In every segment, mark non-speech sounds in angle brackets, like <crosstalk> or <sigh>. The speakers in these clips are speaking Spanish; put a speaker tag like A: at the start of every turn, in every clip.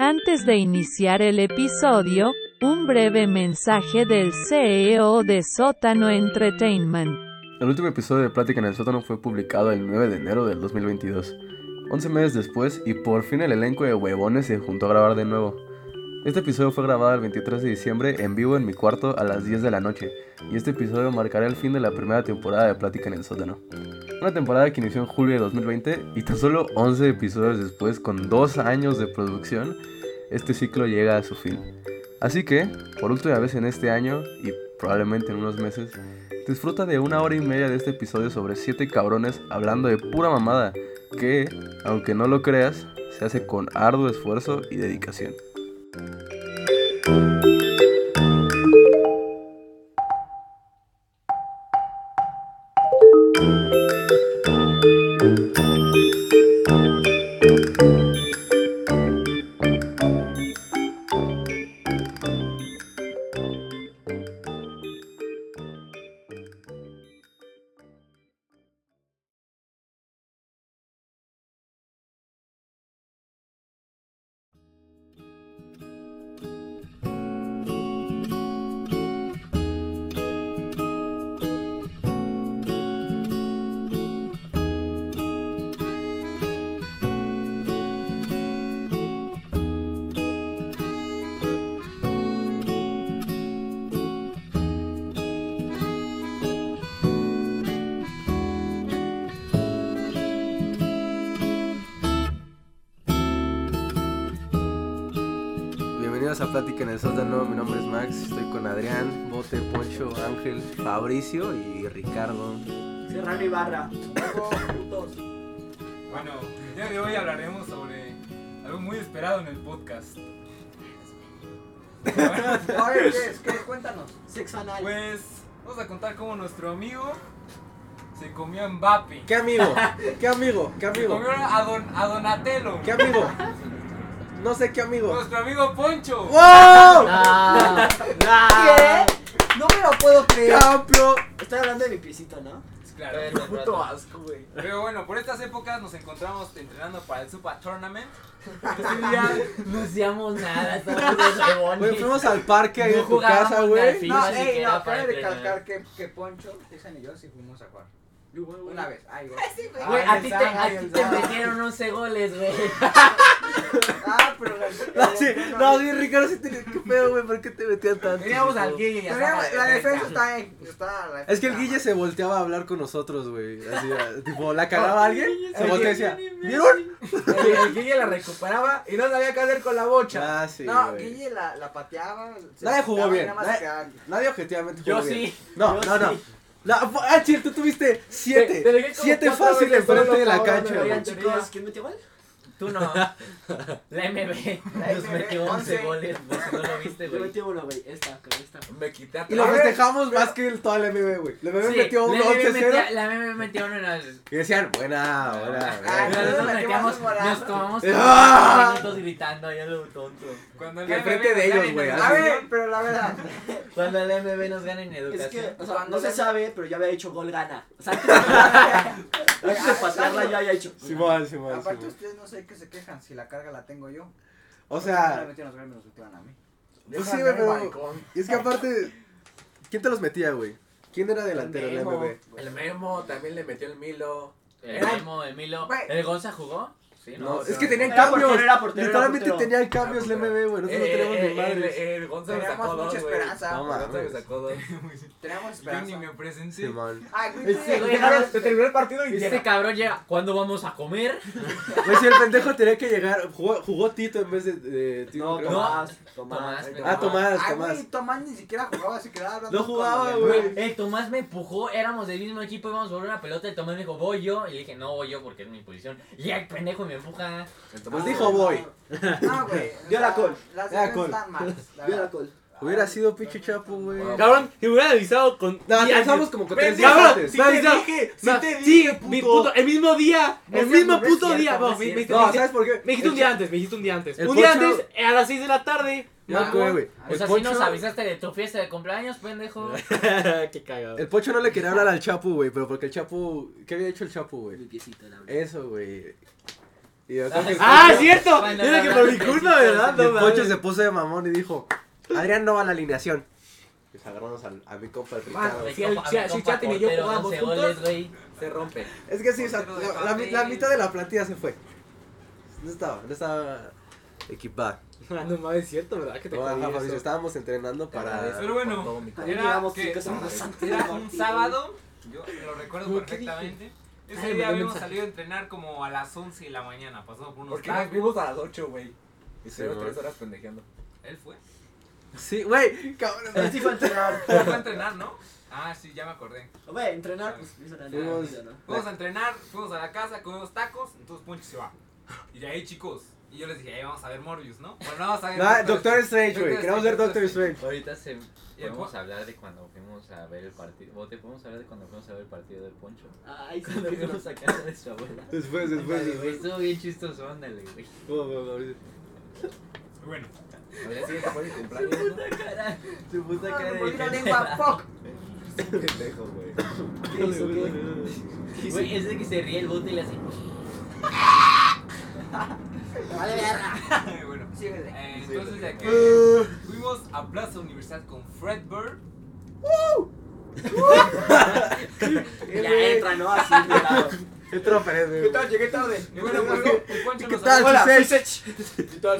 A: Antes de iniciar el episodio, un breve mensaje del CEO de Sótano Entertainment.
B: El último episodio de Plática en el Sótano fue publicado el 9 de enero del 2022, 11 meses después, y por fin el elenco de huevones se juntó a grabar de nuevo. Este episodio fue grabado el 23 de diciembre en vivo en mi cuarto a las 10 de la noche, y este episodio marcará el fin de la primera temporada de Plática en el Sótano. Una temporada que inició en julio de 2020 y tan solo 11 episodios después, con 2 años de producción, este ciclo llega a su fin. Así que, por última vez en este año y probablemente en unos meses, disfruta de una hora y media de este episodio sobre 7 cabrones hablando de pura mamada, que, aunque no lo creas, se hace con arduo esfuerzo y dedicación. Bienvenidos a Plática en el Sótano, mi nombre es Max, estoy con Adrián, Bote, Poncho, Ángel, Fabricio y Ricardo.
C: Serrano y Barra. <laughs> Todos juntos.
D: Bueno, el día de hoy hablaremos sobre algo muy esperado en el podcast.
C: A ver, ¿qué es? ¿Qué es? Cuéntanos. Sex anal.
D: Pues vamos a contar cómo nuestro amigo se comió a Mbappé.
E: ¿Qué amigo? ¿Qué amigo? ¿Qué
D: Se
E: amigo?
D: comió a, Don- a Donatello.
E: ¿Qué amigo? No sé qué amigo.
D: Nuestro amigo Poncho.
E: ¡Wow! Ah.
C: ¿Qué? No me lo puedo creer.
E: ¡Campeón!
C: Estoy hablando de mi pisito, ¿no?
D: Pues, Claro.
C: asco, güey.
D: Pero bueno, por estas épocas nos encontramos entrenando para el Super
E: <laughs>
D: Tournament. Este día,
F: <laughs> No hacíamos
E: <laughs>
F: nada, estábamos de
E: Güey,
F: rebones.
E: fuimos al parque ahí
F: No
E: en tu
F: jugábamos
E: casa,
F: al
E: güey. <laughs>
F: fin.
C: No,
F: ni
C: ey,
F: siquiera
C: no,
F: para
C: cabe recalcar
F: entrenar.
C: que, que Poncho, Tijan y yo sí fuimos a jugar. Una vez, ay, güey.
F: Güey, a ti te, a
C: Ay,
F: ti
C: el
F: te
C: Zara.
F: metieron 11 goles, güey.
C: Ah, pero <laughs> la-
E: No, sí, no, sí, Ricardo, sí, te- qué pedo, güey, ¿por qué te metían tanto?
F: Teníamos al Guille y a
C: Pero
F: Zara
C: la-
F: de
C: la defensa
F: defensa.
C: está en. Está la
E: Es que
F: Ah.
E: el
C: <laughs>
E: Guille se volteaba a hablar con nosotros, güey. Así,
F: <laughs>
E: ah, tipo, la cagaba alguien, se
F: el
E: voltea y decía, ¿vieron?
F: El, el Guille la recuperaba y no sabía qué hacer con la bocha.
E: Ah, sí,
C: No,
E: güey.
C: Guille la, la pateaba. se
E: Nadie jugó
C: quitaba y
E: bien,
C: nada más
E: nadie-
C: quedaba-
E: Nadie objetivamente
F: Yo
E: jugó bien.
F: sí.
E: No, no,
F: yo
E: no.
F: sí.
E: La- fu- ah, chill, tú tuviste siete.
F: Te- te dejé como
E: siete
F: cuatro
E: fáciles
F: veces
E: enfrente
F: solo,
E: de la
F: cabrón,
E: cancha,
F: me
E: güey.
F: veían chicos.
G: ¿quién metió gol?
F: Tú no. La MB nos
C: MB,
F: metió 11
C: once.
F: goles, güey, si no lo viste,
G: Yo
F: güey.
G: metí uno, güey. Esta, con esta.
D: me quité a
E: Y lo
C: A ver,
E: festejamos más que el, todo el MB, güey. El MB
F: Sí,
E: metió un
F: la MB
E: 11-0.
F: metía- La MB metió uno en el...
E: Y decían, buena, buena,
C: Ah,
E: buena.
C: no.
F: Pero nosotros
C: metimos
F: metíamos,
C: un golazo.
F: nos tomamos
E: <laughs> Ah.
F: 40 minutos gritando ahí a lo tonto.
D: Cuando el
E: Que
D: MB
E: enfrente de
D: nos
E: ellos,
D: gane
E: güey,
D: en
E: así.
C: A
D: educación,
C: ver, pero la
H: <laughs>
C: verdad.
F: Cuando el MB nos gana en
G: Es
F: educación.
G: que, o sea,
C: Cuando
G: no se
C: le-
G: sabe, pero ya había hecho gol gana. O sea, antes de- antes de patearla ya había hecho.
E: Simón, Simón,
C: Aparte,
E: Simón.
C: ustedes no sé qué se quejan si la carga la tengo yo.
E: O
C: No le
E: sea,
C: metieron los goles, me los metieron a mí.
E: pues sí, güey, pero. y es que aparte, ¿quién te los metía, güey? ¿Quién era delantero del MB?
I: El Memo también le metió el Milo.
F: El Memo, el Milo.
C: Güey.
F: ¿El Gonza jugó? Sí,
E: No,
F: ¿no?
E: es que tenían
G: Era
E: cambios.
G: portero, era portero, era
E: Literalmente
G: portero.
E: tenían cambios el MB, güey. Nosotros no
J: Eh,
D: Eh,
E: teníamos ni
I: el,
E: madres.
I: el Gonzalo
C: Teníamos
I: sacó
C: mucha
I: dos, güey.
C: esperanza.
E: No,
I: Gonzalo
E: mames.
I: sacó
C: <laughs>
I: dos.
C: Teníamos
D: Yo
C: esperanza.
D: ni me presenté.
E: Simón.
C: Ah,
E: Ese
C: sí,
F: güey,
C: sí,
F: nada,
C: sí.
E: el partido
F: Este cabrón llega. ¿Cuándo vamos a comer?
E: Güey, si el pendejo tenía que llegar. Jugó, jugó Tito en vez de. de Tito,
G: No,
E: creo.
G: Tomás,
F: Tomás,
G: Tomás.
F: pero-
E: Ah, Tomás,
C: Ay,
E: Tomás.
C: güey, Tomás ni siquiera jugaba, se quedaba hablando.
E: No
C: con
E: jugaba,
C: los
E: güey.
C: demás.
F: El Tomás me empujó, éramos del mismo equipo, íbamos por una pelota. El Tomás me dijo, voy yo. Y le dije, no voy yo porque es mi posición. Y el pendejo me empuja.
E: Pues dijo voy.
C: No, güey.
G: Dio la col.
C: Las
E: Dio la
C: defensas
E: col.
C: están malas. la
G: Vio la
C: verdad.
G: col.
E: Hubiera sido pinche chapo, güey. No,
J: Cabrón, te hubiera avisado con.
E: alcanzamos como que tres días
J: Cabrón,
E: antes.
J: si
E: Me
J: te
E: avisaron.
J: dije, si
E: No,
J: te
E: sí,
J: dije,
E: puto.
J: mi puto, el mismo día,
F: No
J: el
F: es
J: mismo
F: cierto, no es
J: puto
F: cierto,
J: día.
F: no
J: No,
F: es
J: me, me-
F: cierto.
J: me-
E: No, ¿sabes por qué?
J: me dijiste
E: El
J: un día antes, me dijiste un día antes.
E: El
J: Un día
E: Poncho-
J: antes, a las 6 de la tarde.
E: Yo me acuerdo, güey.
F: O
E: El
F: eh, sea, si
E: Poncho-
F: nos avisaste de tu fiesta de cumpleaños, pendejo.
J: Qué cagado.
E: El Pocho no le quería hablar al Chapo, güey, pero porque el Chapo... ¿Qué había hecho el Chapo,
G: Mi
E: güey?
G: piecito, la verdad.
E: Eso, güey. Y yo creo que
F: ¡Ah, cierto!
K: Cuando
F: Era que por mi culpa, ¿verdad? No,
E: el coche
F: mames.
E: se puso de mamón y dijo, Adrián no va a la alineación. Pues agarramos al- a mi compa el Ricardo.
K: Mi
H: Si el-
K: compa-
H: si-
K: mi
H: si
K: compa
H: Chatin y yo
K: portero,
H: jugamos
K: 11
H: juntos.
K: goles, güey.
H: Se rompe.
E: Es que sí, o sea,
H: Portero de
E: la, la mi- la
H: papel.
E: mitad de la plantilla se fue. No estaba, no estaba equipada.
F: Ah, no mames, es cierto, ¿verdad? Que te
E: No, ajá,
F: jodí
E: Fabricio,
F: eso.
E: estábamos entrenando para...
D: Pero bueno,
H: Todo mi
C: También
D: era,
C: llevamos
D: que,
C: cinco semanas antes
D: era
C: del
D: un
C: partido.
D: sábado, yo lo recuerdo
F: No, ¿qué
D: perfectamente.
F: Ay,
D: Ese
F: me
D: día
F: dio
D: habíamos
F: mensaje.
D: salido a entrenar como a las 11 de la mañana, pasando por unos
H: Porque nos
D: tacos.
H: vimos a las 8, güey. Y se
E: Sí,
H: dio
E: güey.
H: 3 horas pendejeando.
D: Él fue.
E: Sí, güey, cabrón.
C: Pero sí fue a entrenar.
D: Él fue a entrenar, ¿no? Ah, sí, ya me acordé.
C: Güey, entrenar, pues, es entrenar.
E: Fuimos-
C: mira, ¿no?
D: Fuimos a entrenar, fuimos a la casa, comimos tacos, entonces Poncho se va. Y de ahí, chicos, y yo les dije, "Ey, vamos a ver Morbius, ¿no? Bueno, vamos a ver
E: Ah, Doctor Strange, güey,
D: Doctor
E: queremos ver Doctor Strange.
K: Ahorita se podemos
D: cu-
K: hablar de cuando fuimos a ver el partido. ¿O te podemos hablar de cuando fuimos a ver el partido de
L: <laughs>
K: Poncho?
C: Ay, sí,
K: Cuando
C: qué
K: fuimos a casa de su abuela.
E: Después, después,
K: Ándale, güey,
E: después.
K: Estuvo bien chistoso, ándale, güey.
E: Vamos, vamos, Fabricio.
D: Bueno, <laughs>
H: Al día siguiente fue mi cumpleaños, ¿no?
K: Cara,
E: Su puta
C: Ah,
E: cara
C: me
E: de-
C: mordí la lengua, fuck.
H: Pendejo, güey.
K: ¿qué hizo, qué? Güey, es de que se ríe el bote y le hace.
C: Vale, verga.
D: bueno.
C: Síguele.
D: Eh, entonces de aquí fuimos a Plaza Universidad con Fred Bird.
C: Ya entra, ¿no? Así, de lado.
E: Entró Pérez, güey.
H: Llegué tarde.
D: Y bueno, pues, pues, Poncho
E: ¿Qué
D: nos
E: tal,
D: agarró-
E: Susech?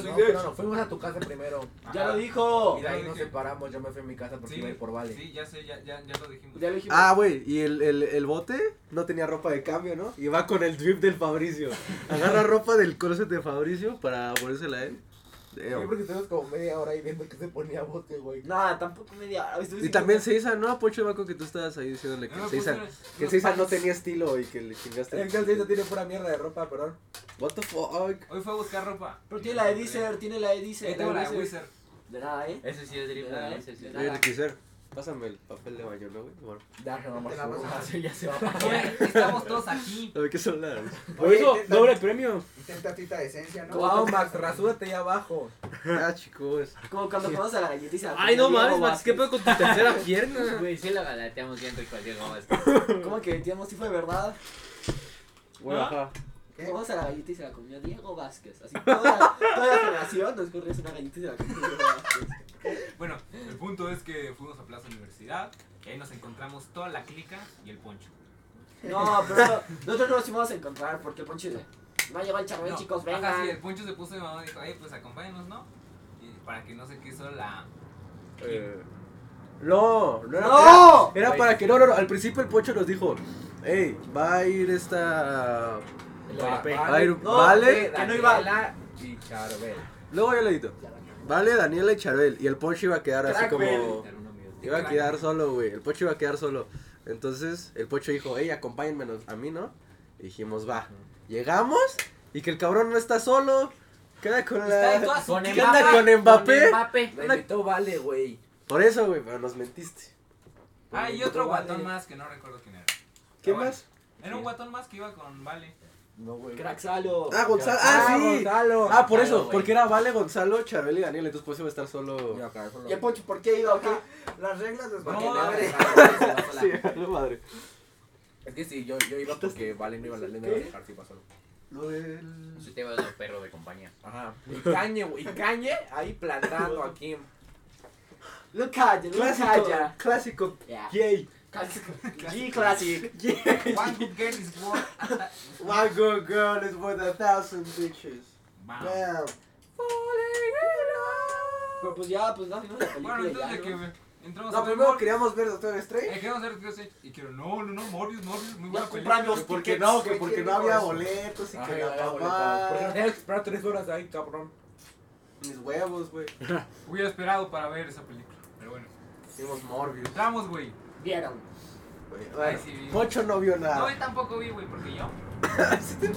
H: No, pero no, fuimos a tu casa primero.
C: Ya
D: Ah,
C: lo dijo.
H: Y de ahí nos separamos. Yo me fui a mi casa porque
D: Sí,
H: iba a ir por Vale.
D: Sí, ya sé, ya, ya, ya lo dijimos.
H: Ya lo dijimos.
E: Ah, güey, y el, el, el bote no tenía ropa de cambio, ¿no? Y va con el drip del Fabricio. Agarra ropa del closet de Fabricio para ponérsela a él.
H: Sí,
E: Damn.
H: porque estuvimos como media hora ahí viendo que se ponía bote, güey.
C: Nada, tampoco media hora.
E: Y también Seiza, ¿no? Poncho Vaco, que tú estabas ahí diciéndole que
D: Yo
F: Ah,
D: me
E: el
D: puse
E: Seiza,
F: pues,
D: unos-
E: que el
D: unos
E: Seiza no
D: pants.
E: tenía estilo y que le chingaste.
H: El calceta tiene pura mierda de ropa, perdón.
E: What the
F: Ah.
E: fuck?
D: Hoy fue a buscar ropa.
C: Pero tiene la de Deezer, tiene la de Deezer.
D: Ahí Eh, tengo la de
C: Deezer.
D: Wizard.
C: De nada, ¿eh?
K: Eso sí es
L: Ah,
K: dribble, eso sí es
E: Oye,
C: Nada.
E: Riquiser, pásame el papel de baño, ¿no, güey? Por favor.
H: Ya, no, no, no, no.
K: Ya se va a pagar.
D: Güey, Estamos todos aquí.
E: A ver, ¿qué son las?
F: Por eso, doble premio.
M: Intenta tita de esencia, ¿no?
H: Wow, Max, rasúrate ahí abajo.
E: Ah, chicos.
C: Como cuando jugamos a la galleta y se la
F: Ay, no
C: comía
F: mames,
C: Diego
F: Max, ¿qué
C: Vázquez.
F: pedo con tu tercera pierna?
K: Güey, sí la galateamos bien rico al Diego
L: <laughs>
K: Vázquez.
C: ¿Cómo que mentíamos si fue verdad?
E: Bueno,
F: ¿Ah?
E: ajá.
M: ¿Qué?
C: Jugamos a la galleta y se la comió Diego Vázquez. Así toda, toda la generación nos corrió una galleta y se la comió Diego Vázquez.
D: Bueno, el punto es que fuimos a Plaza Universidad. Y ahí nos encontramos toda la clica y el Poncho.
C: No, pero no, nosotros no nos íbamos a encontrar porque Poncho dice, va a llevar el charbel,
D: No,
C: chicos,
D: ajá,
C: vengan.
D: sí, el Poncho se puso de mamá y dijo, ay, pues acompáñenos, ¿no? Y para que no se quiso la...
E: Eh, No, no era,
C: ¡No!
E: era, era para que no, no, no, al principio el pocho nos dijo, hey, va a ir esta,
F: Ah,
E: va a ir,
C: No,
E: vale,
D: eh.
C: que no iba.
H: Daniela Y Charbel.
E: <laughs> luego yo le edito, vale, Daniela y Charbel, y el pocho iba a quedar así como, iba a quedar solo, güey, el pocho iba a quedar solo, entonces el pocho dijo, hey, acompáñenme a mí, ¿no? Y dijimos, va, llegamos, y que el cabrón no está solo, queda con
C: Está en
E: la,
C: toda su
K: Con
E: <laughs> ¿Qué
C: casa.
E: onda con Mbappé?
H: Me invitó Vale, güey.
E: por eso, güey, pero nos mentiste,
D: Ah, y otro
H: Vale.
D: guatón más que no recuerdo quién era.
E: ¿qué
D: Ah, bueno.
E: más?
D: Era un guatón más que iba con Vale.
H: No, güey.
C: Craxalo.
E: Ah, Gonzalo, ah, sí,
H: Gonzalo.
E: Ah, por
K: Gonzalo,
E: eso,
K: güey.
E: porque era Vale, Gonzalo, Chabel y Daniel, entonces por eso iba a estar solo.
H: Ya, acá, solo-
C: ¿Y el Poncho por qué iba o qué?
M: Las reglas de
D: No,
H: Porque
D: no,
H: le
D: no.
H: abre la sola.
E: Sí, no madre.
H: Es que sí, yo, yo iba porque Vale no iba a la lena de dejar si iba solo.
E: Lo del.
K: Su tema de perro de compañía.
H: Ajá. Y Cañe, güey. Y Cañe ahí plantando a Kim.
C: Lo calla, lo calla.
E: clásico.
C: Ya.
E: Yay.
C: Clásico. G Classic.
D: One good girl is one.
E: One good girl is worth a thousand bitches.
D: Wow.
E: Damn.
C: Pero pues ya, pues no, vimos la película.
D: Bueno,
C: y
D: entonces de
C: ya,
D: que
C: ¿no?
D: entramos
E: No,
D: a ver
E: primero
D: Morbius.
E: queríamos ver Doctor Strange.
D: Eh, queremos ver Doctor Strange. Y quiero, no, no, no, Morbius, Morbius, muy
C: Ya
D: buena película.
C: compramos
E: Que Porque no, que porque no
C: güey,
E: había
C: ¿quién dijo
E: boletos y
H: Ay,
E: que la
H: la boleta. Porque no
E: mamá.
H: tenía que esperar tres horas ahí, cabrón.
E: Mis huevos, güey.
D: Hubiera esperado para ver esa película. Pero bueno,
E: Hicimos Morbius.
D: entramos, güey.
C: eso? Vieron.
E: güey.
D: Ay,
E: Bueno,
D: sí, vi.
E: Pocho no vio
D: No,
E: nada.
D: yo tampoco vi, güey, porque yo
E: Hijo de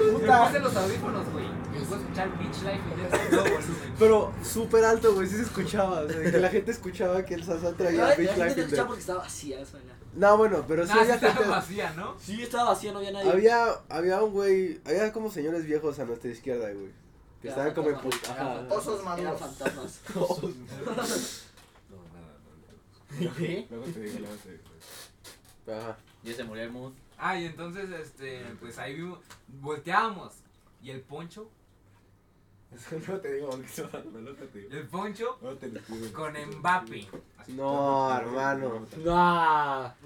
D: me
E: puta.
D: puse los audífonos, güey. Y después escuchar Beach Life y de
H: <laughs>
D: todo, güey.
E: Pero súper alto, güey, sí se escuchaba. O sea, que la gente escuchaba que el Sasa traía
C: La
E: Big Life
C: gente te
E: in there.
C: escuchaba porque estaba vacía esa sala.
E: No, bueno, pero sí
D: Nada, sí
E: había gente.
D: estaba vacía, ¿no?
C: Sí, estaba vacía, no había nadie.
E: Había, había un güey, había como señores viejos a nuestra izquierda, güey. Que
C: Era
E: estaban como en
C: fantasma,
E: pu-
C: era
E: ajá.
C: fantasma,
M: Osos
C: eran
M: maduros.
E: <laughs>
C: fantasmas. <laughs>
H: No, nada, no.
K: ¿Qué?
H: Luego te digo, luego te digo.
E: Ajá.
K: Ya se murió el mood.
D: Ah, y entonces, este, pues ahí vimos, volteábamos. Y el poncho,
L: No te digo porque se va a dar, no te digo.
D: el poncho
L: No te lo digo.
D: con Mbappé. Así.
E: No, hermano.
N: No.
I: No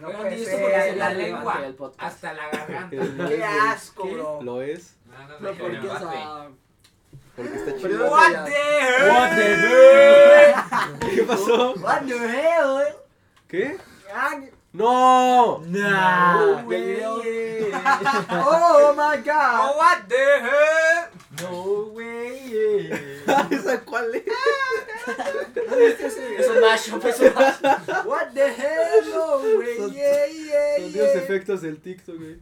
D: Oigan,
I: puede
D: y eso
I: ser,
D: porque
I: no
D: la
I: le-
D: lengua
C: del podcast.
D: hasta la
L: <laughs>
D: garganta.
I: Qué asco, bro.
E: ¿Lo es?
D: No, no, no,
C: No, porque, o
D: Mbappé.
C: sea,
E: Porque está
C: Pero-
E: chido.
D: What the hell?
E: ¿Qué pasó?
I: What the hell, eh?
E: ¿Qué?
I: Ah,
E: ¡No! <laughs> Ah,
N: Nah.
C: güey.
I: Oh my god.
D: Oh, what the hell?
F: No, güey.
E: ¿Esa cuál es?
F: Es un mashup, es un mashup.
I: What the hell, no, güey.
E: Son-
I: Yeah, yeah,
E: Son los
I: yeah.
E: efectos del TikTok, güey.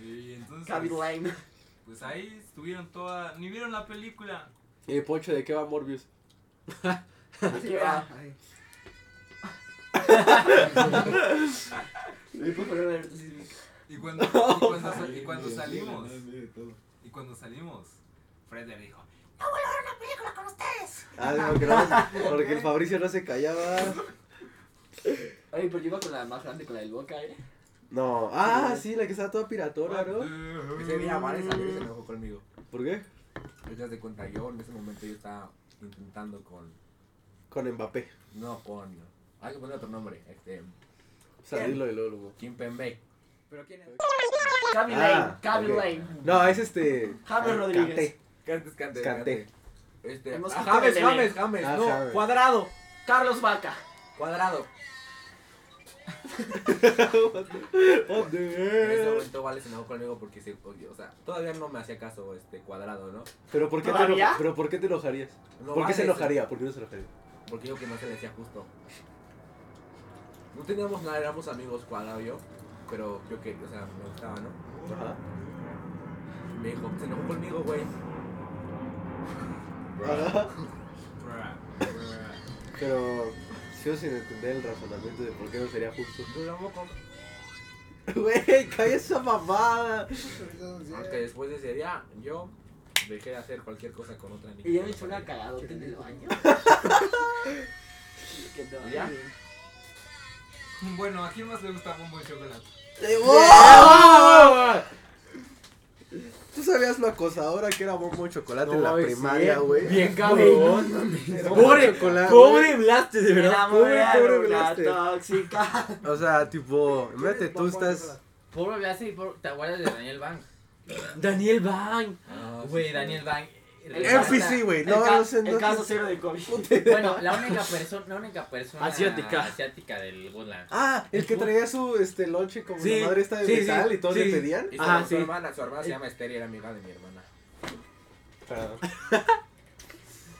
D: Y entonces,
C: Cabin Line.
D: pues ahí estuvieron todas. Ni vieron la película.
E: Eh, Poncho, ¿de qué va Morbius?
C: Así va. Me puedo poner una alerta sísmica.
L: <laughs>
D: Y cuando, y cuando, sa- y cuando
L: Dios mío,
D: salimos,
L: Dios mío, todo.
D: y cuando salimos, Fred le dijo:
E: Ah, no, gracias. Porque el Fabricio no se callaba.
C: Oye, pero yo iba con la más grande, con la del boca, eh.
E: No. Ah, sí, la que está toda piratora, ¿no?
L: Ese día Vale salió y se
D: ¿no?
L: enojó conmigo.
E: ¿Por qué?
L: Ahorita de cuenta, yo en ese momento yo estaba intentando con.
E: Con Mbappé.
L: No, con. Hay que poner otro nombre. Este.
E: Salirlo del oro.
L: Kim Pembe.
I: Pero quién es?
C: Cabin
E: Ah,
C: Line, Cabin
E: ok.
C: Line.
E: No, es este.
C: James Rodríguez.
E: Canté.
L: Cantes, cantes.
E: Canté.
L: Este.
C: Hemos
L: ah,
C: quitado
L: James,
C: el
L: James, James.
E: Ah,
L: no,
E: James.
L: cuadrado.
C: Carlos Vaca.
L: Cuadrado.
E: What the
L: En ese
E: hell?
L: momento Vale se enojó conmigo porque se. O sea, todavía no me hacía caso este cuadrado, ¿no?
E: ¿Pero por, qué te
C: ¿Todavía?
E: eno- ¿Pero por qué te enojarías?
L: No
E: ¿Por qué
L: vale,
E: se enojaría? ¿Por qué no se enojaría?
L: Porque yo que no se le hacía justo. No teníamos nada, éramos amigos cuadrado yo. Pero yo que, o sea, me gustaba, ¿no?
E: Ajá.
L: Me dijo, se enojó conmigo, güey.
E: Pero sigo sin entender el razonamiento de por qué no sería justo.
L: Yo tampoco.
E: <laughs> Güey, cae esa mamada.
L: Aunque después de ese día, yo dejé de hacer cualquier cosa con otra niña.
C: Y yo me eché una cagadota en el baño. Qué tal.
L: ¿Ya?
D: Mm, Bueno, ¿a quién más le gusta Bombo de Chocolate?
E: ¿Tú sabías lo acosadora que era bombo de chocolate en la
N: mames,
E: primaria,
N: sí.
E: güey?
N: Bien cabrón.
E: Pobre,
N: Pobre Blaste, de
C: Me
N: verdad. Pobre, pobre
C: enamoré de una
E: Blaster.
C: tóxica.
E: O sea, tipo, imagínate, tú estás.
F: Pobre Blasty, por- te acuerdas de Daniel Bang.
N: Daniel Bang.
F: Güey, Daniel Bang.
E: NPC, güey.
C: El
E: No,
C: ca-
E: no sé, no
C: El caso
E: sé.
C: cero de COVID.
F: Bueno, la única persona, la única persona
N: Asiática.
F: asiática del Woodland.
E: Ah, el que traía su este lonche como
N: Sí,
E: la madre esta de
N: sí, sí,
E: metal y todos
N: sí.
E: le pedían.
L: Y su,
N: Ah,
L: su
N: sí.
L: hermana, su hermana se
C: Eh.
L: llama Esther y era amiga de mi hermana.
E: <laughs>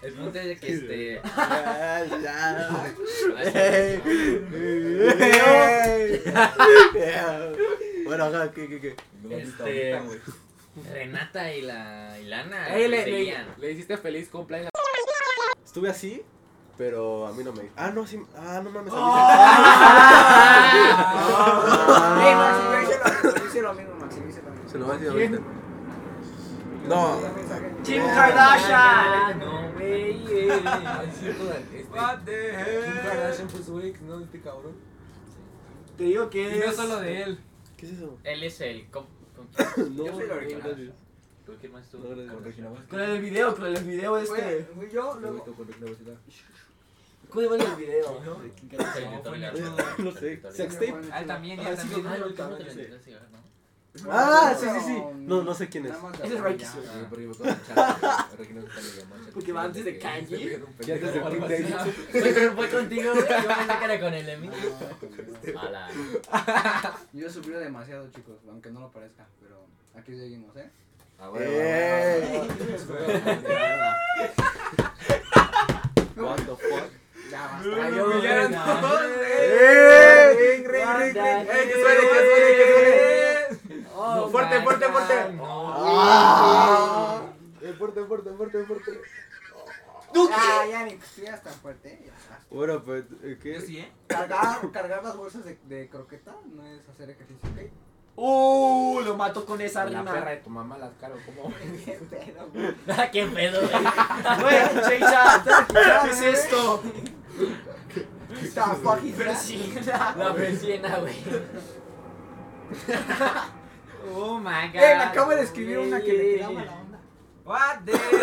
F: El punto es de que este.
E: Ya, ya.
F: Ey.
E: Bueno, ajá, ¿qué, qué, qué?
L: Me lo visto
F: Este-
L: ahorita, güey.
F: Renata y la Ilana
L: Ey, le, le-
F: seguían.
L: le hiciste feliz cumpleaños.
E: Estuve así, pero a mí no me. Ah, no, sí. Ah, no mames. a mí
I: Ey, Maxi,
C: <laughs>
I: yo hice lo- Ah. yo hice lo mismo, Maxi, yo hice lo mismo.
E: sí. Se lo voy a decir ahorita. No.
C: Kim Kardashian.
F: No,
L: Ay, es cierto, este, Kim
D: What the hell?
L: Kardashian, pues, güey, no, este cabrón.
C: Te digo
D: Y
C: que
D: no
C: es.
D: solo de él.
E: ¿Qué es eso?
F: Él es el. com- com-
E: No,
L: Yo soy la original.
E: gracias.
F: ¿Con quién más tú?
E: No, gracias.
L: Con Regina
C: Con
L: Bosque.
C: el video, con el video
I: Güey,
C: este.
I: güey,
L: Lo
I: yo
L: he
I: luego-
L: visto con Regina Bosque.
C: ¿Cómo se llama el video?
F: Es el
D: No, fue
F: tutorial.
D: el
E: No sé. Sextape.
D: Ah, él también,
C: Ah,
D: él
C: sí,
D: también.
F: Ah,
C: no,
F: no, tú no te
C: sí.
F: vendías cigarro, ¿no?
E: Ah, sí, sí, sí. No, no sé quién es.
C: Ese es Rex.
I: Ah,
L: Ah, Sí, porque me acuerdo de Chacha, güey. <laughs> Regina Bosque le llamó a Chacha.
C: Porque va antes de
L: Que-
C: Kanye.
L: este güey era un
E: Ya antes de
L: pendejo.
E: Kim Davis.
F: Fue con- Fue contigo, güey. Yo pensé que era con el Emi. A la.
I: Yo he sufrido demasiado, chicos, aunque no lo parezca, pero aquí seguimos, ¿eh?
L: Ah, bueno, bueno,
E: Eh. What the fuck?
I: Ya basta.
D: Me
I: Ay, yo-
D: humillaron
L: <laughs>
I: ya.
D: todos,
E: ¡Eh!
I: Ring, ring, ring,
L: Eh,
I: ring. Ey, que suene, que suene, que
D: eh.
F: No,
I: fuerte,
F: man,
I: fuerte, fuerte.
F: No.
E: Ah. Fuerte, fuerte, fuerte, fuerte.
I: suene. Ah, ya ni ya está fuerte, ¿eh? ya basta.
E: Bueno, pues, eh,
D: Yo
E: ¿qué?
D: sí, ¿eh?
I: Cargar, cargar las bolsas de, de croqueta no es hacer ejercicio, ¿ok? <laughs>
C: Uh, lo mato con esa
L: La perra de
C: rima.
L: tu mamá las caro, ¿cómo?
I: Qué pedo, güey.
F: Ah, qué pedo, güey.
C: Güey, Checha, ¿qué es esto?
I: Está fucking <laughs>
C: Persina.
F: La vecina, güey. Oh my god.
I: Eh, me acabo de escribir una que le quedaba la onda.
D: What
L: <laughs>
D: the
I: A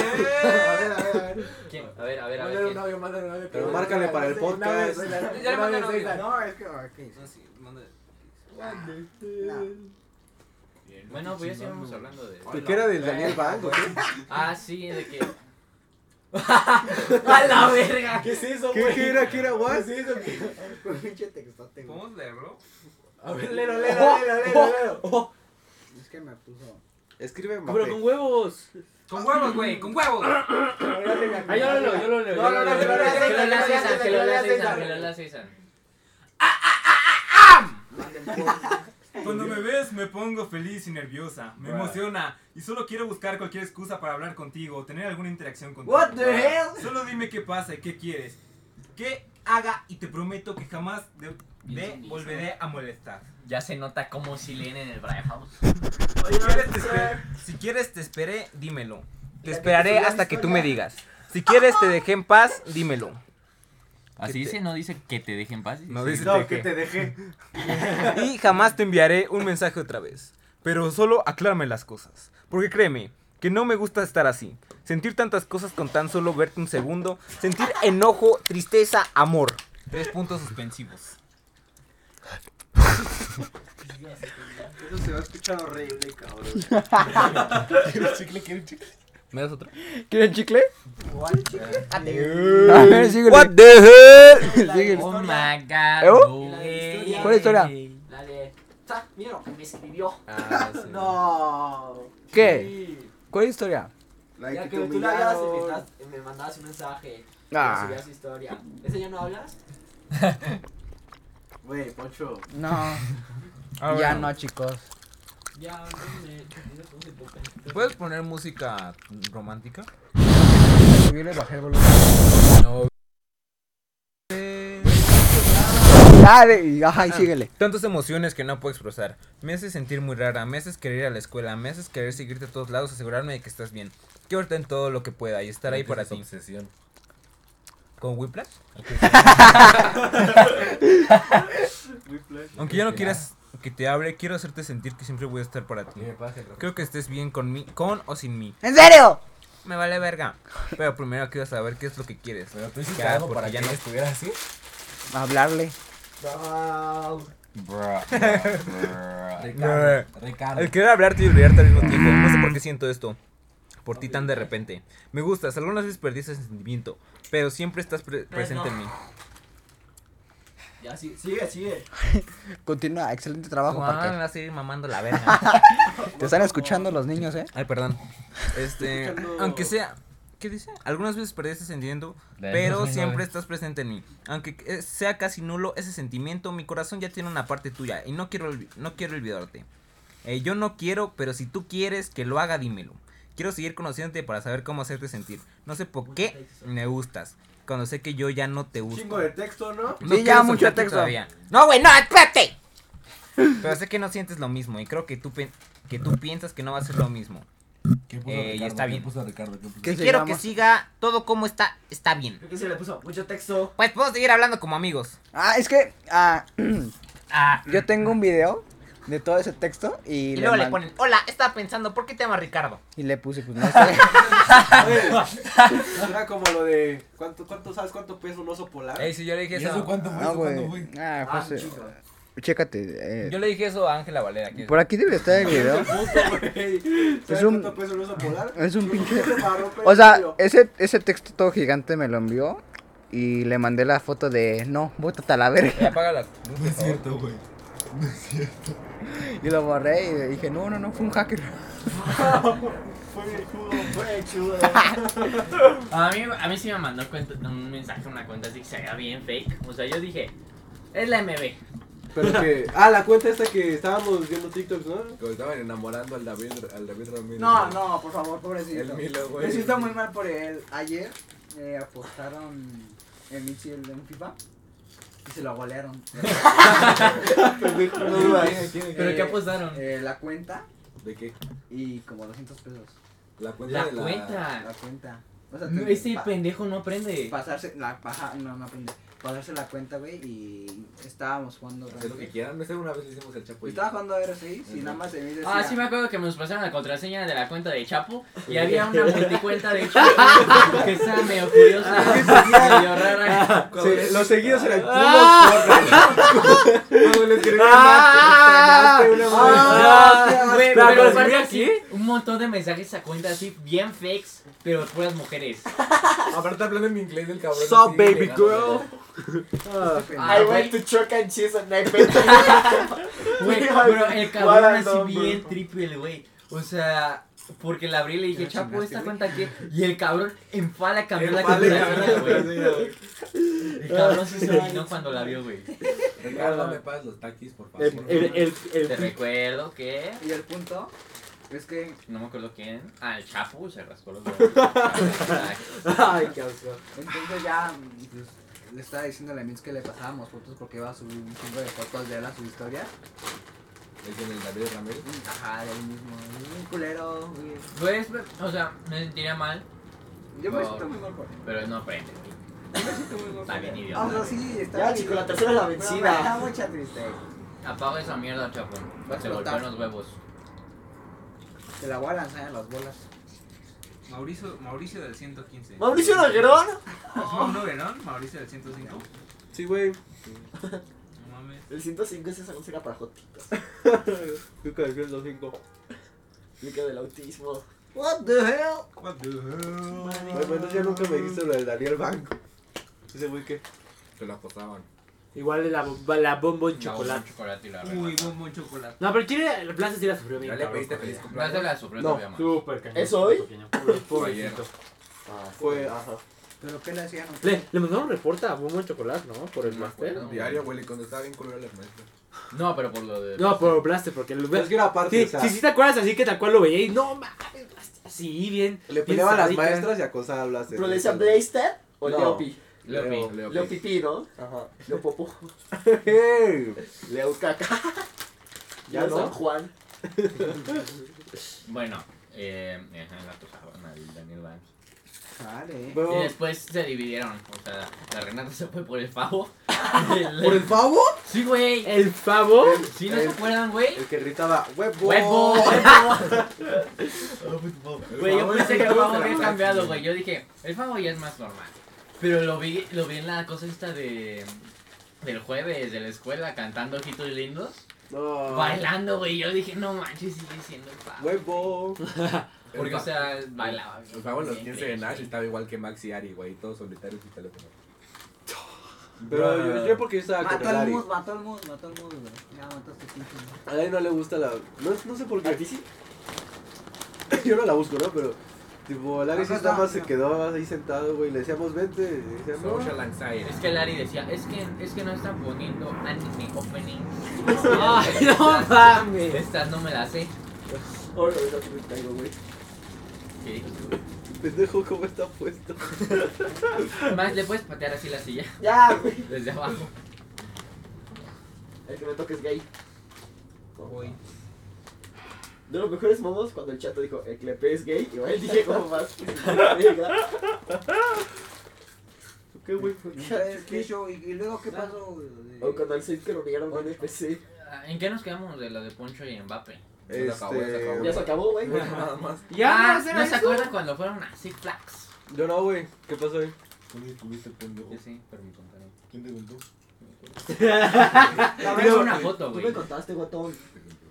I: ver, a ver, a ver.
F: ¿Quién? A ver, a ver, a ver.
H: Mándale un
F: ¿quién?
H: audio, mándale un audio.
O: Pero márcale para el podcast.
D: Ya le mandé un audio.
I: No, es que. ok,
D: No, sí, manda.
I: no.
F: Bueno, pues ya seguimos hablando de.
O: ¿Y qué era del Daniel Bango?
F: Ah, sí, de <laughs> que. ¡A la verga!
P: ¿Qué es eso,
O: ¿Qué, ¿Qué era? ¿Qué era? ¿What?
I: Con pinche textote, güey.
D: ¿Podemos leerlo?
H: A ver, lero, lero, lero, lero, lero.
I: Es que me puso.
O: Escribe
P: Pero con
O: Mbappé.
P: huevos.
D: Con huevos, güey, con huevos.
P: Ah, yo lo leo, yo lo leo.
I: No, no, no,
P: yo lo
I: no,
P: leo.
I: no, no,
F: Que lo la
I: no,
F: César, que lo
I: no,
F: la
I: no,
F: César,
I: no,
F: que lo
I: no.
F: la César.
I: Manden por-
D: Cuando me ves me pongo feliz y nerviosa, me
I: Bruh.
D: emociona y solo quiero buscar cualquier excusa para hablar contigo o tener alguna interacción contigo.
I: What the hell?
D: Solo dime qué pasa y qué quieres. Que haga y te prometo que jamás de, de volveré a molestar.
F: Ya se nota como si leen en el Brian House.
D: Si quieres, te esper- si quieres te esperé, dímelo. Te esperaré hasta que tú me digas. Si quieres te dejé en paz, dímelo.
F: Así dice, no dice que te dejen paz.
D: No dice
I: No,
D: te
I: que
D: dejé.
I: te dejé.
D: <laughs> Y jamás te enviaré un mensaje otra vez. Pero solo aclárame las cosas. Porque créeme, que no me gusta estar así. Sentir tantas cosas con tan solo verte un segundo. Sentir enojo, tristeza, amor. Tres puntos suspensivos.
I: Eso se va a escuchar horrible, cabrón.
D: ¿Me das otro?
P: ¿Quieren chicle?
D: Eh,
Q: A ver, What the hell?
F: Oh my god.
Q: ¿Evo?
F: no,
C: ¿Eh? La
F: güey.
C: historia.
Q: ¿Cuál historia?
C: La de. "Ta, Mira lo que me escribió.
I: <laughs> No.
Q: ¿Qué?
C: Sí.
Q: ¿Cuál historia?
I: La de
C: Ya
I: que
C: que
I: te
C: tú la hablas y me,
I: humillaron.
C: estás- me mandabas un mensaje.
Q: Ah.
C: Ah. Subías historia. ¿Ese ya no hablas?
I: Güey, Poncho.
E: No, ya no, chicos.
C: Ya, no
D: ¿Puedes poner música romántica?
E: Yo le bajé el volumen.
D: No.
E: Dale, y- ajá, y síguele.
D: Tantas emociones que no puedo expresar. Me haces sentir muy rara, me haces querer ir a la escuela, me haces querer seguirte a todos lados, asegurarme de que estás bien. Quiero verte en todo lo que pueda y estar ahí para ti.
H: Obsesión.
D: ¿Con Whiplash? <laughs> Aunque ya no quieras que te hable, quiero hacerte sentir que siempre voy a estar para ti. Creo que estés bien con mí, con o sin mí.
E: ¿En serio?
D: Me vale verga. Pero primero quiero saber qué es lo que quieres.
H: Pero tú hiciste
D: Ya,
H: algo
D: porque
H: para
D: ya
H: que
D: no-
H: no estuviera así.
E: Hablarle.
H: Ricardo. Ricardo.
D: El querer hablarte y olvidarte al mismo tiempo. No sé <clears throat> por qué siento esto. Por ti tan de repente. Me gustas, algunas veces perdí ese sentimiento. Pero siempre estás pre- presente en mí.
C: Ya, sí, sigue, sigue.
E: Continúa, excelente trabajo,
D: Ah, me
E: Parker.
D: vas a ir mamando la <laughs> verga.
E: Te están escuchando los niños, ¿eh?
D: Ay, perdón. Este, aunque sea, ¿qué dice? Algunas veces perdí ese sentimiento, pero siempre estás presente en mí. Aunque eh, sea casi nulo ese sentimiento, mi corazón ya tiene una parte tuya y no quiero, olvi- no quiero olvidarte. Eh, yo no quiero, pero si tú quieres que lo haga, dímelo. Quiero seguir conociéndote para saber cómo hacerte sentir. No sé por qué me gustas. Cuando sé que yo ya no te gusto.
I: Chingo de texto, ¿no?
D: No
E: Sí,
D: quiero
E: ya mucho
D: soltarte
E: texto.
D: todavía. No, güey, no, espérate. Pero sé que no sientes lo mismo y creo que tú, pen- que tú piensas que no va a ser lo mismo.
H: ¿Qué puso
D: Eh,
H: Ricardo?
D: está
H: ¿Qué
D: bien.
H: puso Ricardo? ¿Qué puso?
E: ¿Qué
D: Si
E: se
D: quiero
E: llama?
D: que siga todo como está, está bien.
C: Creo que se le puso mucho
F: <laughs>
C: texto.
D: Pues puedo seguir hablando como amigos.
E: Ah, es que ah, <clears throat>
D: Ah,
I: Mm.
E: yo tengo un video de todo ese texto y,
D: y luego le
E: man-
D: ponen, hola, estaba pensando, ¿por qué te llamas Ricardo?
E: y le puse,
I: <laughs>
E: pues no sé.
I: Era como lo de. ¿Cuánto, cuánto sabes cuánto pesa un oso polar?
D: sí, yo le
H: ¿Y eso cuánto fue?
E: Ah,
H: ¿Eso cuánto
E: güey.
H: fue?
E: Ah,
C: Ah,
E: pues, eh,
C: chico.
E: chécate. eh,
D: le dije eso a Ángela Valera.
E: por aquí debe estar el video.
I: ¿Sabes
E: Es un-
I: cuánto pesa un oso polar?
E: Es un pinche.
I: Marrón, pero
E: O sea,
I: tío.
E: ese, ese texto todo gigante me lo envió y le mandé la foto de no, bótate a la verga. <laughs>
D: apaga las
H: No es cierto, güey.
E: Y lo borré y dije, no, no, no, fue un hacker.
I: Fue bien chulo, fue chulo.
F: A mí, a mí sí me mandó cuenta- un mensaje, una cuenta así que se veía bien fake. O sea, yo dije, es la MB.
O: Pero que.
I: Ah, la cuenta esta que estábamos viendo TikToks, ¿no?
H: Que estaban enamorando al David, al David Ramírez.
I: No,
H: güey.
I: no, por favor, pobrecito.
H: El Milo, güey.
I: Me siento muy mal por él. Ayer eh, apostaron en Mitchell en FIFA y se lo golearon.
H: ¿Quién,
I: no dudas.
H: quién, quién,
F: ¿Pero
H: quién?
F: qué apostaron?
I: Eh, la cuenta
H: ¿De qué?
I: y como 200 pesos.
H: La cuenta
F: La
H: de la...
F: cuenta.
I: La cuenta. O sea,
F: No,
I: te-
F: ese
I: pa-
F: pendejo no aprende.
I: pasarse la paja, no, no aprende. pasarse la cuenta, güey, y estábamos jugando.
H: Hacer lo que quieran. No sé, una vez le hicimos el chapo.
I: Y estaba jugando R6 y nada más se me
F: Ah, sí me acuerdo que nos pasaron la contraseña de la cuenta de Chapo y había una multicuenta <laughs> de Chapo que estaba medio curiosa, medio rara.
E: los seguidos eran
H: Cuando le escribí
E: Ah,
D: Ah.
H: una
E: Este,
H: una
F: Güey,
H: ¿La
F: Ah, pero aparte
H: contraseña
F: así, un montón de mensajes a cuenta así, bien fakes, pero puras mujeres.
H: Aparte hablando en inglés del cabrón.
E: ah, Sup,
H: así,
E: baby
H: llegando,
E: girl.
F: Ah,
C: I
F: güey.
C: went to Chuck and
E: <laughs>
C: Cheese and I bet
F: Güey, pero el cabrón así bien triple, güey. O sea, porque la abrí y le dije, Chapo, ¿esta cuenta qué? Y el cabrón en fala cambió la
H: Vale,
F: contraseña,
H: cabrón,
F: güey.
H: así, güey.
F: El cabrón sí se vino cuando la vio, güey.
H: Ricardo, me pagas los taquis, por favor.
R: El, el, el,
F: Te
R: el,
F: recuerdo que...
I: <laughs> Y el punto es que
F: No me acuerdo quién. Ah, el Chapo se rascó los huevos.
E: Ay, qué asco.
I: entonces ya pues, le estaba diciendo a la Mitch que le pasábamos fotos porque iba a subir un chingo de fotos de él a su historia.
H: El del David Ramírez.
I: Ajá, del mismo. Un culero, güey.
F: Pues, o sea, me sentiría mal,
I: Yo me
F: Por-
I: siento muy mal por él.
F: pero no aprende, güey. Está bien
I: O sea,
F: idiota.
I: sí, está
C: Ya,
I: bien.
C: chico, la tercera es la
I: Pero me
C: vencida.
I: da mucha tristeza.
F: Apaga esa mierda, Chapo.
I: Va a
F: Se
I: explotar.
F: golpean los huevos.
I: Te la voy a lanzar en las bolas.
D: Mauricio, Mauricio del 115.
C: Mauricio Noguerón.
D: Mauricio Verón, Mauricio del 105.
E: Sí, güey.
D: No mames.
C: El 105 es esa música para jotitos.
E: Tú que defiendes los cinco.
C: Explica del autismo. What the hell?
D: What the
E: Güey,
D: hell?
E: bueno, ya nunca me dijiste lo del Daniel Banco. Ese güey que.
H: Te lo acosaban.
R: igual la, bo- la bombo en
F: Chocolate.
R: chocolate.
F: chocolate y la
D: Uy,
F: rata.
D: buen buen chocolate.
R: No, pero Chile, la plaza sí la sufrió bien.
H: Ya le
R: cabrón,
H: pediste
R: con
H: feliz
R: ella.
F: Más
H: cumpleaños.
F: de la sufrió
E: No,
F: todavía más.
R: Súper cañón.
C: ¿Es hoy?
R: Pequeño, pobre- Pobrecito.
E: Fue, ajá.
I: Pero ¿qué le hacían?
R: Le, le mandaron reporte a Bombo en chocolate, ¿no? Por el
F: No me
R: blaster.
F: acuerdo.
H: Diario, güey, y cuando estaba bien culero el maestro.
F: No, pero por lo de.
R: No, por el blaster, porque el
E: Es que era aparte,
R: Sí,
E: o sea,
R: sí, sí te acuerdas así que tal cual lo veía y no mames, Blaster, sí, bien.
E: le
R: bien
E: peleaba a las
R: sádica.
E: maestras y acosaba a Blaster.
C: ¿Pero le decían Blaster o
E: No.
C: Leopi?
F: Leo Pi.
H: Leo Pi.
C: Leopi Pi, ¿no?
E: Ajá.
C: Leopopo.
E: Hey,
C: Leocaca.
E: Ya
C: Ya
E: no.
C: San Juan.
F: Bueno, eh. Ajá, la tocaban a Daniel Vance.
I: Vale.
E: huevo.
F: Y después se dividieron. O sea, la Renata se fue por el pavo.
E: ¿Por el pavo?
F: Sí, güey.
R: El pavo.
F: Sí, no se
E: el-
F: acuerdan, güey.
E: El que gritaba, huevo.
F: Huevo, huevo. Güey, yo
H: pavo
F: pensé
H: es
F: que el
H: un
F: pavo
H: ultra
F: había
H: máximo.
F: cambiado, güey. Yo dije, el pavo ya es más normal. Pero lo vi, lo vi en la cosa esta de del jueves de la escuela cantando ojitos lindos,
E: No.
F: bailando, güey. Yo dije, no manches, sigue siendo el pavo.
E: Huevo.
F: Porque o sea, bailaba. bien,
H: Los pavos los
F: bien
H: 15 de
F: crazy.
H: Nash estaba igual que Max y Ari, güey, todos solitarios y teléfono.
E: Pero yo, yo porque yo estaba con
I: Mató
E: el
I: al
E: Ari.
I: mus, mató al mus, mató al mus, güey. Ya mataste pinche mus.
E: A Ari no le gusta la. No, no sé por
C: ¿A
E: qué.
C: ti sí?
E: Yo no la busco, ¿no? Pero, tipo, el Ari sí
I: Ajá,
E: nada más se
I: no.
E: quedó ahí sentado, güey. Le decíamos, vente. Y decía, no.
H: Social anxiety.
F: Es que Larry decía, es que, es que no están poniendo anime opening. Ah,
R: Ay, <laughs> no mames.
F: Estas no me las sé.
C: Ahora ahorita sí me caigo, güey.
F: ¿Qué dijo?
E: Pendejo, ¿cómo está puesto?
F: Más le puedes patear así la silla <laughs>
C: Ya, güey.
F: desde abajo.
C: El que me toque es gay.
D: Voy.
C: De los mejores momos cuando el chato dijo, el que le pegue es gay. Y él dije, como más? Verga.
E: ¿Qué, güey?
I: Entonces, ¿qué show? ¿Y, y luego qué pasó? güey?
C: O cuando al 6 que lo negaron con NPC.
F: ¿En qué nos quedamos de lo de Poncho y Mbappé?
H: Se acabó, ya se acabó.
E: Este.
C: Ya se acabó, güey.
H: Nada más.
R: Ya,
F: Ah,
R: ¿será
F: ¿no se
R: eso?
F: acuerdan cuando fueron a Six Flags?
E: Yo no, güey. ¿Qué pasó ahí?
H: ¿Tuviste pendejo?
F: sí, pero me contaron.
H: ¿Quién te contó?
F: <laughs> Tengo una foto,
C: Tú
F: güey.
C: me contaste, guatón.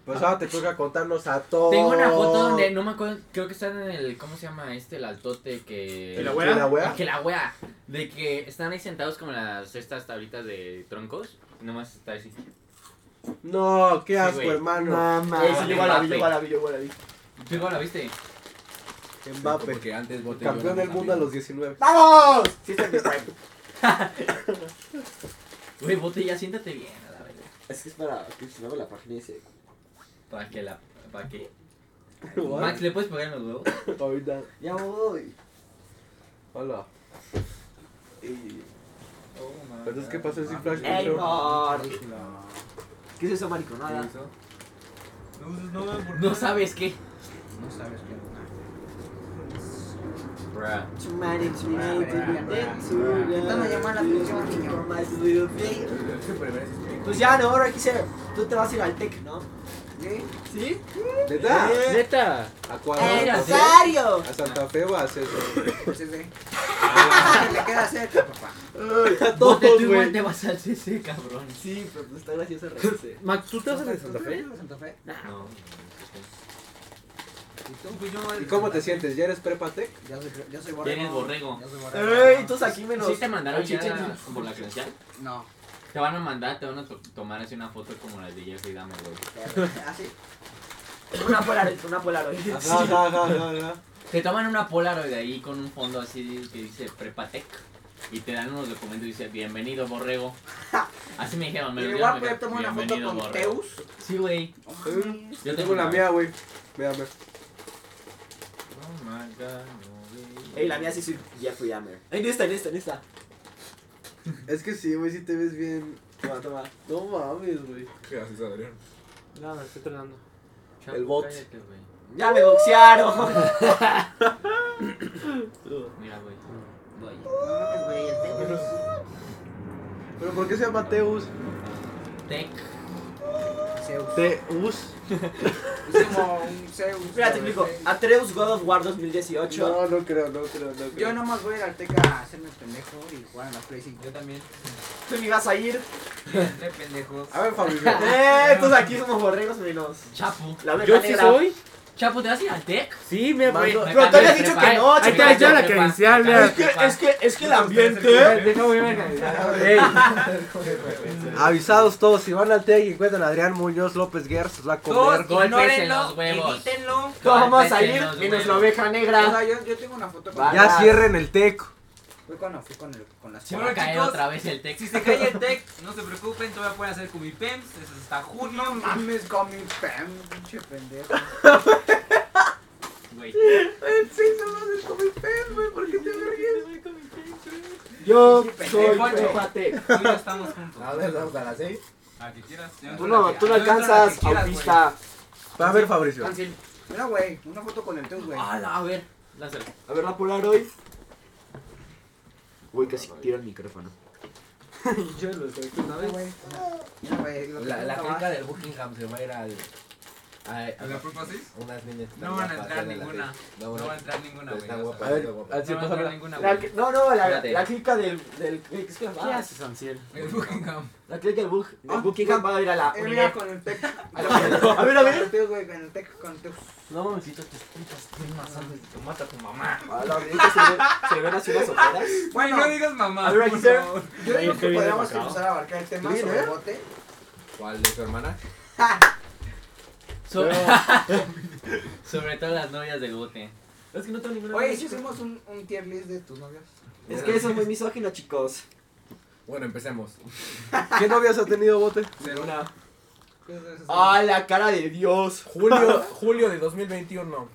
E: Pues ahora te toca contarnos a todos.
F: Tengo una foto donde, no me acuerdo, creo que están en el, ¿cómo se llama este? El altote que...
R: ¿El abuela?
E: ¿La wea?
F: Que la wea. De que están ahí sentados como en las, estas tablitas de troncos. y Nomás está así.
E: No, qué asco,
F: güey.
E: hermano.
R: Mamá.
C: Ey, sí, llegó a Ah, la vi, llegó a la vi, llegó a la vi.
F: ¿Tú igual la viste?
E: Mbappé.
H: Porque antes vos te
E: Campeón del mundo a los 19.
C: ¡Vamos! Sí, está en mi prime.
F: Güey, bote ya siéntate bien, a la verga.
C: Es que es para que se mueva la página y se.
F: Para que la... Para que...
E: What?
F: Max, ¿le puedes pegar en los huevos?
E: Ahorita.
C: Ya me voy.
E: Hola. Y-
F: Oh,
E: Entonces, ¿qué pasó en Six Flags?
C: ¡Ey,
E: Poncho?
C: por! ¿Qué es eso, marico? Nada.
D: No, no, no,
F: No sabes qué.
I: No sabes qué.
C: Chumare, chumare,
M: Intentando llamar la atención, niño.
C: Pues ya, no, ahora quise. Tú te vas a ir al TEC, ¿no?
M: ¿Sí?
C: ¿Sí?
E: ¿Neta?
F: Neta.
E: ¿A
C: ¡Eh,
E: cuadro?
C: Rosario!
E: ¿A Santa Fe o a César?
M: Pues ese.
E: Ah.
M: Le queda cerca, papá.
E: A
K: Vos de
E: todos,
K: tú
E: güey.
K: igual te vas al CC, cabrón.
C: Sí, pero pues está gracioso reírse.
F: Max, ¿tú te vas a la de Santa Fe?
M: Santa Fe?
H: No.
M: ¿Y tú? Pues yo,
E: ¿Y cómo te sientes? ¿Ya eres prepatec?
M: Ya soy, yo soy
F: Ya eres borrego.
M: Yo soy
C: ¡Ey!
M: borrego.
C: Entonces aquí menos.
F: Sí te mandaron
C: chiche.
F: ya como la credencial.
M: No.
F: Te van a mandar, te van a to- tomar así una foto como la de Jeffrey Dahmer, güey.
M: Así.
C: Ah, Una polaroid, una polaroid.
E: Ajá, ajá, ajá, ajá.
F: Te toman una Polaroid ahí con un fondo así que dice Prepatec y te dan unos documentos y dice bienvenido
M: <laughs>
F: borrego. Así me dijeron, me
M: Pero
F: lo
M: igual poder
F: dieron, me
M: tomar una
F: dijeron,
M: foto
F: "Bienvenido,
M: con
F: borrego".
M: Teus.
F: Sí, güey.
M: Ay,
E: Yo tengo la
F: una.
E: mía, güey. Mírame.
H: Oh my god, no, güey.
C: Ey, la mía sí soy Jeffrey Dahmer. Ey, en esta, en esta, en esta.
E: Es que sí, güey, sí te ves bien.
C: Toma, toma.
E: No mames, güey.
H: ¿Qué haces, Adrián?
F: No, me estoy tronando.
E: El bot.
F: Cállate, güey.
C: Ya me boxearon.
F: Mira, güey. Voy.
M: no, güey, el Teus.
E: ¿Pero por qué se llama Teus?
F: Tec.
M: Zeus.
E: Teus.
M: Es como un Zeus.
C: Mira, te explico. Atreus God of War 2018.
E: No, no creo, no creo, no creo.
M: Yo nomás voy a ir al Teca a hacerme el pendejo y jugar en la Play 5.
D: Yo también.
C: Tú ni vas a ir.
D: Entre pendejos.
E: A ver, Fabio.
C: <laughs> Eh, entonces aquí somos borregos menos.
F: Chapu.
C: La oveja
F: Yo sí
C: negra.
F: soy. Chapu, ¿te vas a ir al Tec? Sí, me voy.
C: Mando- Pero tú habías dicho que no,
F: Ahí
C: chico.
F: está, ya la
K: Prepa.
F: credencial,
C: Es que, es que, es que el ambiente.
F: Déjame irme a
E: Avisados todos, si van al TEC y encuentran a Adrián Muñoz López Gers, la comer.
F: golpes en
D: ignórenlo,
F: los huevos.
D: evítenlo.
C: Todos vamos a ir
F: Menos,
C: en
F: menos.
C: nuestra oveja
M: O
C: negra.
M: sea, yo, yo tengo una foto con.
C: Va.
E: Ya cierren el TEC.
M: Fue cuando fui con, el, con las
F: Se va a caer
D: Chicos,
F: otra vez el Tec.
D: Si se cae el tech, no se preocupen, todavía pueden hacer con mi PEMS, eso es hasta junio.
M: No mames, con mi pam, pinche pendejo.
F: Güey.
C: Yo
M: soy
C: Chupate.
D: Tú y yo estamos juntos.
H: A ver, vamos a las 6.
D: A que quieras. yo
C: Tú
D: entro a la
C: no,
D: que-
C: tú no
D: yo entro a la que
C: alcanzas,
D: quieras,
C: autista.
E: Va a ver, Fabricio.
M: Mira, güey, una foto con el Teus, güey.
F: Ala, a ver. Lázaro.
C: A ver, la Polaroid. Uy, casi
E: Ah,
C: tiro el micrófono. Yo lo sé,
M: Mira, güey. Mira, güey, lo que
F: La- la
M: tú
D: ah.
F: clica
M: estabas.
F: del Buckingham se va a ir al.
D: güey. ¿A la prepa 6?
F: Unas niñas.
D: No van a entrar ninguna. No va a entrar ninguna, güey. o sea,
E: A ver, así
D: No va a entrar
E: pasa
D: ninguna,
C: La,
D: güey.
C: no, no, la,
F: Espérate.
C: la clica del, del ¿qué es que va?
F: Anciel?
D: El Buckingham.
C: La clica del Bug, del
M: Ah,
C: Buckingham va a ir a la
M: Eh,
C: Unidad.
M: mira, con el Teca.
C: A la- a ver, a
M: Con
C: ver.
M: el Teus, güey, con el Teca, con el Teus.
C: No mames,
F: Mata a tu mamá.
C: a la Unidad se, ve- se ven así las ojeras.
D: Güey,
M: Bueno.
D: no digas mamá.
C: A ver, aquí
D: por
C: se-
D: favor.
M: Yo
F: Oye,
M: digo
F: es
M: que
F: que viene
M: podríamos
F: para acá.
M: empezar a abarcar el tema
E: Viene,
M: sobre
E: ¿eh?
M: el bote.
H: ¿Cuál de su hermana?
F: Sobre, sobre todo las novias del bote.
C: Es que no tengo ninguna.
M: Oye, si hicimos un, un tier list de tus novios.
C: Es que eso es muy misógino, chicos.
H: Bueno, empecemos.
E: <laughs> ¿Qué novias ha tenido bote?
C: Ninguna.
M: Ay,
C: Ah, la cara de Dios.
H: Julio, julio de 2021.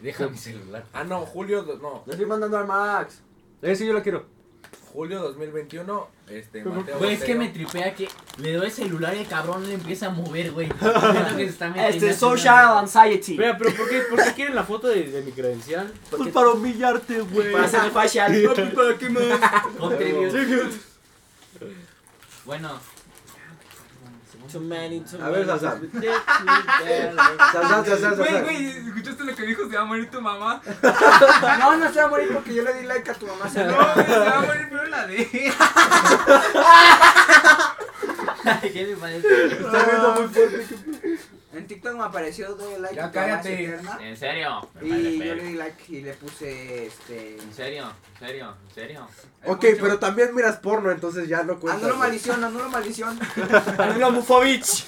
F: Deja mi celular.
H: Ah, no, julio, do- no.
C: Le estoy mandando al Max.
E: Eh, sí, yo la quiero.
H: Julio 2021, este, Mateo.
F: Güey, es que me
H: Botero.
F: tripea que le doy el celular y el cabrón le empieza a mover, güey. Siento que se está metiendo
C: Este,
F: así
C: social anxiety.
F: Mira,
K: Pero ¿por qué, por qué quieren la foto de, de mi credencial?
E: Pues para humillarte, güey.
C: Para hacerle facial.
E: ¿Para qué más?
F: una- un tribute. Bueno.
C: Too many, too
E: A ver,
C: many.
E: Sasa.
C: Sasa.
E: Sasán, sasán,
D: Güey,
E: sasán.
D: güey, ¿escuchaste lo que dijo? Se va a morir tu mamá.
M: No, no se va a morir porque yo le di like a tu mamá. se
D: No,
M: lo-
D: güey, se va a morir pero la de.
F: ¿Qué le parece?
E: Está viendo muy fuerte.
M: En TikTok me apareció de like
H: Ya
M: a tu mamá es
H: cállate.
M: eterna.
F: ¿En serio? Me vale
M: Y yo le
F: verga.
M: di like y le puse este.
F: ¿En serio? ¿En serio? ¿En serio?
E: Ok, pero también miras porno, entonces ya no cuenta.
M: Anulo maldición, anulo maldición.
D: <laughs>
C: Anula Mufovich.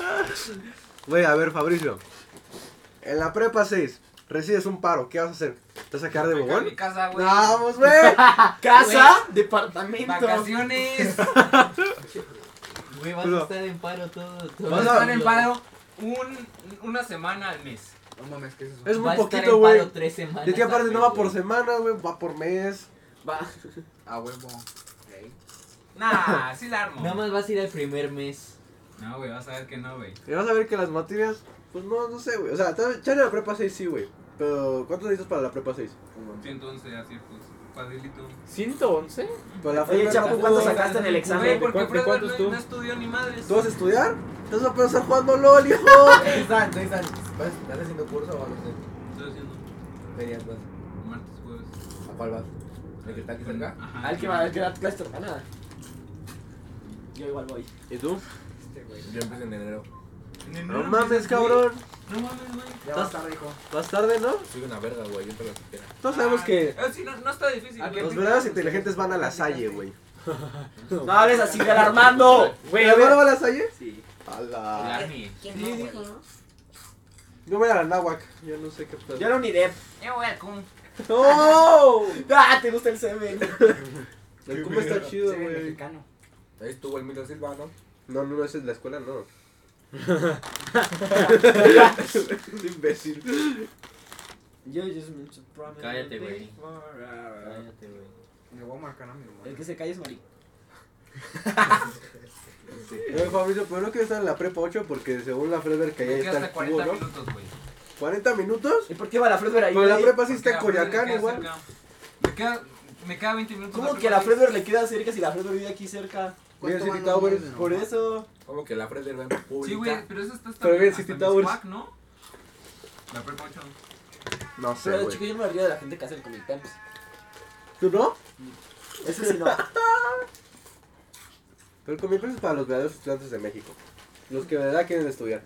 E: Güey, a ver, Fabricio. En la prepa 6, recibes un paro, ¿qué vas a hacer? ¿Te vas a quedar de
D: Me cago en mi
E: bobón?
D: casa, güey.
E: Vamos, güey.
C: Casa, departamento.
D: Vacaciones.
F: Güey, vas a estar en paro todo. todo
D: Vas a estar en paro un, una semana al mes.
M: No mames, ¿qué es eso?
E: Es muy
F: Va a estar
E: poquito,
F: en
E: güey.
F: paro tres semanas
E: Es que aparte
F: al
E: no va
F: mes,
E: por
F: güey.
E: semana, güey, va por mes.
C: Va.
M: A huevo. Ok.
D: Nah, sí la armo.
F: Nada más vas a ir al primer mes.
D: No, güey, vas a ver que no, güey.
E: Y vas a ver que las materias, pues no, no sé, güey. O sea, te vas a echar en la prepa 6 sí, güey. Pero, ¿cuántos necesitas para la prepa 6?
D: 111 aciertos. Padrilito.
R: 111.
E: Para la
C: Oye,
E: prepa
C: Chapo,
E: tú-
C: ¿cuánto sacaste en el
D: Güey,
C: examen?
D: porque
R: ¿Cuánto-
D: Fred
R: cuántos
D: no,
R: tú?
D: no estudió ni madres.
E: ¿Tú vas a estudiar? ¿Tú vas a pasar jugando LOL, hijo?
C: <laughs>
H: Están, están. ¿Estás haciendo curso o algo así?
D: Estoy haciendo
H: ¿Qué días vas?
D: martes, jueves.
H: ¿A cuál vas? ¿El que está aquí cerca?
D: Ajá.
C: Al que va, al que da clase nada. Yo igual voy.
E: ¿Y tú?
H: Yo empecé en enero.
D: En enero
E: No
D: empiezas,
E: mames,
D: güey.
E: cabrón.
D: No mames, güey.
M: Ya va a estar, hijo.
E: Más tarde, ¿no?
H: Soy una verga, güey. Yo te lo supera.
E: Todos sabemos
D: Ah,
E: que
D: eh, sí, no, no está difícil.
M: ¿A
D: güey.
M: qué
E: los verdaderos inteligentes van a la salle, güey.
C: No hables así del <laughs> Armando. Güey, a
E: ¿La
C: ver.
E: va a la salle?
C: Sí.
E: A la...
F: El Army.
C: Sí, dijo, ¿no?
E: Yo voy a la náhuac. Yo no sé qué pedo.
C: Yo era un IDEP.
D: Yo voy al cum.
E: ¡No!
C: ¡Ah! ¿Te gusta el semen?
E: El cum está chido,
M: Semen
E: güey.
M: mexicano.
H: Ahí estuvo el Milo Silva, ¿no?
E: No, no, no, esa es la escuela, <laughs> no. Imbécil.
C: Yo just meant to promise
F: Cállate,
C: the
F: güey.
C: day for-
F: Cállate, güey.
M: Me voy a marcar a mi mamá.
C: El que se calle es Mari.
E: Oye, Fabricio, pero no quiero estar en la prepa 8 porque según la Fredberg que
D: Me
E: ahí
D: queda
E: está
D: hasta
E: el cubo,
D: 40
E: ¿no?
D: minutos, güey.
E: ¿40 minutos?
C: ¿Y por qué va la Fredber ahí?
E: Pero la
C: güey?
E: prepa Ah, sí está en
D: Porque a Fred le
E: Coyoacán
D: queda
E: igual.
D: cerca. Me queda, me queda 20 minutos.
C: ¿Cómo que a la Fredber le queda cerca si la Fredber vive aquí cerca?
E: Bien,
M: ¿Cuánto
E: sí,
M: van
E: está
M: los
E: bueno.
M: niños?
C: Por eso.
H: Como que la Fred del Banco
D: Sí,
H: Pública.
D: güey, pero eso está hasta,
E: Pero bien,
D: hasta
E: City Towers.
D: Miscuac, ¿no? La prepa 8.
E: No sé,
C: Pero, chico,
E: güey.
C: yo me río de la gente que hace el Comic Times.
E: ¿Tú no?
C: Eso sí no. <laughs>
E: Pero el comienzo es para los verdaderos estudiantes de México. Los que de verdad quieren estudiar.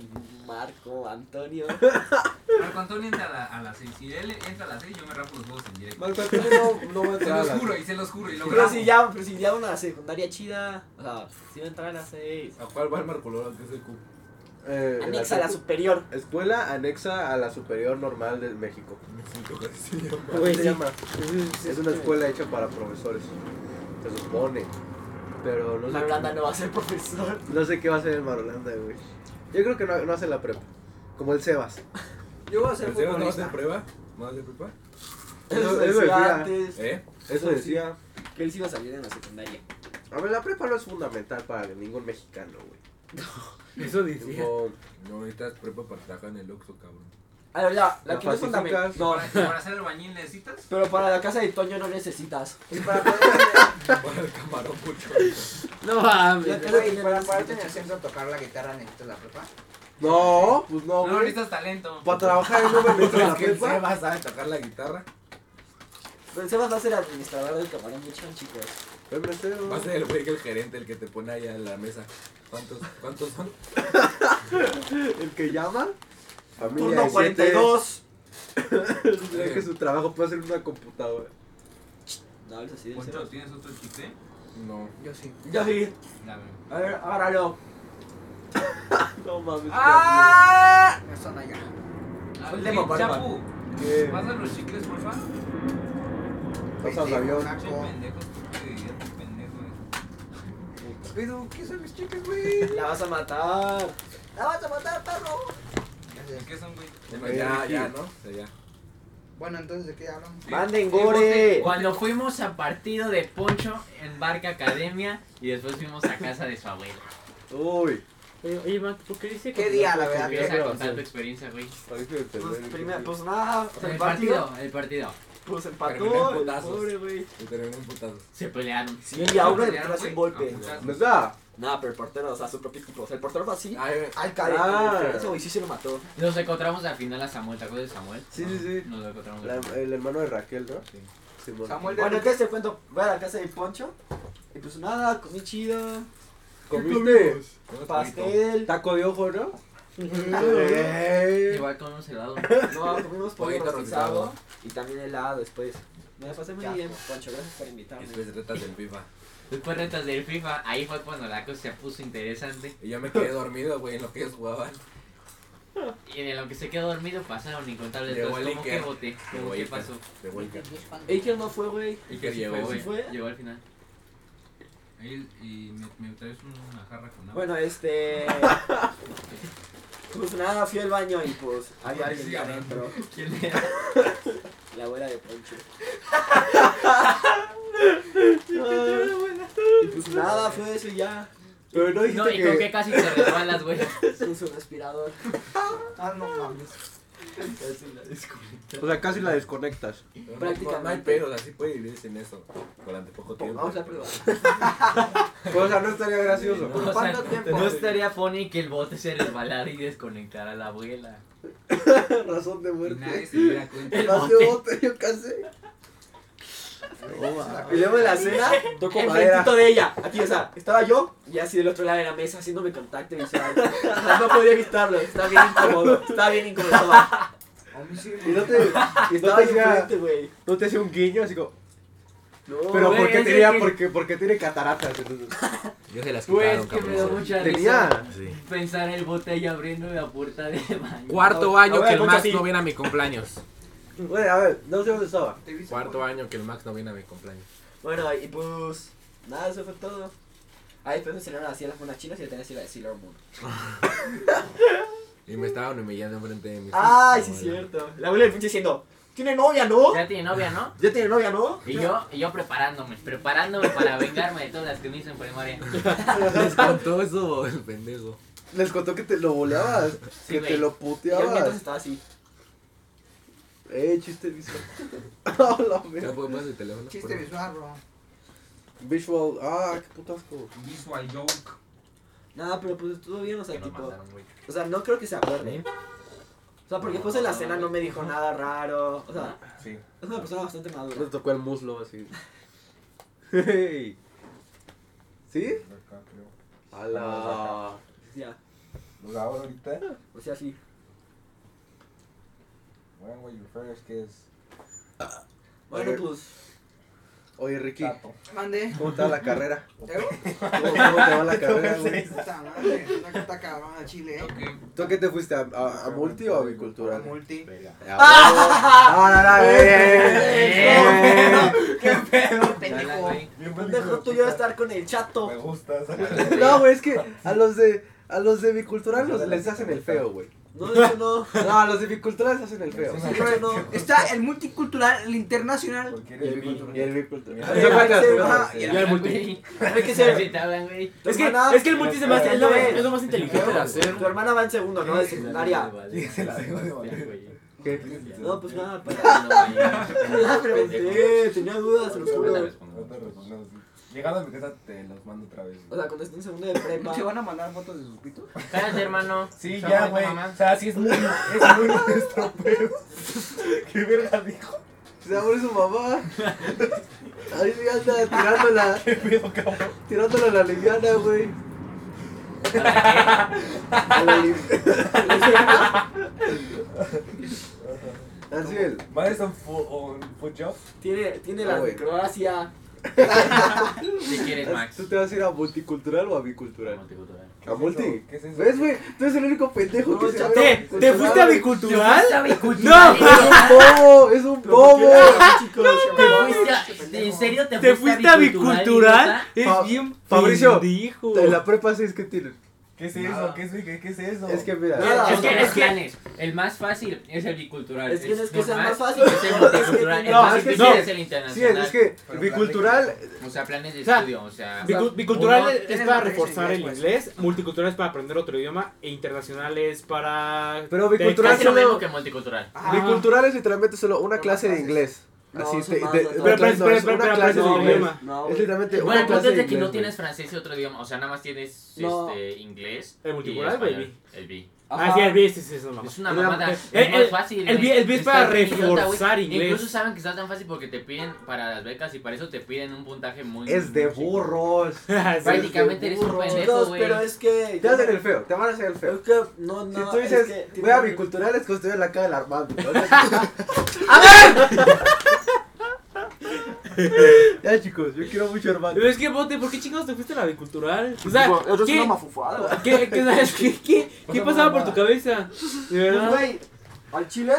C: Marco, <laughs> Antonio.
D: Marco Antonio entra a la, a las 6. Si él entra a las 6, yo me rapo los huevos en directo.
E: Marco Antonio no, no va a
D: Se
E: entrar a
D: los
E: la...
D: juro, y se los juro, y lo
C: Pero
D: grabo.
C: si ya, pero si ya una secundaria chida. O sea, si va a entrar a las 6.
H: ¿A cuál va el Marcoloro? Que es el cubo.
E: eh,
C: Anexa a la superior.
E: Escuela anexa a la superior normal de México.
H: Me siento que se llama.
E: ¿Cómo se llama? Es una escuela hecha para profesores. Se supone. Pero no sé,
C: Marolanda no va a ser profesor.
E: no sé qué va a hacer el Marolanda, güey. Yo creo que no, no hace la prepa. Como el Sebas.
M: Yo voy a ser
H: ¿El Sebas no va a hacer
M: futbolista.
H: prueba? ¿No va a hacer prepa?
E: Eso-
C: Eso
E: eso decía.
C: decía antes.
H: ¿Eh?
E: Eso decía.
C: Que él sí iba a salir en la secundaria.
E: A ver, la prepa no es fundamental para ningún mexicano, güey. <laughs>
R: Eso decía.
E: Tipo,
H: No necesitas prepa para trabajar en el Oxxo,
F: <laughs>
H: cabrón.
C: A ver, la, la
E: La
C: que no es fundamental.
E: falsificas.
C: No,
D: Para, para hacer el bañil necesitas.
C: pero para la casa de Toño no <laughs> necesitas.
M: Y para poder-
H: Para el camarón mucho.
R: No mames.
C: La casa de
M: güey,
C: Toño
M: para
C: no
M: pararte en
C: necesitas.
M: el centro a tocar la guitarra necesitas la prepa.
E: No, pues no,
D: No
E: güey.
D: necesitas talento.
E: Para trabajar en Uber
H: ¿Tú
E: necesitas <laughs> la
H: crees que el
E: prepa.
H: Sebas sabe tocar la guitarra?
C: Pero el Sebas va a ser administrador del camarón mucho, chicos.
E: Ven, Brasil.
H: Va a ser el güey que el gerente, el que te pone allá en la mesa. ¿Cuántos, cuántos son?
E: El que llama. Familia
C: Turno
E: de
C: <laughs> 42.
E: siete. Creo que su trabajo puede ser una computadora.
C: No, es así del
D: Poncho,
C: Sebas.
D: ¿tienes otro chiste?
H: No.
M: Yo sí.
C: Ya vi.
D: Dame.
C: A ver, agárralo.
E: No mames.
C: ¡Ah!
M: No son allá.
D: Ah,
C: Soy
D: oye,
C: de Mamalpa.
D: Chapu,
E: ¿Qué?
D: ¿vas a los chicles, porfa?
E: Pasa el avión.
D: Che, pendejo, estúpido, pendejo.
M: Pero, ¿qué son mis chicas, güey?
C: La vas a matar. La vas a matar, perro.
D: ¿De qué son, güey?
H: Bueno,
F: Eh,
H: ya, ya, ¿no? O sea, ya.
M: Bueno, entonces, ¿de qué hablamos?
C: Manden gore.
F: Cuando fuimos a partido de Poncho en Barca Academia y después fuimos a casa de su abuela.
E: Uy.
R: Oye, oye, Mac, ¿por qué dice que.?
M: ¿Qué día, la verdad?
F: Empieza a contar tu
R: grabación.
F: experiencia, güey.
E: parece que te
C: Pues,
E: duele.
C: primero, pues nada, pues,
F: El partido, el partido.
C: Pues
H: Terminó
C: empató.
H: en
C: el
H: putazos.
C: Pobre, güey.
H: Y terminan putados.
F: Se pelearon.
C: Sí, y a uno le
D: ¿Ya,
C: tras
D: güey?
C: un golpe.
D: Ah, putas.
E: ¿Neta?
C: Nada, pero el portero, o sea, su propio equipo. O sea, el portero fue así.
H: Ay,
M: Ay,
E: Ah.
M: carajo.
C: Eso, y sí se lo mató.
F: Nos encontramos al final a Samuel, ¿te acuerdas de Samuel?
E: Sí, sí, sí.
F: Nos lo encontramos.
E: La- el hermano de Raquel, ¿no?
H: Sí.
E: Simón.
M: Samuel de
C: Bueno, entonces te cuento, voy a la casa de Poncho. Y pues nada, comí chido.
E: ¿Comiste?
H: unos cubitos.
C: Pastel.
E: Taco de ojo, ¿no?
F: Igual con unos helados.
C: No, comimos pollo
H: Pollito
C: rostizado.
H: rostizado.
C: Y también helado después. Me la pasé muy bien, Poncho. Gracias por
H: Y
C: invitarme.
H: después retas del FIFA.
F: Después retas del FIFA, ahí fue cuando la cosa se puso interesante.
H: Y yo me quedé dormido, güey, en lo que ellos jugaban.
F: Y de lo que se quedó dormido pasaron incontables
H: Llegó
F: cosas.
H: el
F: ¿Cómo que
H: Iker.
F: boté? ¿Cómo
H: Llegó
F: que
H: Iker.
F: pasó?
H: De vuelta.
C: Iker no fue, güey.
H: Y que
F: Sí
H: llegó,
F: fue,
H: güey.
F: güey.
C: ¿Fue?
F: Llegó al final.
D: Ahí, y me, me traes una jarra con agua.
C: Bueno, este. <laughs> pues nada, fui al baño y pues había alguien
D: Sigue hablando.
C: adentro.
F: ¿Quién era?
C: La abuela
E: <laughs>
C: de Poncho. Y pues nada, fue eso y ya.
E: Pero no dijiste
F: No, y con
E: que...
F: que casi te resbalas, güey.
C: Puso un aspirador.
M: Ah, no mames.
H: Casi la desconectas.
E: O sea, casi la desconectas.
H: No, no,
E: Prácticamente.
H: No hay pedo, así puede vivir sin eso durante poco tiempo.
C: Vamos a
E: <laughs>
H: pero-
E: O sea, no estaría gracioso.
H: No,
F: O sea,
C: ¿Cuánto tiempo?
F: no estaría funny que el bote se resbalara y desconectara a la abuela.
C: Razón de muerte.
F: Nadie se diera cuenta.
C: El
F: El
C: más de
F: bote.
C: bote, yo casi. Y luego de la <laughs> cena,
E: Toco madera.
C: enfrentito de ella. Aquí, o sea, estaba yo y así del otro lado de la mesa haciéndome contacto visual. O sea, no podía evitarlo. Estaba bien incómodo. Estaba bien incómodo. Estaba.
E: Y no te, no
C: Y estaba
E: te
C: yo
E: hacía,
C: enfrente, güey.
E: no te hacía un guiño, así como.
C: No,
E: Pero
F: güey,
E: porque
F: es
E: tenía,
F: que-
E: porque, porque tiene cataratas. <laughs> entonces.
H: Yo se las
F: Güey,
H: quitaron,
F: es que me dio
H: cabrón.
F: mucha
E: Tenía.
F: risa
H: Sí.
F: pensar el bote ahí abriendo la puerta de baño.
H: Cuarto
E: A
H: año
E: ver,
H: que el
E: ponte
H: Max
E: así.
H: no viene a mi
S: <laughs>
H: cumpleaños.
E: Güey, a ver, no sé dónde estaba.
H: Cuarto año que el Max no viene a mi cumpleaños.
C: Bueno, y pues. Nada, eso fue todo. Ahí después me cenaron así las monas chinas y yo tenía así la de Sailor Moon.
H: Y me estaban humillando enfrente de mi
C: Ay, sí,
H: abuela.
C: cierto. La abuela del pinche diciendo: ¿Tiene novia, no?
F: Ya tiene novia, ¿no?
C: ¿Ya tiene novia, no?
F: Y yo, y yo preparándome, preparándome para vengarme de todas las que me hizo en primaria.
H: Les <laughs> contó eso el pendejo.
E: Les contó que te lo boleabas, que
F: güey.
E: te lo
C: Y yo mientras
E: puteabas.
C: estaba así.
E: Eh, chiste visual. Hola,
H: ¿Ya
E: mira.
H: puedo pasar el teléfono?
I: Chiste
H: Por favor.
I: visual, bro.
E: Visual. Ah, qué putasco.
R: Visual joke.
C: Nada, pero pues estuvo bien, o sea,
F: Que nos
C: tipo.
F: mandaron, güey.
C: O sea, no creo que se acuerde. O sea, porque después en la cena no me dijo nada raro. O sea,
H: Sí.
C: es una persona bastante madura.
E: No te tocó el muslo así. Hey. ¿Sí?
S: <laughs>
E: Ala.
C: Ya.
S: Pues ahora ahorita,
C: O sea, sí.
S: when were you first kiss?
C: Bueno,
E: Oye.
C: pues.
E: Oye, Ricky,
S: Tato.
I: Mandé.
E: ¿cómo te va la <laughs> carrera?
I: ¿Evo?
E: ¿Cómo, <laughs> cómo te va la carrera, güey?
I: Puta madre, la que está cabrón a Chile, eh.
E: ¿Tú a qué te fuiste? ¿A, a, a multi o a bicultural? <laughs>
I: Multi.
E: Ah, no, no, Este, eh, eh, eh.
F: Dala, güey.
S: Bien
C: Dejó tú yo de estar con el chato.
S: Me gustas.
E: No, güey, es que a los de a los de bicultural los- les hacen el feo, güey.
C: No, de hecho no.
E: No, a los de bicultural les hacen el feo.
C: <laughs> De hecho no.
I: Está el multicultural, el internacional.
S: Porque
E: Y
S: eres
E: el
S: mi-
E: bicultural. Y el bicultural.
C: Ay,
E: Eso cuenta,
C: sí,
E: güey.
C: ajá,
S: y
F: Dala, güey.
C: Hay que ser.
F: Si te hablan, güey.
C: Es que, es que
R: el
S: multi se me hace- es lo- es
R: más
C: inteligente de tu hermana va en segundo, ¿no? De secundaria. No, pues nada, para. <laughs> La pregunté, tenía dudas, se los juro.
S: No te reconozco. Llegando a mi casa te los mando otra vez.
C: O sea, cuando esté en segundo de prepa.
I: ¿Se van a mandar fotos de sus pitos?
F: Cállate, hermano.
S: Sí,
F: Son
S: ya,
F: buena
S: güey.
F: mamá.
S: O sea, sí es muy, es
H: <laughs>
S: muy nuestro pedo. <laughs> ¿Qué verga dijo?
E: Se abre su mamá. Ahí le anda tirándola. Tirándola a la liviana, güey. A
M: <laughs>
E: la liviana. Así es.
S: Mine is on foot, on foot job.
C: Tiene, tiene
E: Ah,
C: las
E: güey.
C: de Croacia.
F: Si quieres, Max.
E: ¿Tú te vas a ir a multicultural o a bicultural?
F: Multicultural.
E: A multi.
S: ¿Qué es eso?
E: ¿Ves, güey? Tú eres el único pendejo que se va a
C: ¿Te-
E: ir bicultural, güey.
F: bicultural?
E: Es un bobo, es un bobo.
C: chicos.
F: ¿Te fuiste a- ¿En serio te, fuiste a bicultural?
E: Fa- Fabricio, en la prepa 6 que tienen.
S: ¿Qué es eso? ¿Qué es, qué, qué es eso?
E: Es que mira.
C: Nada,
F: Es
C: o sea,
F: que, es que el más fácil es el bicultural.
C: Es que no es que sea
F: normal,
C: más fácil.
F: Es el multicultural. el
E: No,
F: más
E: es que
F: difícil
E: sí.
F: es el
E: Sí, es,
F: internacional.
E: es que bicultural.
F: O sea, planes de
R: O sea,
F: estudio. O sea,
R: Bicu- bicultural
F: uno-
R: es
I: tiene
R: para
I: la raíz
R: reforzar
I: en
R: el
I: inglés,
R: inglés, multicultural es para aprender otro idioma e internacional es para...
E: Pero bicultural
R: Te-
F: casi lo
E: solo-
F: mismo que multicultural.
I: Ajá.
E: Bicultural es literalmente solo una
I: No,
E: clase de
I: clases.
E: inglés.
C: No,
E: Así,
C: son
E: te-
C: más,
E: te- pero-
C: no, no,
E: pero-
R: clases,
E: pero es
R: no,
E: una
R: no,
E: clase de
R: no,
E: inglés.
R: güey.
C: Ah, No,
E: Es
C: güey.
E: literalmente
F: Bueno,
E: una
F: el punto
E: clase de
F: es de que
E: inglés.
F: no
E: güey.
F: tienes francés y otro idioma. O sea, nada más tienes
C: No.
F: este, inglés.
R: El
F: y
R: multicultural, güey,
F: español, El bi.
R: Ah, sí, el B, sí, sí, es una mamá. <laughs>
F: Es una mamada.
R: El-
F: Es
R: el-
F: más fácil.
R: el
F: güey.
R: bi- el bi es
F: Está
R: para
F: bien idiota, güey.
R: reforzar inglés.
F: Incluso saben que está tan fácil porque te piden para las becas y para eso te piden un puntaje muy.
E: Es de
F: muy chico.
E: burros.
R: Ah, sí.
F: Prácticamente eres un
E: burro.
F: pendejo,
C: Chicos,
F: güey.
C: pero es que.
E: Te hacen el feo, te van a hacer el
C: Es
E: feo.
C: que no, no.
E: Si tú dices,
C: es que-
E: voy a bicultural, es construir la cara del Armando. <laughs> ¿no? ya, chicos, yo quiero mucho a Armando.
R: Pero es que, Bote, ¿por qué chingados te fuiste a la bicultural? O sea,
C: Digo,
R: ¿qué,
C: mafufada, güey.
R: qué, qué, sabes? ¿Qué- qué- qué pasaba por tu cabeza? De
C: Pues,
R: verdad.
C: güey, al chile.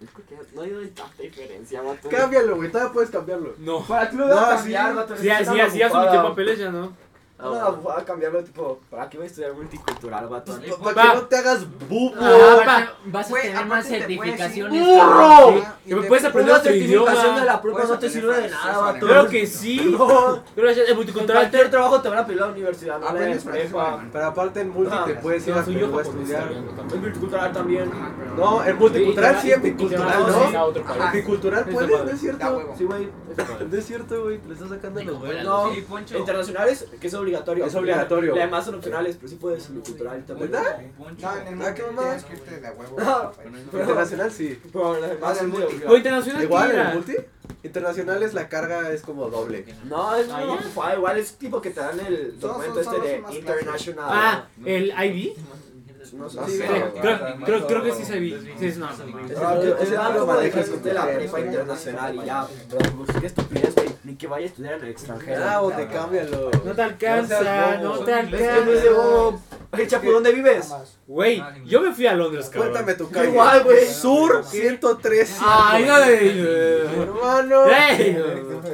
C: Es que No hay tanta diferencia, vato.
E: Cámbialo, güey, todavía puedes cambiarlo.
R: No.
C: Para tú lo
E: No,
C: vas a
E: sí.
C: cambiar, vato.
R: Si
C: eres
R: así,
C: una
R: así asumiste
C: mafufada.
R: papeles ya no.
C: No, voy a cambiarlo, tipo, ¿para qué voy a estudiar multicultural, vato?
F: Pues,
E: Para que no te hagas bubo.
F: Ah, va- vas a tener más certificaciones.
R: ¡Burro!
F: Sí.
R: Que me puedes aprender
F: Una
R: otro
F: certificación
R: idioma.
F: de la prepa
C: no te sirve de nada, vato.
R: Claro que sí. Pero es multicultural.
C: Cualquier trabajo te van a pedir la universidad, no la
E: Aprendes
C: prepa.
E: Pero aparte en multi
C: Ah,
E: te puedes ir a Perú a estudiar.
C: En multicultural también.
E: No, en multicultural sí, en
C: y
E: bicultural
C: te
R: Ah,
C: vas a
E: no.
C: otro país.
E: En bicultural
C: Está
E: puedes,
C: padre.
E: ¿no es
C: Da
E: cierto?
C: huevo.
E: Sí, güey. No es cierto, güey. Le estás sacando los huevos.
C: No, internacionales, que es obligatorio.
E: Es obligatorio.
C: Las demás son opcionales, pero sí puedes multicultural también.
E: ¿Verdad?
M: No, en el
E: Ah, qué
M: mundo
E: mamada.
M: tienes que irte de a huevo.
C: No,
E: Pero internacional sí.
C: Pero las demás son
E: multi.
C: obligatorias.
E: Igual en el multi. Internacional es la carga es como doble.
C: No, es
E: Ah,
C: no, ah, igual es tipo que te dan el documento
M: son-
C: este
M: son
C: de
M: más
C: international.
R: Ah, el IB.
C: No sé.
R: Sí,
C: Sí,
R: creo-
C: no,
R: creo,
C: no,
R: creo,
C: no,
R: creo que
C: no.
R: sí es IB. Sí, es no.
C: No, te- te dan como de que de la prepa internacional y ya, pero pues qué estupidez, güey, ni que vaya a estudiar en el extranjero.
E: Ah, o te cámbialo.
R: No te alcanza,
E: seas
R: no
E: bobo.
R: te
E: Es que no es de
R: alcanza.
E: bobo.
C: Hey, Chapo, ¿dónde vives?
R: Güey, yo me fui a Londres, cabrón.
E: Cuéntame tu calle.
C: Igual, güey.
E: Sur 103.
C: Ah,
R: Ay, no
E: Hermano.
R: Ey,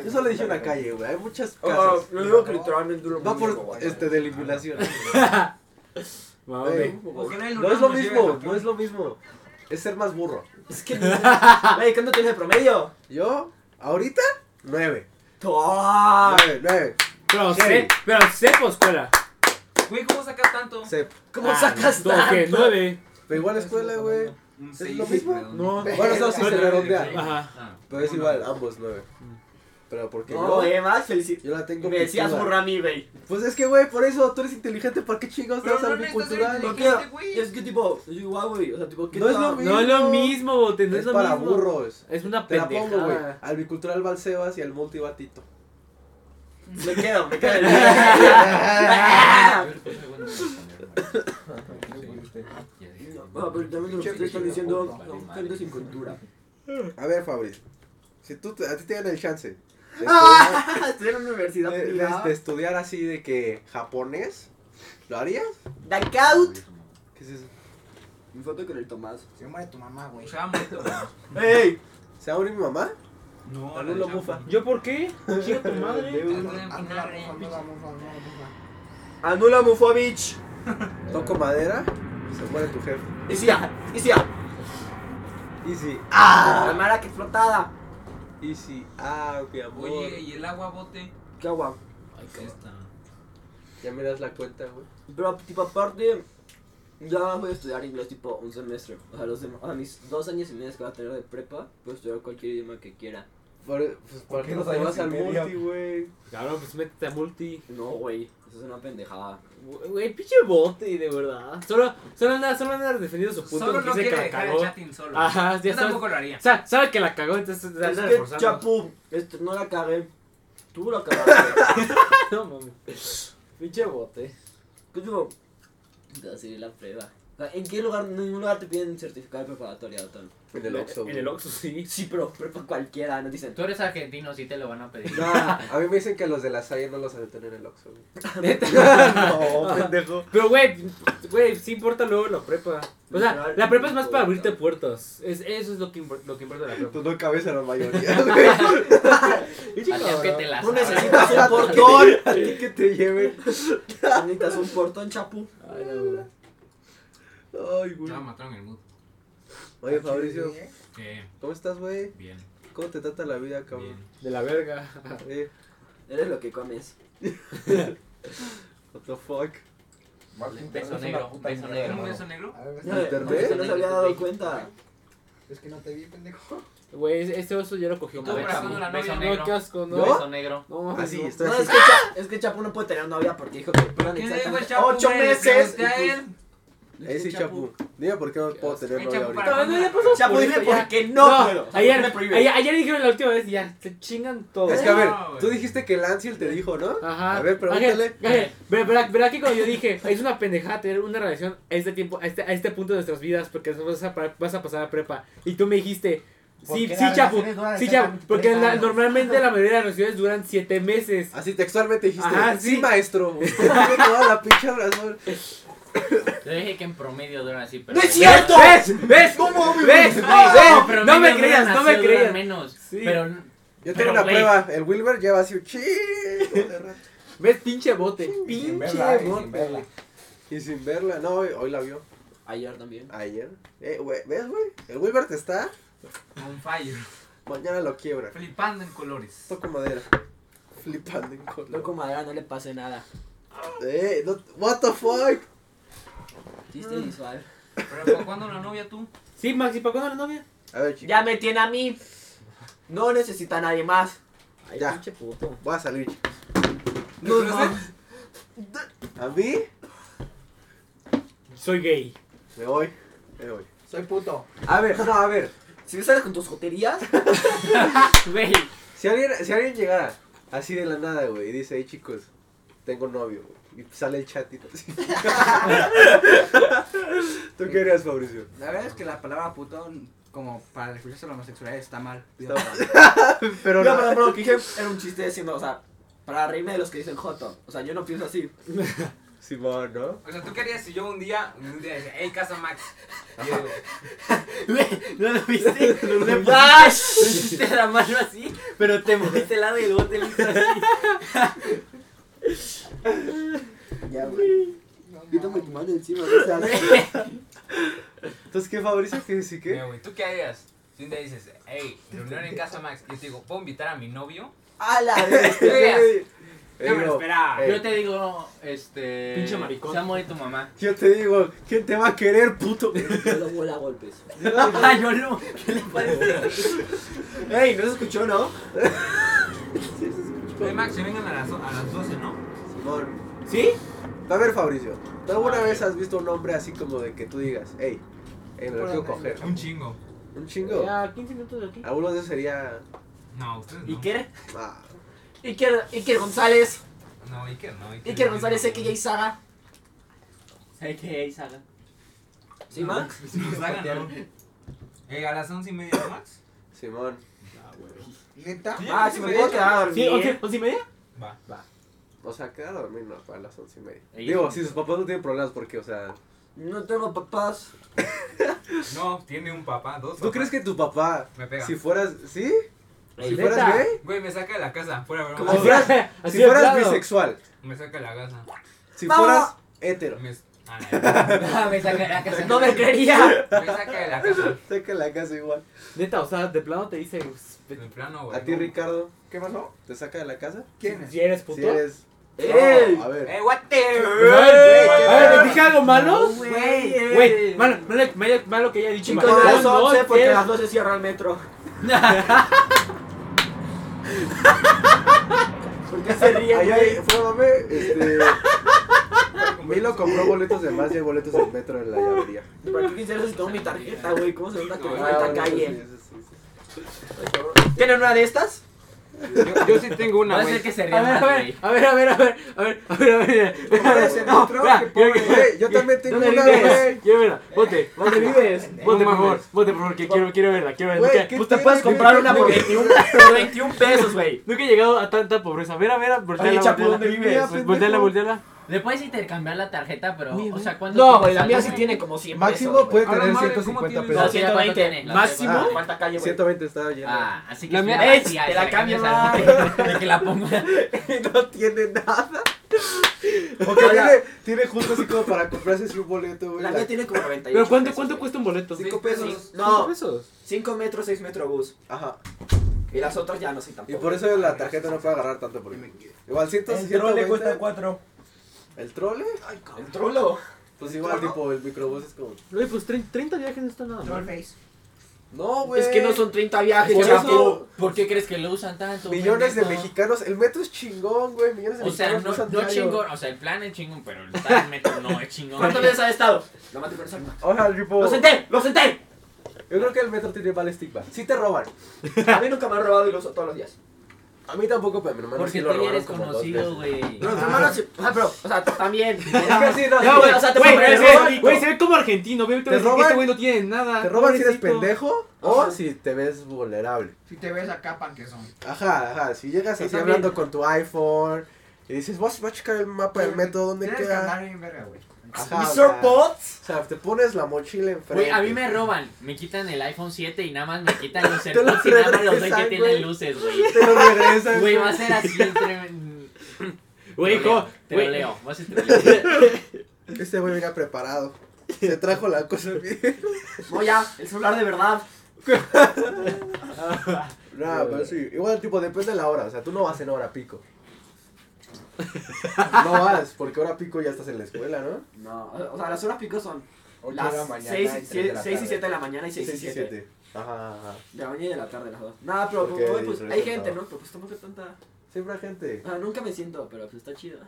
E: Yo solo dije una calle, güey. Hay muchas
C: Ah,
E: casas.
C: lo digo que literalmente duro
E: Va
C: mucho,
E: por
C: güey.
E: este de eliminación.
R: Mamá,
E: Güey,
D: Pues,
C: ¿Por qué no hay
E: No es lo
C: lunar,
E: mismo,
C: nos
E: no es lo mismo. Es ser más burro.
C: Es que <laughs> Güey, ¿cuánto tienes de promedio?
E: Yo, ahorita, nueve.
C: ¡Ah!
E: Nueve, nueve.
R: Pero sé, pero sé por escuela.
D: Güey, ¿cómo sacas tanto?
E: Sep.
C: ¿Cómo sacas
R: ¿Tú qué?
C: tanto?
R: ¿Nueve?
E: Pero igual escuela, güey. ¿Es
D: seis,
E: lo mismo?
D: perdón. Ah.
R: No.
E: Bueno, eso sí se redondea.
R: Ajá.
E: Pero es igual, ambos nueve. Pero porque
C: No,
E: yo,
C: güey, más felicidad.
E: yo la tengo
C: Me decías
E: picuda.
C: burra a mí, güey.
E: Pues es que, güey, por eso tú eres inteligente. ¿Para qué chingados te
D: Pero
E: vas al
D: no necesitas ser
E: bicultural?
C: No
D: inteligente.
C: queda.
D: Dijiste, güey.
C: Es que tipo, yo igual, güey. O sea, tipo, ¿qué
E: No es
C: tal?
E: lo mismo.
R: No es lo mismo, bote, no es
E: Es
R: lo
E: para
R: mismo.
E: burros.
R: Es una
E: Te la pongo, güey.
R: pendejada.
E: Al bicultural va el Sebas y al multi va Tito.
C: Me quedo,
E: <laughs>
C: me quedo. no, pero también los que están diciendo no, gente sin cultura.
E: A ver, Fabri. Si tú te- a ti te dan el chance de estudiar-
C: Ah, <laughs> estoy en una universidad
E: de- este- de-
C: privada.
E: de estudiar así de que japonés, ¿lo harías?
C: Duckout.
E: ¿Qué es eso?
C: Mi foto con el Tomás.
M: Se muere tu mamá, güey.
C: ¡Ey!
E: ¿Se abre mi mamá?
D: No,
E: Alú lo mufa.
R: ¿Yo por qué? Chinga tu
D: Ah,
R: madre.
M: Anula, mufa, anula, mufa, anula, mufa.
C: Anula Mufovich.
E: <laughs> Toco madera, se muere tu jefe.
C: Y si ya, y si ya.
E: Easy,
C: ¡Ah! La mara que flotada.
E: easy. Ah, mi amor.
D: Oye, ¿y el agua bote?
C: Qué agua.
D: Esta.
E: Ya me das la cuenta, güey.
C: Pero, tipo, aparte, ya voy a estudiar inglés, tipo, un semestre. O sea, los dem- o sea, mis dos años y medio que voy a tener de prepa, puedo estudiar cualquier idioma que quiera.
E: Por- pues, ¿Por
T: qué
E: qué no
T: dos
E: te
T: años
E: vas
T: y
E: al
T: medio?
E: multi, güey?
R: Cabrón, pues métete a multi.
C: No, güey, eso es una pendejada.
R: Güey, pinche bote, de verdad. Solo, solo anda, solo anda defendiendo su puto
D: Solo
R: porque
D: no
R: dice
D: quiere
R: que la
D: dejar el
R: cagó.
D: chatting solo.
R: Ajá, ya
D: Yo
R: sabes.
D: tampoco lo haría.
R: O sea, sabe que la cagó, entonces se
E: Pues
C: Es
R: anda
C: que,
R: reforzando.
C: chapu, este, no la cagué. Tú la
T: <laughs>
C: cagaste.
R: <laughs> No mames. Pinche bote.
C: ¿Qué tipo? Te vas a ir a la prueba. O sea, ¿En qué lugar, en ningún lugar te piden certificado de preparatoria, Otón?
E: En el Oxxo,
R: En
E: güey.
R: el Oxxo, sí.
C: Sí, pero prepa cualquiera, nos dicen.
F: Tú eres argentino, sí te lo van a pedir.
E: No, a mí me dicen que los de la Salle no los aceptan en el Oxxo, güey.
R: No, pendejo. Pero, güey, güey, sí importa luego la prepa. O sea, la prepa es más para abrirte puertas. Es, eso es lo que, impor- lo que importa de la prepa.
E: Tú Pues no cabes a la <laughs> mayoría, güey.
F: Así es que te la
T: Ah,
C: Tú
F: sabes.
C: necesitas un portón.
E: A ti que te lleven.
T: ah,
C: necesitas un portón, chapu.
R: Ay, no, güey.
E: Ay, güey.
D: Ya mataron el mood.
E: Oye, Fabricio,
D: ¿Qué?
E: ¿cómo estás, güey?
D: Bien.
E: ¿Cómo te trata la vida, cabrón?
D: Bien.
R: De la verga.
E: Eh,
C: Eres lo que comes.
E: what the fuck?
F: Un beso negro, un beso negro.
D: ¿Un beso negro?
M: A ver, ves,
C: No,
E: ¿Internet?
C: no se había dado cuenta.
M: Es que no te vi, pendejo.
R: Güey, ese- este oso ya lo cogió
F: Un
D: Tú,
R: mal.
D: por
F: beso,
D: haciendo la
F: un beso
D: novia,
R: No,
F: negro.
R: qué asco,
F: Un
R: ¿no?
F: beso negro.
R: No, mames,
E: Así,
R: no.
E: estoy
C: No,
E: así.
C: es que, Cha- es que Chapu no puede tener novia porque dijo que duran
D: ¿Qué Pues dijo el
C: exactamente
D: chapu?
C: 8
D: güey? Le
C: meses. pues,
D: pregunté a él.
E: Ese chapu. Eh, Dime por qué no puedo tener
D: Ay,
E: novia
D: chapu,
E: ahorita.
D: para-
R: No, no, ya pasó
C: Chapu,
R: por
C: dime
R: esto, ya.
C: por qué no, puedo.
R: Ayer,
C: me prohíbe.
R: ayer, ayer dijeron la última vez, ya, te chingan todo.
D: ¿Eh?
E: Es que a ver,
D: No, güey.
E: tú dijiste que Lanciel te dijo, ¿no?
R: Ajá.
E: A ver, pregúntale.
R: Ángel, Ángel, ver- verá, verá que cuando yo dije, es una pendejada tener una relación a este tiempo, a este, a este punto de nuestras vidas, porque después vas a, pa- vas a pasar a prepa. Y tú me dijiste,
M: ¿Por
R: sí,
M: qué
R: sí,
M: las
R: chapu,
M: relaciones duran
R: sí, chapu,
M: exactamente
R: porque
M: tres
R: la-
M: años?
R: normalmente la mayoría de las relaciones duran siete meses.
E: Así textualmente dijiste,
R: Ajá,
E: sí,
R: sí.
E: <laughs> maestro. Usted tiene toda la pinche razón.
F: Yo dije que en promedio duran así, pero.
C: ¡No es cierto!
R: ¿Ves? ¿Ves? ¿Ves?
F: No,
R: ¿Ves? No me creas, no me
F: creas.
R: creas.
F: menos.
R: Sí.
F: Pero
E: Yo tengo
F: Pero,
E: una
F: güey.
E: prueba. El Wilber lleva así un chingo de rato.
R: ¿Ves? Pinche bote. Pinche
E: verla, y sin
R: bote.
E: verla. Y sin verla, no, güey, hoy la vio.
C: Ayer también.
E: Ayer. Eh, güey, ¿ves, güey? El Wilbert está,
D: On fire.
E: mañana lo quiebra.
D: Flipando en colores.
E: Toco madera. Flipando en color.
C: Loco madera, no le pase nada.
E: Eh, no- what the fuck?
R: Ah.
C: Chiste visual.
D: Pero ¿para cuándo la novia tú?
R: Sí, Maxi, ¿para cuándo la novia?
E: A ver, chicos.
C: Ya me tiene a mí. No necesita a nadie más. Ay,
E: Ya.
C: pinche puto.
E: Voy a salir, chicos.
C: No, no.
E: ¿A mí?
R: Soy gay.
E: Me voy. Me voy.
C: Soy puto.
E: A ver, no, a ver.
C: Si sales con tus joterías,
R: Güey.
E: Si alguien, si alguien llegara así de la nada, güey, y dice, hey chicos, tengo novio, güey", y sale el chat y todo así. <laughs> ¿Tú qué harías, Fabricio?
M: La verdad es que la palabra puto, como para referirse a la homosexualidad, está mal. Pido
E: Está
M: perdón.
E: Pero
C: no,
E: no.
C: pero, pero lo que dije era un chiste diciendo, o sea, para reírme de los que dicen joto. O sea, yo no pienso así.
E: Simón, ¿no?
D: O sea, ¿tú querías si yo un día, un día decía, hey, casa Max? Y yo digo,
K: Güey, ¿no lo viste?
E: lo
K: Le
E: viste.
K: pusiste la mano así, pero te moviste el lado y el bote lo hizo así.
C: Ya, güey. Quítame tu mano encima, o <laughs> sea,
E: Entonces, ¿qué, Fabricio? ¿Qué sí qué?
D: mira, güey, ¿tú qué harías? Si un día dices, hey, reunión en casa Max, y yo te digo, ¿puedo invitar a
E: <laughs>
D: mi novio?
C: A <laughs> la vez.
D: ¿Qué harías?
E: Ey,
D: No me lo
E: no.
D: esperaba.
E: Ey.
F: Yo te digo, este.
R: Pinche maricón.
F: Se amo de tu mamá.
E: Yo te digo, ¿quién te va a querer, puto?
C: Yo lo vuelo a golpes.
F: <laughs>
K: Ay, yo no. ¿Qué le parece?
E: Ey, no se escuchó, ¿no?
D: Hey, Max, se vengan a las, a las 12, ¿no?
E: Simón.
R: ¿Sí?
E: A ver, Fabricio, ¿tú alguna vez has visto un hombre así como de que tú digas, hey, eh, me lo quiero coger?
D: Un chingo.
E: ¿Un chingo?
R: A 15 minutos de aquí.
E: Algunos de esos sería...
D: No, ustedes no.
C: Iker.
E: ah,
C: Iker, Iker González.
D: No, Iker no. Iker,
C: Iker González, sé que ya Saga.
F: ¿Sabes qué hay, Saga?
C: ¿Sí, Max?
D: Nos hagan, ¿no? Eh, a las 11 y media, ¿no, Max?
E: Simón.
M: ¿Neta?
D: Sí,
C: Ah,
D: sí,
C: si
D: sí,
C: me puedo
D: sí.
C: quedar a
R: ¿Sí?
C: dormir.
R: ¿Once, once y media?
D: Va.
E: O sea, quedar a dormir no, para las once y media.
F: Ey,
E: Digo,
F: sí.
E: si sus papás no tienen problemas porque, o sea...
C: No tengo papás.
D: No, tiene un papá, dos
E: ¿Tú crees que tu papá,
D: Me pega.
E: si fueras... ¿Sí? Si
R: Ey,
E: fueras
R: neta.
E: gay,
D: Güey, me saca de la casa, fuera broma.
E: Como fueras-
R: Así
E: si
R: de
E: fueras
R: plano. <laughs>
E: bisexual,
D: Me saca de la casa.
E: si
C: Vamos.
E: fueras hetero.
D: Me,
E: <laughs>
D: ah, no,
K: Ah, me sacará a casa.
C: No me creería.
D: me saca de la casa.
E: Saca la casa igual.
R: Neta, o sea, de plano te dice. "Pues,
D: En plano, güey.
E: A ti,
D: Pues no.
E: Ricardo,
M: ¿Qué pasó?
E: ¿te saca de la casa?
M: ¿Quién es?
R: Si eres puto.
E: Si eres...
C: ¡Ey!
E: No, a ver.
D: Eh, what the...
R: Pues, a ver, güey, a ver, ¿me dije algo malo?
C: Güey,
R: Güey, malo, malo, malo, malo que haya dicho.
C: Chicos,
R: malo.
C: a las
R: No,
C: 11 porque
R: ¿qué?
C: a las 12 cierra el <laughs> metro. ¿Por qué se ríen?
E: Ahí hay,
C: güey?
E: fue mame, <laughs> este... Milo compró boletos de más y hay boletos del metro en la llavería.
C: ¿Para qué quisieras si tengo mi tarjeta, güey? ¿Cómo se nota que me
E: Ah,
C: falta
E: bueno,
C: Pues calle?
E: sí, sí, sí.
C: ¿Tienen una de estas?
D: Yo, yo sí tengo
F: No
D: una,
F: es
D: güey.
F: el que se
R: A
F: ría
R: ver,
F: más,
R: a
F: güey.
R: ver, a ver, a ver, a ver, a ver, a ver, a ver.
M: Parece, no, creo
R: Espera,
M: que
R: yo-
M: pobre.
E: Güey, yo también tengo
R: ¿Dónde
E: una,
R: vives?
E: güey.
R: Quiero verla. Vote, vote,
C: Ah,
R: vives.
C: Pues
D: No
R: Vote, por favor.
D: mames.
R: Vote, por favor, que quiero, quiero verla. Quiero verla.
E: Güey,
R: Nunca-
E: ¿qué
R: pues te
E: tiene
R: puedes
E: que
R: comprar
E: ver?
R: una por 21, por 21 pesos, güey. Nunca he llegado a tanta pobreza. A ver, a ver, volteala,
C: Chapo,
R: volteala.
C: ¿dónde vives?
R: Mira, Volteala, volteala.
F: Le puedes intercambiar la tarjeta, pero. O sea, ¿cuánto?
C: No,
F: tiempo
C: güey, la mía
F: sale,
C: sí
F: güey?
C: tiene como 100
E: Máximo
C: pesos,
E: puede
C: güey.
D: A
I: pues,
D: la
E: tener
D: madre,
E: 150
C: No,
D: ¿cómo
E: pesos.
F: tienes?
C: ¿cuánto
F: 120.
C: tiene?
R: ¿Máximo?
C: Ah, Falta calle, güey.
E: 120 estaba lleno.
F: Ah, así que.
R: La
F: es
R: mía-
F: una
R: ¡Ey!
F: vacía,
C: Te
F: y
C: la
F: se cambias
C: cambio,
F: al- De que la ponga.
E: no tiene
C: <laughs>
E: nada. O que tiene, tiene justo así como para comprarse su boleto, güey.
C: La
E: La-
C: mía tiene como 98
R: Pero ¿cuánto,
C: pesos,
R: cuánto
C: güey.
R: cuesta un boleto?
M: Cinco pesos.
R: ¿Cinco
C: No,
R: pesos?
C: 5 metros, 6 metros bus.
E: Ajá.
C: Y las otras ya no sé
E: Y
C: tampoco.
E: por eso la tarjeta no puede agarrar tanto. Porque... Igual 100,
T: El trole cuesta
E: 120.
T: 4.
E: ¿El trole?
C: El trolo.
E: Pues igual, tipo, el microbús es como.
R: Güey, pues 30, 30 viajes no está nada mal.
M: Trollface.
E: No, güey.
C: Es que no son 30 viajes,
E: Por
C: chapo.
E: eso,
F: ¿Por qué crees que lo usan tanto?
E: millones de
F: pendejo?
E: mexicanos. El metro es chingón, güey. Millones de
F: O sea, no,
E: mexicanos. usan
F: no
E: diario.
F: chingón, o sea, el plan es chingón, pero el tal metro no es chingón.
C: ¿Cuántas veces has estado? No mate con esa arma.
E: O sea, tipo.
C: ¡Lo senté! ¡Lo senté!
E: Yo creo que el metro tiene mal estigma. Sí te roban.
C: A mí nunca me han robado y lo uso todos los días.
E: A mí tampoco, pero a mi hermano
F: <laughs> Porque
E: sí
F: tú
E: lo
F: ya
E: robaron
F: eres
E: como dos
F: conocido,
E: veces.
F: güey.
C: Pero, hermano, sí- ah, pero, o sea,
R: <laughs>
C: también.
E: Es que sí, no,
R: Ya,
E: sí,
R: güey,
C: o sea, te
R: güey,
C: fue-
R: se
C: te
R: ve-
C: roban.
R: güey, se ve como argentino. Ve, te
E: Te
R: voy a decir que
E: roban.
R: este güey no tiene nada.
E: Te roban si eres
R: pobrecito.
E: pendejo o si te ves vulnerable.
M: Si te ves acá, pan que son.
E: Ajá, ajá. Si llegas
R: Sí,
E: así
R: también.
E: hablando con tu iPhone y dices, vas vas a checar el mapa del método, ¿dónde
M: Tienes que
E: queda?
M: andar bien verga, güey.
E: Ajá,
C: ¿Mis
E: o sea,
C: AirPods?
E: O sea, te pones la mochila enfrente.
F: Güey, a
E: <laughs>
F: mí me roban, me quitan el iPhone 7 y nada más me quitan
E: lo
F: los AirPods y nada más los doy
E: regresan, güey. <laughs>
F: que tienen luces, güey.
E: Te lo regresan.
F: Güey, va
E: güey.
F: a ser así el tremen-
R: Güey, ¿cómo?
F: Te
R: güey.
F: lo leo, vas y te lo leo.
E: Este güey viene preparado. Se trajo la cosa bien.
C: No, ya, el celular de verdad.
E: No, pero sí. Igual, tipo, depende de la hora. O sea, tú no vas en hora
C: <laughs>
E: pico. No vas, porque hora pico ya estás en la escuela, ¿no?
C: No, o sea, las horas pico son
E: Ocho
C: las
E: de la mañana y
C: 6,
E: tres de la
C: y
E: tarde.
C: 7 de la mañana y 6,
E: Seis
C: y 7.
E: Ajá, ajá.
C: De la mañana y de la tarde, las dos. Nada, pero
E: Porque
C: güey, pues, hay
E: resultado.
C: gente, ¿no? Pero pues tampoco tanta.
E: Siempre hay gente.
C: Ah, nunca me siento, pero pues está chido.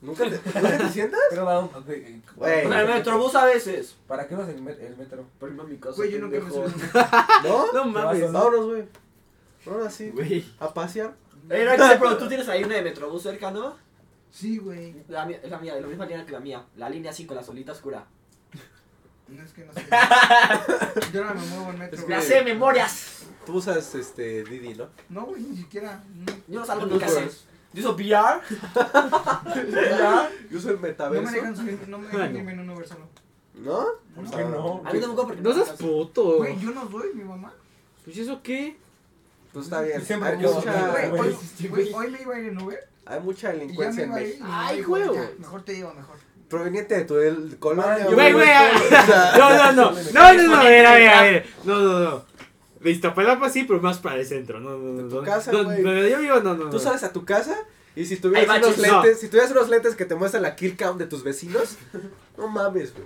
E: ¿Nunca te, ¿nunca te sientas?
T: Pero va un- güey,
E: Güey.
C: En el metrobús a veces.
T: ¿Para qué vas en met- el metro?
C: Por ejemplo, en mi casa.
M: Güey, yo nunca me
C: pendejo. <laughs>
M: subí.
E: ¿No?
C: No mames.
E: Vámonos, güey. Vámonos así. A pasear.
C: Eh, no, que- pero tú tienes ahí una de metrobús cerca, ¿no?
M: Sí, güey.
C: La mía, es la mía, de la misma línea que la mía. La línea 5, la solita oscura.
M: No es que
C: <laughs>
M: no sé. Yo no me muevo en metro.
E: Es que-
M: güey.
C: ¡Me sé memorias!
E: Tú usas este Didi, ¿no?
M: No, güey, ni siquiera. no.
C: Yo no salgo de
E: No,
C: mi casa.
E: pues.
C: ¿Yo uso VR? ¿VR?
E: Yo uso el
M: No me
E: metaverso.
M: dejan subir, no me dejan irme en un Uber solo.
E: ¿No?
M: ¿Por
E: qué no?
C: A mí tampoco porque
R: No seas puto.
M: Güey, yo no doy, mi mamá.
R: Pues eso qué.
E: Pues está bien.
T: Siempre
E: hay,
T: como-
E: mucha,
M: Güey,
I: pues.
M: hoy,
T: sí,
M: güey, hoy me iba a ir en Uber
E: hay
M: y ya
E: mucha
M: me
E: delincuencia en
M: iba a ir. y
E: México.
M: mi mamá
R: Ay,
M: dijo,
R: güey.
M: "Ya, Mejor te llevo, mejor.
E: Proveniente de tu el- colonia.
R: Güey, güey, a- no, no, no, no, no, no, a ver, a ver, a ver, no, no, no, de Iztapalapa sí, pero más para el centro, no, no, no,
E: tu
R: no,
E: casa,
R: no,
E: güey.
R: no, yo vivo, no, no, no.
E: Tú sales a tu casa y si
C: Hay
E: tuvieras unos
C: baches,
R: no.
E: lentes, si tuvieras unos lentes que te muestran la kill cam de tus vecinos, no mames, güey.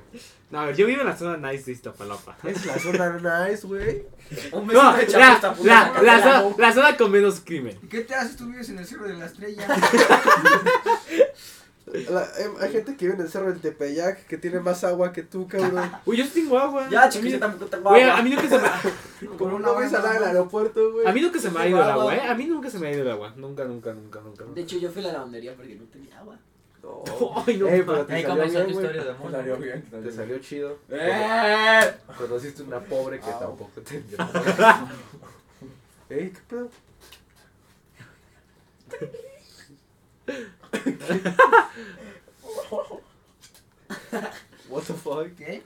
R: no, a ver, yo vivo en la zona nice de Iztapalapa,
E: Es la zona nice, güey.
C: Un
R: no, la,
C: de
R: la, la,
C: la
R: zona, la zona con menos crimen,
M: ¿Y qué te haces? Tú vives en el Cerro de la Estrella.
E: La- eh, hay gente que vive en el cerro del Tepeyac que tiene más agua que tú, cabrón.
R: uy, yo sí tengo agua,
C: Ya,
R: a mí,
C: chicos, yo tampoco tengo
R: güey,
C: agua.
R: a mí nunca se me,
E: Como no ves a nada en el aeropuerto, güey.
R: a mí nunca se me ha ido el
C: Tengo
R: agua,
C: agua.
R: eh, a mí nunca se me ha ido el agua, nunca, nunca, nunca, nunca,
C: De hecho, yo fui a la lavandería porque no tenía agua.
E: No.
R: ay, no,
E: Ey, pero te
F: Ahí
E: salió
F: comenzó
E: bien,
F: tu
E: güey.
F: historia de
T: Te
F: amor.
T: salió bien, te
E: Te
T: salió bien.
E: salió chido. Ah,
C: ¡Eh!
E: Conociste una pobre que tampoco tenía. Ey, ¿qué pedo? What the fuck?
M: ¿Qué?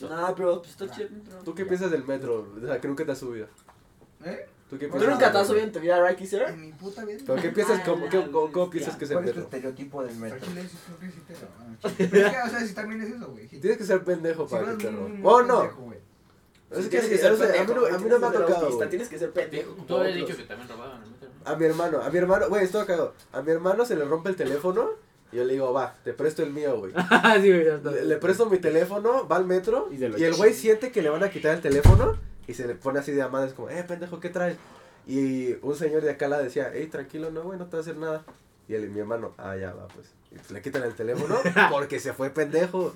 C: No, pero pues está chido. no.
E: ¿Tú qué piensas del metro? O sea, que nunca te has subido.
M: ¿Eh?
E: ¿Tú qué
C: ¿Tú
E: piensas?
C: nunca
E: del
C: te has
E: metro?
C: subido en tu vida, right, Kisser?
M: En mi puta vida.
E: ¿Pero qué piensas? ¿Cómo, qué- cómo- cómo piensas que es el
T: ¿Cuál es tu
E: metro?
T: estereotipo del metro?
M: Tranquila, eso creo que sí te lo van a chingar. Es que, O sea, si también es eso, güey. Si
E: Tienes que ser pendejo
M: vas
E: para que
M: muy,
E: te
M: muy,
E: roben.
M: muy
E: ¡Oh, no!
M: pendejo, <laughs> güey.
E: Es
C: Sí,
E: que
C: tienes
E: sí, o sea, a mí
C: pendejo,
E: no, a
C: güey,
E: mí no
C: tienes
E: me ha
C: que ser
E: tocado.
C: autista,
E: güey.
C: Tienes que ser pendejo.
F: Tú
C: como
F: habías
C: otros.
F: dicho que también robaban el metro.
E: A mi hermano, a mi hermano, güey, esto acabó. A mi hermano se le rompe el teléfono y yo le digo, va, te presto el mío, güey.
R: <laughs> Ah, sí, güey, ya está.
E: Le, le presto mi teléfono, va al metro
R: Y
E: y,
R: se lo
E: el güey siente que le van a quitar el teléfono y se le pone así de amadas como, eh, pendejo, ¿qué traes? Y un señor de acá la decía, hey, tranquilo, no, güey, no te va a hacer nada. Y él, mi hermano, ah, ya va, pues. Y pues le quitan el
C: <laughs>
E: teléfono porque se fue pendejo.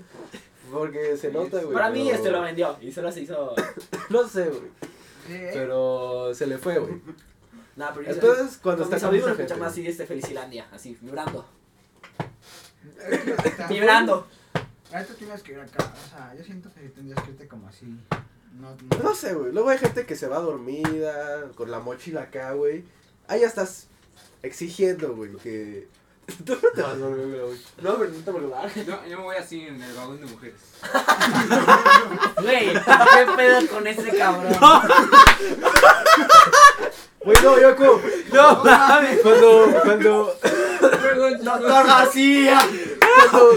E: Porque se nota, güey.
C: Para mí,
E: pero-
C: este lo vendió y solo se hizo.
E: <laughs> No sé, güey.
M: Eh,
E: Pero se le fue, güey.
C: Nada, pero yo
E: Entonces, cuando
C: con
E: está
C: mis
E: con
C: audífonos
E: esa
C: escuchamos
E: gente,
C: así este Felicilandia, así,
E: <laughs>
C: vibrando.
M: está-
C: Vibrando.
M: A esto tienes que ir acá. O sea, yo siento que tendrías que irte como así. No,
T: <laughs>
M: no.
E: No sé, güey. Luego hay gente que se va dormida, con la mochila acá, güey. Ahí ya estás exigiendo, güey, que... <laughs> Tú no te vas a dormir, güey.
C: No, pero no te <laughs> lugar.
H: Yo, yo me voy así en el vagón de mujeres.
F: Güey, ¿qué pedo con este cabrón?
E: Güey, no, yo como... <laughs> No, mames. Cuando, cuando...
C: Doctor García.
E: Cuando... O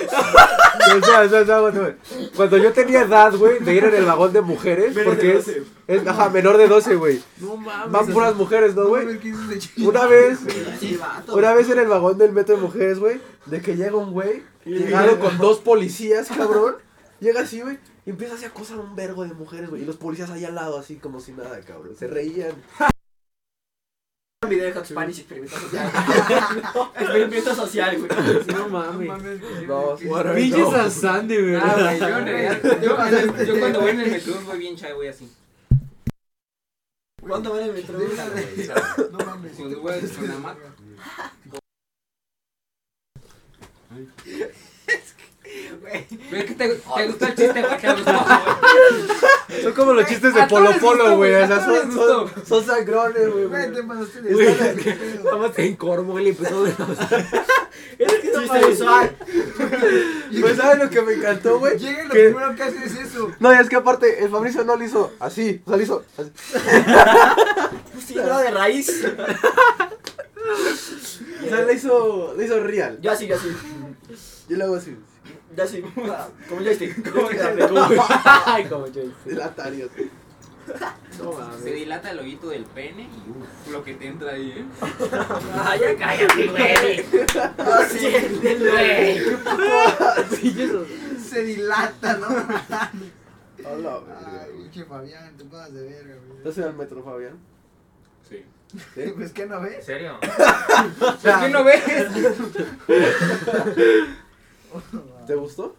E: sea, o sea, o sea, aguanta, güey. Cuando yo tenía edad, güey, de ir en el vagón de mujeres, porque es, es- Ajá, menor de 12, güey.
R: No mames.
E: Van puras mujeres, ¿no, güey?
M: ¿Qué dices de ch-
E: Una vez...
C: Sí, vato.
E: Una vez en el vagón del metro de mujeres, güey, de que llega un güey, llegado con dos policías, cabrón, llega así, güey, y empieza a hacer cosas un vergo de mujeres, güey, y los policías ahí al lado, así como si nada, cabrón, se reían.
C: Un video de Hot Spanish, experimento social. Experimento social, Ah, güey.
R: No mames.
M: mames, güey,
E: No,
M: ¿qué-
E: bueno,
R: Pinches
E: no.
R: a Sandy, güey.
H: Ah, güey, yo
M: <laughs>
H: en realidad. Yo, cuando- yo cuando voy en el metro voy bien chai, voy así.
C: ¿Cuánto vale
M: <laughs>
C: el metro?
M: No mames.
H: Cuando voy con la
M: <laughs>
H: mata. Ve que te, te gustó el chiste, güey, te gustó, güey.
E: Son como los chistes de
H: a todos
E: Polo
H: les gusta,
E: Polo, güey,
H: güey, a
E: o sea,
H: todos
E: son,
H: les
E: son, son sangrones,
M: <laughs>
E: güey.
M: Güey, te
E: güey.
M: pasaste de escala, qué pedo.
E: Nada más en Cornwall y empezó de-
C: Chiste visual.
E: <laughs> Pues, ¿sabes lo que me encantó, güey?
M: Llega y lo
E: ¿Qué?
M: primero que hace es eso.
E: No, y es que aparte, el Fabricio no lo hizo así, o sea, lo hizo así.
C: Sí, no, de raíz.
E: O sea, le hizo, le hizo real.
C: Yo así, yo así.
E: Yo le hago así.
C: Yo así. ah, Como este, joystick.
R: Como
C: joystick.
R: <laughs> Ay, como joystick.
E: El Atari. así.
F: Se dilata el hoyito del pene y uff, lo que te entra ahí, ¿eh? ¡Ay, ya cállate, güey!
C: Siéntelo,
F: güey.
M: Se dilata, ¿no?
E: Hola, verga.
M: Ay, pinche Fabián, te pasas de verga, güey.
E: ¿Estás en el metro, Fabián?
F: Sí.
E: ¿Sí?
M: <laughs> Pues que no
F: ¿En
M: ves.
F: serio?
M: ¿Por
R: ¿Pues qué no ves?
E: ¿Te gustó?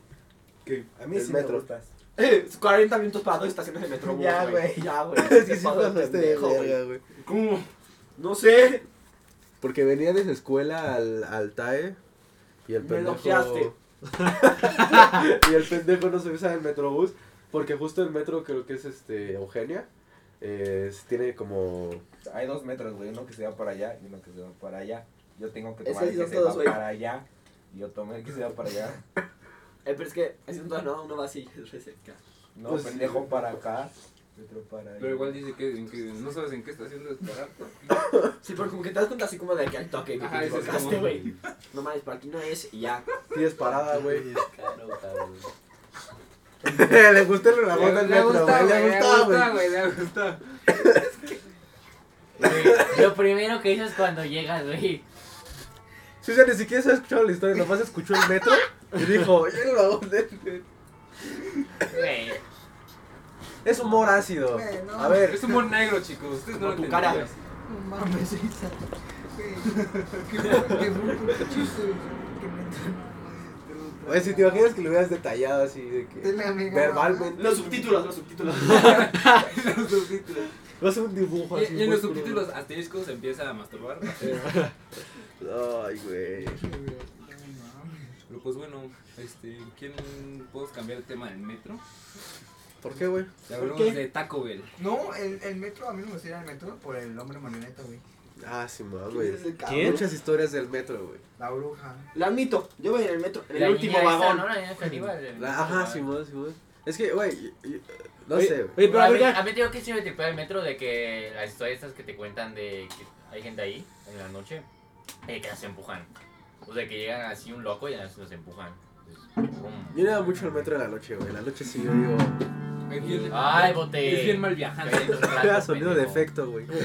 T: ¿Qué?
E: A mí sí me <laughs> gustas.
C: Eh, 40 minutos para dos estaciones de metro.
M: Ya, güey.
C: Ya, güey.
E: Es que sí
C: Te pasas de
E: pasaste de
C: pendejo,
E: verga, güey.
C: ¿Cómo? No sé.
E: Porque venía desde escuela al, al TAE y el
C: Me
E: pendejo.
C: bloqueaste.
E: <laughs> y el pendejo no se usa el metrobús. Porque justo el metro, creo que es este Eugenia, es- tiene como.
T: Hay dos metros, güey, uno que se va para allá y uno que se va para allá. Yo tengo que
C: Es
T: tomar
C: que
T: el que
C: son
T: se
C: todos,
T: va
C: güey.
T: para allá. y Yo tomé el que se va para allá.
C: Eh, pero es que así no, no, uno va así, <laughs> es reseca.
T: No,
E: Pues sí,
T: pendejo
E: güey.
T: para acá. y Otro para allá.
D: Pero igual dice que, en que no sabes en qué este estación de esperar. <laughs>
C: Sí, pero como que te das cuenta así como de que al toque que
D: Ajá,
C: te
D: ese es
C: equivocaste,
D: como-
C: güey. No mames, para aquí no es y ya.
E: Tienes parada, güey. <laughs>
F: Le gustó el
E: reloj del metro, güey, le gustaba,
F: güey, le gusta. Lo primero que dices cuando llegas, güey.
E: Sí, o sea, ni siquiera se ha escuchado la historia, nomás escuchó el metro y dijo: "Yo lo hago de-".
F: Güey.
E: Es humor ácido.
M: Güey, no.
E: A ver,
D: Es humor negro, chicos. Ustedes no
C: Como
D: lo
C: tu cara.
D: entendieron.
M: No mames, esa. Güey. Qué fue- qué fue un puto chiste, güey. Qué neta.
E: Oye, si te imaginas que lo hubieras detallado así, de que.
M: Dile a mi mamá.
E: Verbalmente.
C: Los subtítulos, los subtítulos.
D: Los subtítulos.
E: Va a ser un dibujo
D: Y,
E: así.
D: y en
E: muy
D: los
E: culero.
D: subtítulos asterisco se empieza a masturbar.
E: Ay, güey.
D: Pero pues bueno, este, ¿quién podemos cambiar el tema del metro?
E: ¿Por qué, güey?
D: Ya
M: ¿Por
D: hablamos
M: qué?
D: de Taco Bell.
M: No, el, el metro, a mí no me gusta ir al metro por el hombre marioneta, güey.
E: Ah, sí, más,
C: ¿Quién
E: güey.
C: es ese cabrón?
E: ¿Quién? Muchas historias del metro, güey.
M: La bruja.
C: Lo admito, yo voy en el metro, en
F: La
C: el último
F: niña esta,
C: vagón.
F: ¿no? La niña caníbal, el
E: La- Ajá,
F: vagón.
E: sí, más, sí, más. Es que, güey, y- y- no
R: Oye,
E: sé, güey.
R: Oye, pero
F: a,
R: a
F: mí,
R: ver,
F: a
R: ya.
F: mí te digo que sí me tripea el metro de que las historias estas que te cuentan de que hay gente ahí en la noche eh, que las empujan. O sea, que llegan así un loco y las los empujan. Entonces,
E: Yo no iba mucho al metro de la noche, güey. La noche sí, yo <laughs> digo.
D: Es bien-
F: Ay, bote.
D: Es bien mal viajante.
F: Caí en un
E: Era
F: rato,
E: sonido de
F: pendejo.
E: efecto, güey. <laughs>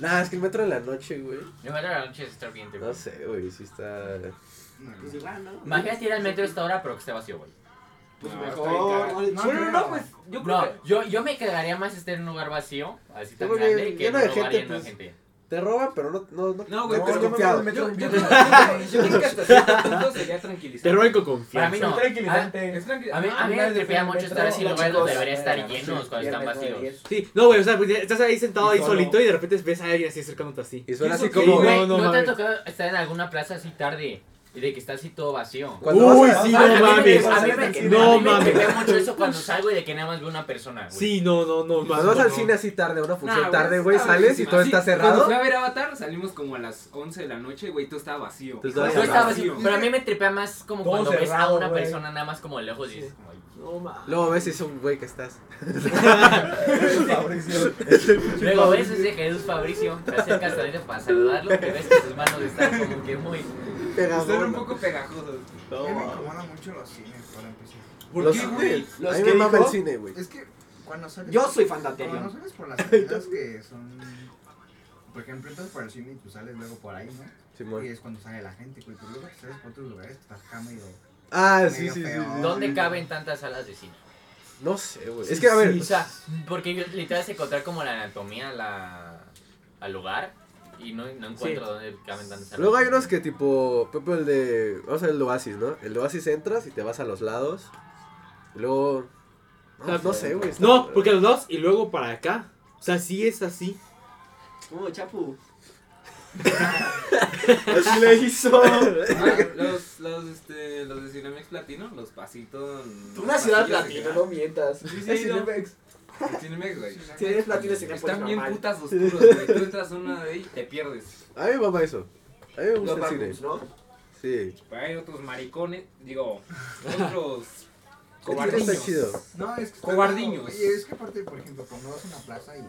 E: Nah, es que el metro de la noche, güey.
F: El metro de la noche es estar bien
E: No
F: tripado.
E: sé, güey, sí está.
C: Pues igual, ¿no?
F: Imagínate ir al metro a esta hora, pero que esté vacío, güey.
C: Pues
D: No,
C: mejor.
D: está
M: No,
C: No,
D: bien
C: no,
M: creo.
C: no, pues yo creo
F: No,
C: que.
F: yo, yo me cagaría más estar en un lugar vacío, así tan
E: Porque
F: grande, que
E: lleno
F: no
E: de
F: un lugar
E: gente,
F: lleno de
E: pues.
F: gente.
E: Te roban, pero no. No, no,
D: No, güey,
E: no,
D: pero
E: no,
D: yo me
E: confiado.
D: yo, yo, yo, creo- yo creo que hasta cierto punto sería
R: Te
D: tranquilizante.
R: ruego con
F: Para
R: confianza.
F: mí no.
T: tranquilizante.
F: A, a
D: Ah,
F: mí, a mí me tripea mucho estar así en lugares donde debería estar llenos cuando están vacíos.
R: Sí, no, güey, o sea, pues, estás ahí sentado
T: Y
R: ahí
T: solo.
R: solito y de repente ves a alguien así acercándote así.
E: Y suena así
D: Eso sí,
E: como.
F: Güey,
R: No,
F: no,
R: no,
F: te ha
R: mames.
F: tocado estar en alguna plaza así tarde y de que está así todo vacío.
E: Cuando vas
R: Uy,
E: a-
R: sí,
F: A mí
R: no
F: me-
R: mames.
F: a mí me-
R: No
F: a mí me
R: mames.
F: tripea mucho eso cuando salgo y de que nada más veo una persona, güey.
R: Sí, no, no, no. mames,
E: Cuando vas
R: no,
E: al
R: no.
E: cine así tarde, a una
D: Nah,
E: función Pues tarde, güey,
D: Ah, está
E: sales y
D: buenísima.
E: todo
D: Sí,
E: está
D: Cuando
E: cerrado.
D: fui a ver Avatar, salimos como a las 11 de la noche, güey, todo estaba vacío.
E: Todo
F: Tú
E: estaba
F: estabas así, pero a mí me tripea más como
T: Todo
F: cuando ves a
T: cerrado,
F: una
T: güey.
F: persona nada más como de lejos y dices, como, "Ay".
R: No mames.
E: Luego ves si es un güey que estás.
T: Fabricio.
F: Luego ves ese Jesús Fabricio, te acercas a él para saludarlo, y ves que sus manos están como que muy...
D: Están un poco pegajosos.
M: A mí me incomodan mucho los cines, para empezar.
E: Los
D: qué,
E: cines.
C: Los
E: A mí me
C: que
E: mama el
C: dijo-
E: cine, güey.
M: Es que cuando sales.
C: Yo soy fan de
M: Cuando
C: Aterion.
M: sales por las salidas que son. Por ejemplo, entras por el cine y tú sales luego por ahí, ¿no?
E: Simón.
M: Y es cuando sale la gente, güey. Pero luego que sales por otros lugares, estás acá medio.
E: Ah,
M: medio
E: sí, sí, sí.
M: feo.
E: sí.
F: ¿Dónde caben tantas salas de cine?
E: No sé, güey. Es que, a ver,
F: O sea, porque yo literal se encontrar como la anatomía la, al lugar y no, no encuentro dónde caben tantas salas.
E: Luego hay unos que tipo, por ejemplo, el de, vamos a ver el de Oasis, ¿no? El de Oasis entras y te vas a los lados. Y luego, no, no sé, güey. está-
R: No, porque los dos y luego para acá. O sea, sí es así.
C: ¿Cómo, Chapu?
E: Así le hizo.
D: Ah, los, los, este, los de Cinemex Platino, los pasitos.
C: Tú una
D: los
C: ciudad
D: pasillos de
C: platina,
D: que-
C: no mientas.
D: Sí, sí,
T: Es
D: no.
T: Cinemex.
D: El Cinemex, güey.
C: Si eres platino, se
D: Están bien putas oscuros, güey. Tú entras a una de ahí y te pierdes.
E: A mí me mama eso. A mí me gusta
C: Los
E: el cine.
C: barcos, ¿no?
E: Sí.
D: Pero hay otros maricones, digo,
E: <laughs>
D: otros
E: El cine Este está
D: cobardiños.
E: chido.
M: No, es que.
D: Cobardiños.
M: Y es que aparte, por ejemplo, cuando vas a una plaza y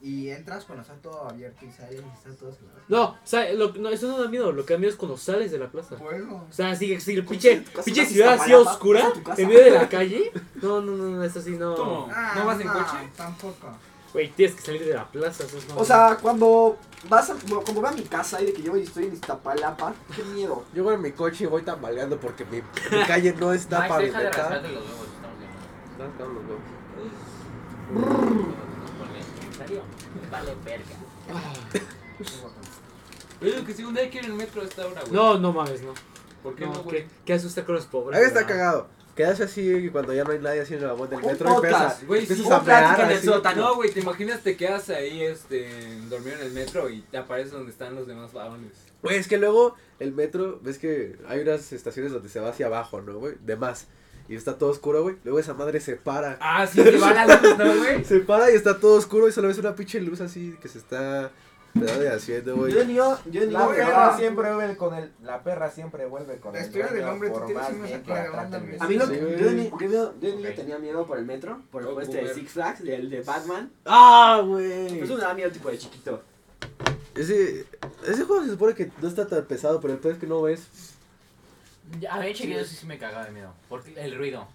I: Y entras cuando está todo abierto y sales y está todo cerrado.
R: No, o sea, lo, no, eso no da miedo. Lo que da miedo es cuando sales de la plaza.
I: Bueno.
R: O sea, si, si el
I: Con
R: pinche,
I: tu casa,
R: pinche
I: vas a
R: ciudad así
I: Iztapalapa,
R: oscura,
I: vas a tu casa.
R: en medio de la calle. No, no, no, no, es así, no.
I: Ah,
R: No vas en coche.
I: Tampoco.
R: Güey, tienes que salir de la plaza. eso es
I: O sea, cuando vas a, bueno, cuando voy a mi casa y de que yo estoy en Iztapalapa, qué miedo.
E: Yo voy en mi coche y voy tambaleando porque mi, mi calle no está
F: Max, deja de
E: pavimentada.
F: rascarte los huevos. estamos bien.
E: Están todos los huevos.
F: ¿En serio? Vale, verga.
H: Yo digo que si un día quiero ir en el metro hasta ahora, güey.
R: No, no mames, no.
H: ¿Por qué
R: No,
H: no, güey?
R: ¿qué, qué asusta con los pobres?
E: Ahí está
R: Ah.
E: cagado. Quedas así y cuando ya no hay nadie haciendo la voz del
H: Un
E: metro empiezas,
H: podcast, güey, sí,
E: empiezas
H: un
E: a mear
H: plática en el
E: así.
H: sótano. No, güey, te imaginas te quedas ahí, este, dormido en el metro y te apareces donde están los demás vagones.
E: Güey, es que luego el metro, ves que hay unas estaciones donde se va hacia abajo, ¿no, güey? De más. Y está todo oscuro, güey. Luego esa madre se para.
H: Ah, sí, se va la luz, ¿no, <laughs> güey?
E: Se para y está todo oscuro y solo ves una pinche luz así que se está haciendo, güey.
T: Yo ni yo, yo ni
I: La
T: yo,
I: perra.
T: siempre vuelve con el, la perra siempre vuelve con
I: La
T: el
I: historia del
T: dueño,
I: hombre, tú
T: por
I: tienes
T: más
I: una
T: bien que
I: sacada de
T: la
I: banda,
T: traten
I: güey.
T: bien.
I: A mí lo
T: Sí,
I: que-
T: güey.
I: yo de ni- yo de- yo de niño tenía miedo por el metro, por el
C: Oh,
I: puente de
C: boomer.
I: Six Flags, el de Batman.
E: ¡Ah, güey!
I: Eso me daba miedo tipo de chiquito.
E: Ese, ese juego se supone que no está tan pesado, pero el peor es que no ves.
F: Ya, A mí chiquillo sí, sí me cagaba de miedo. Porque el ruido.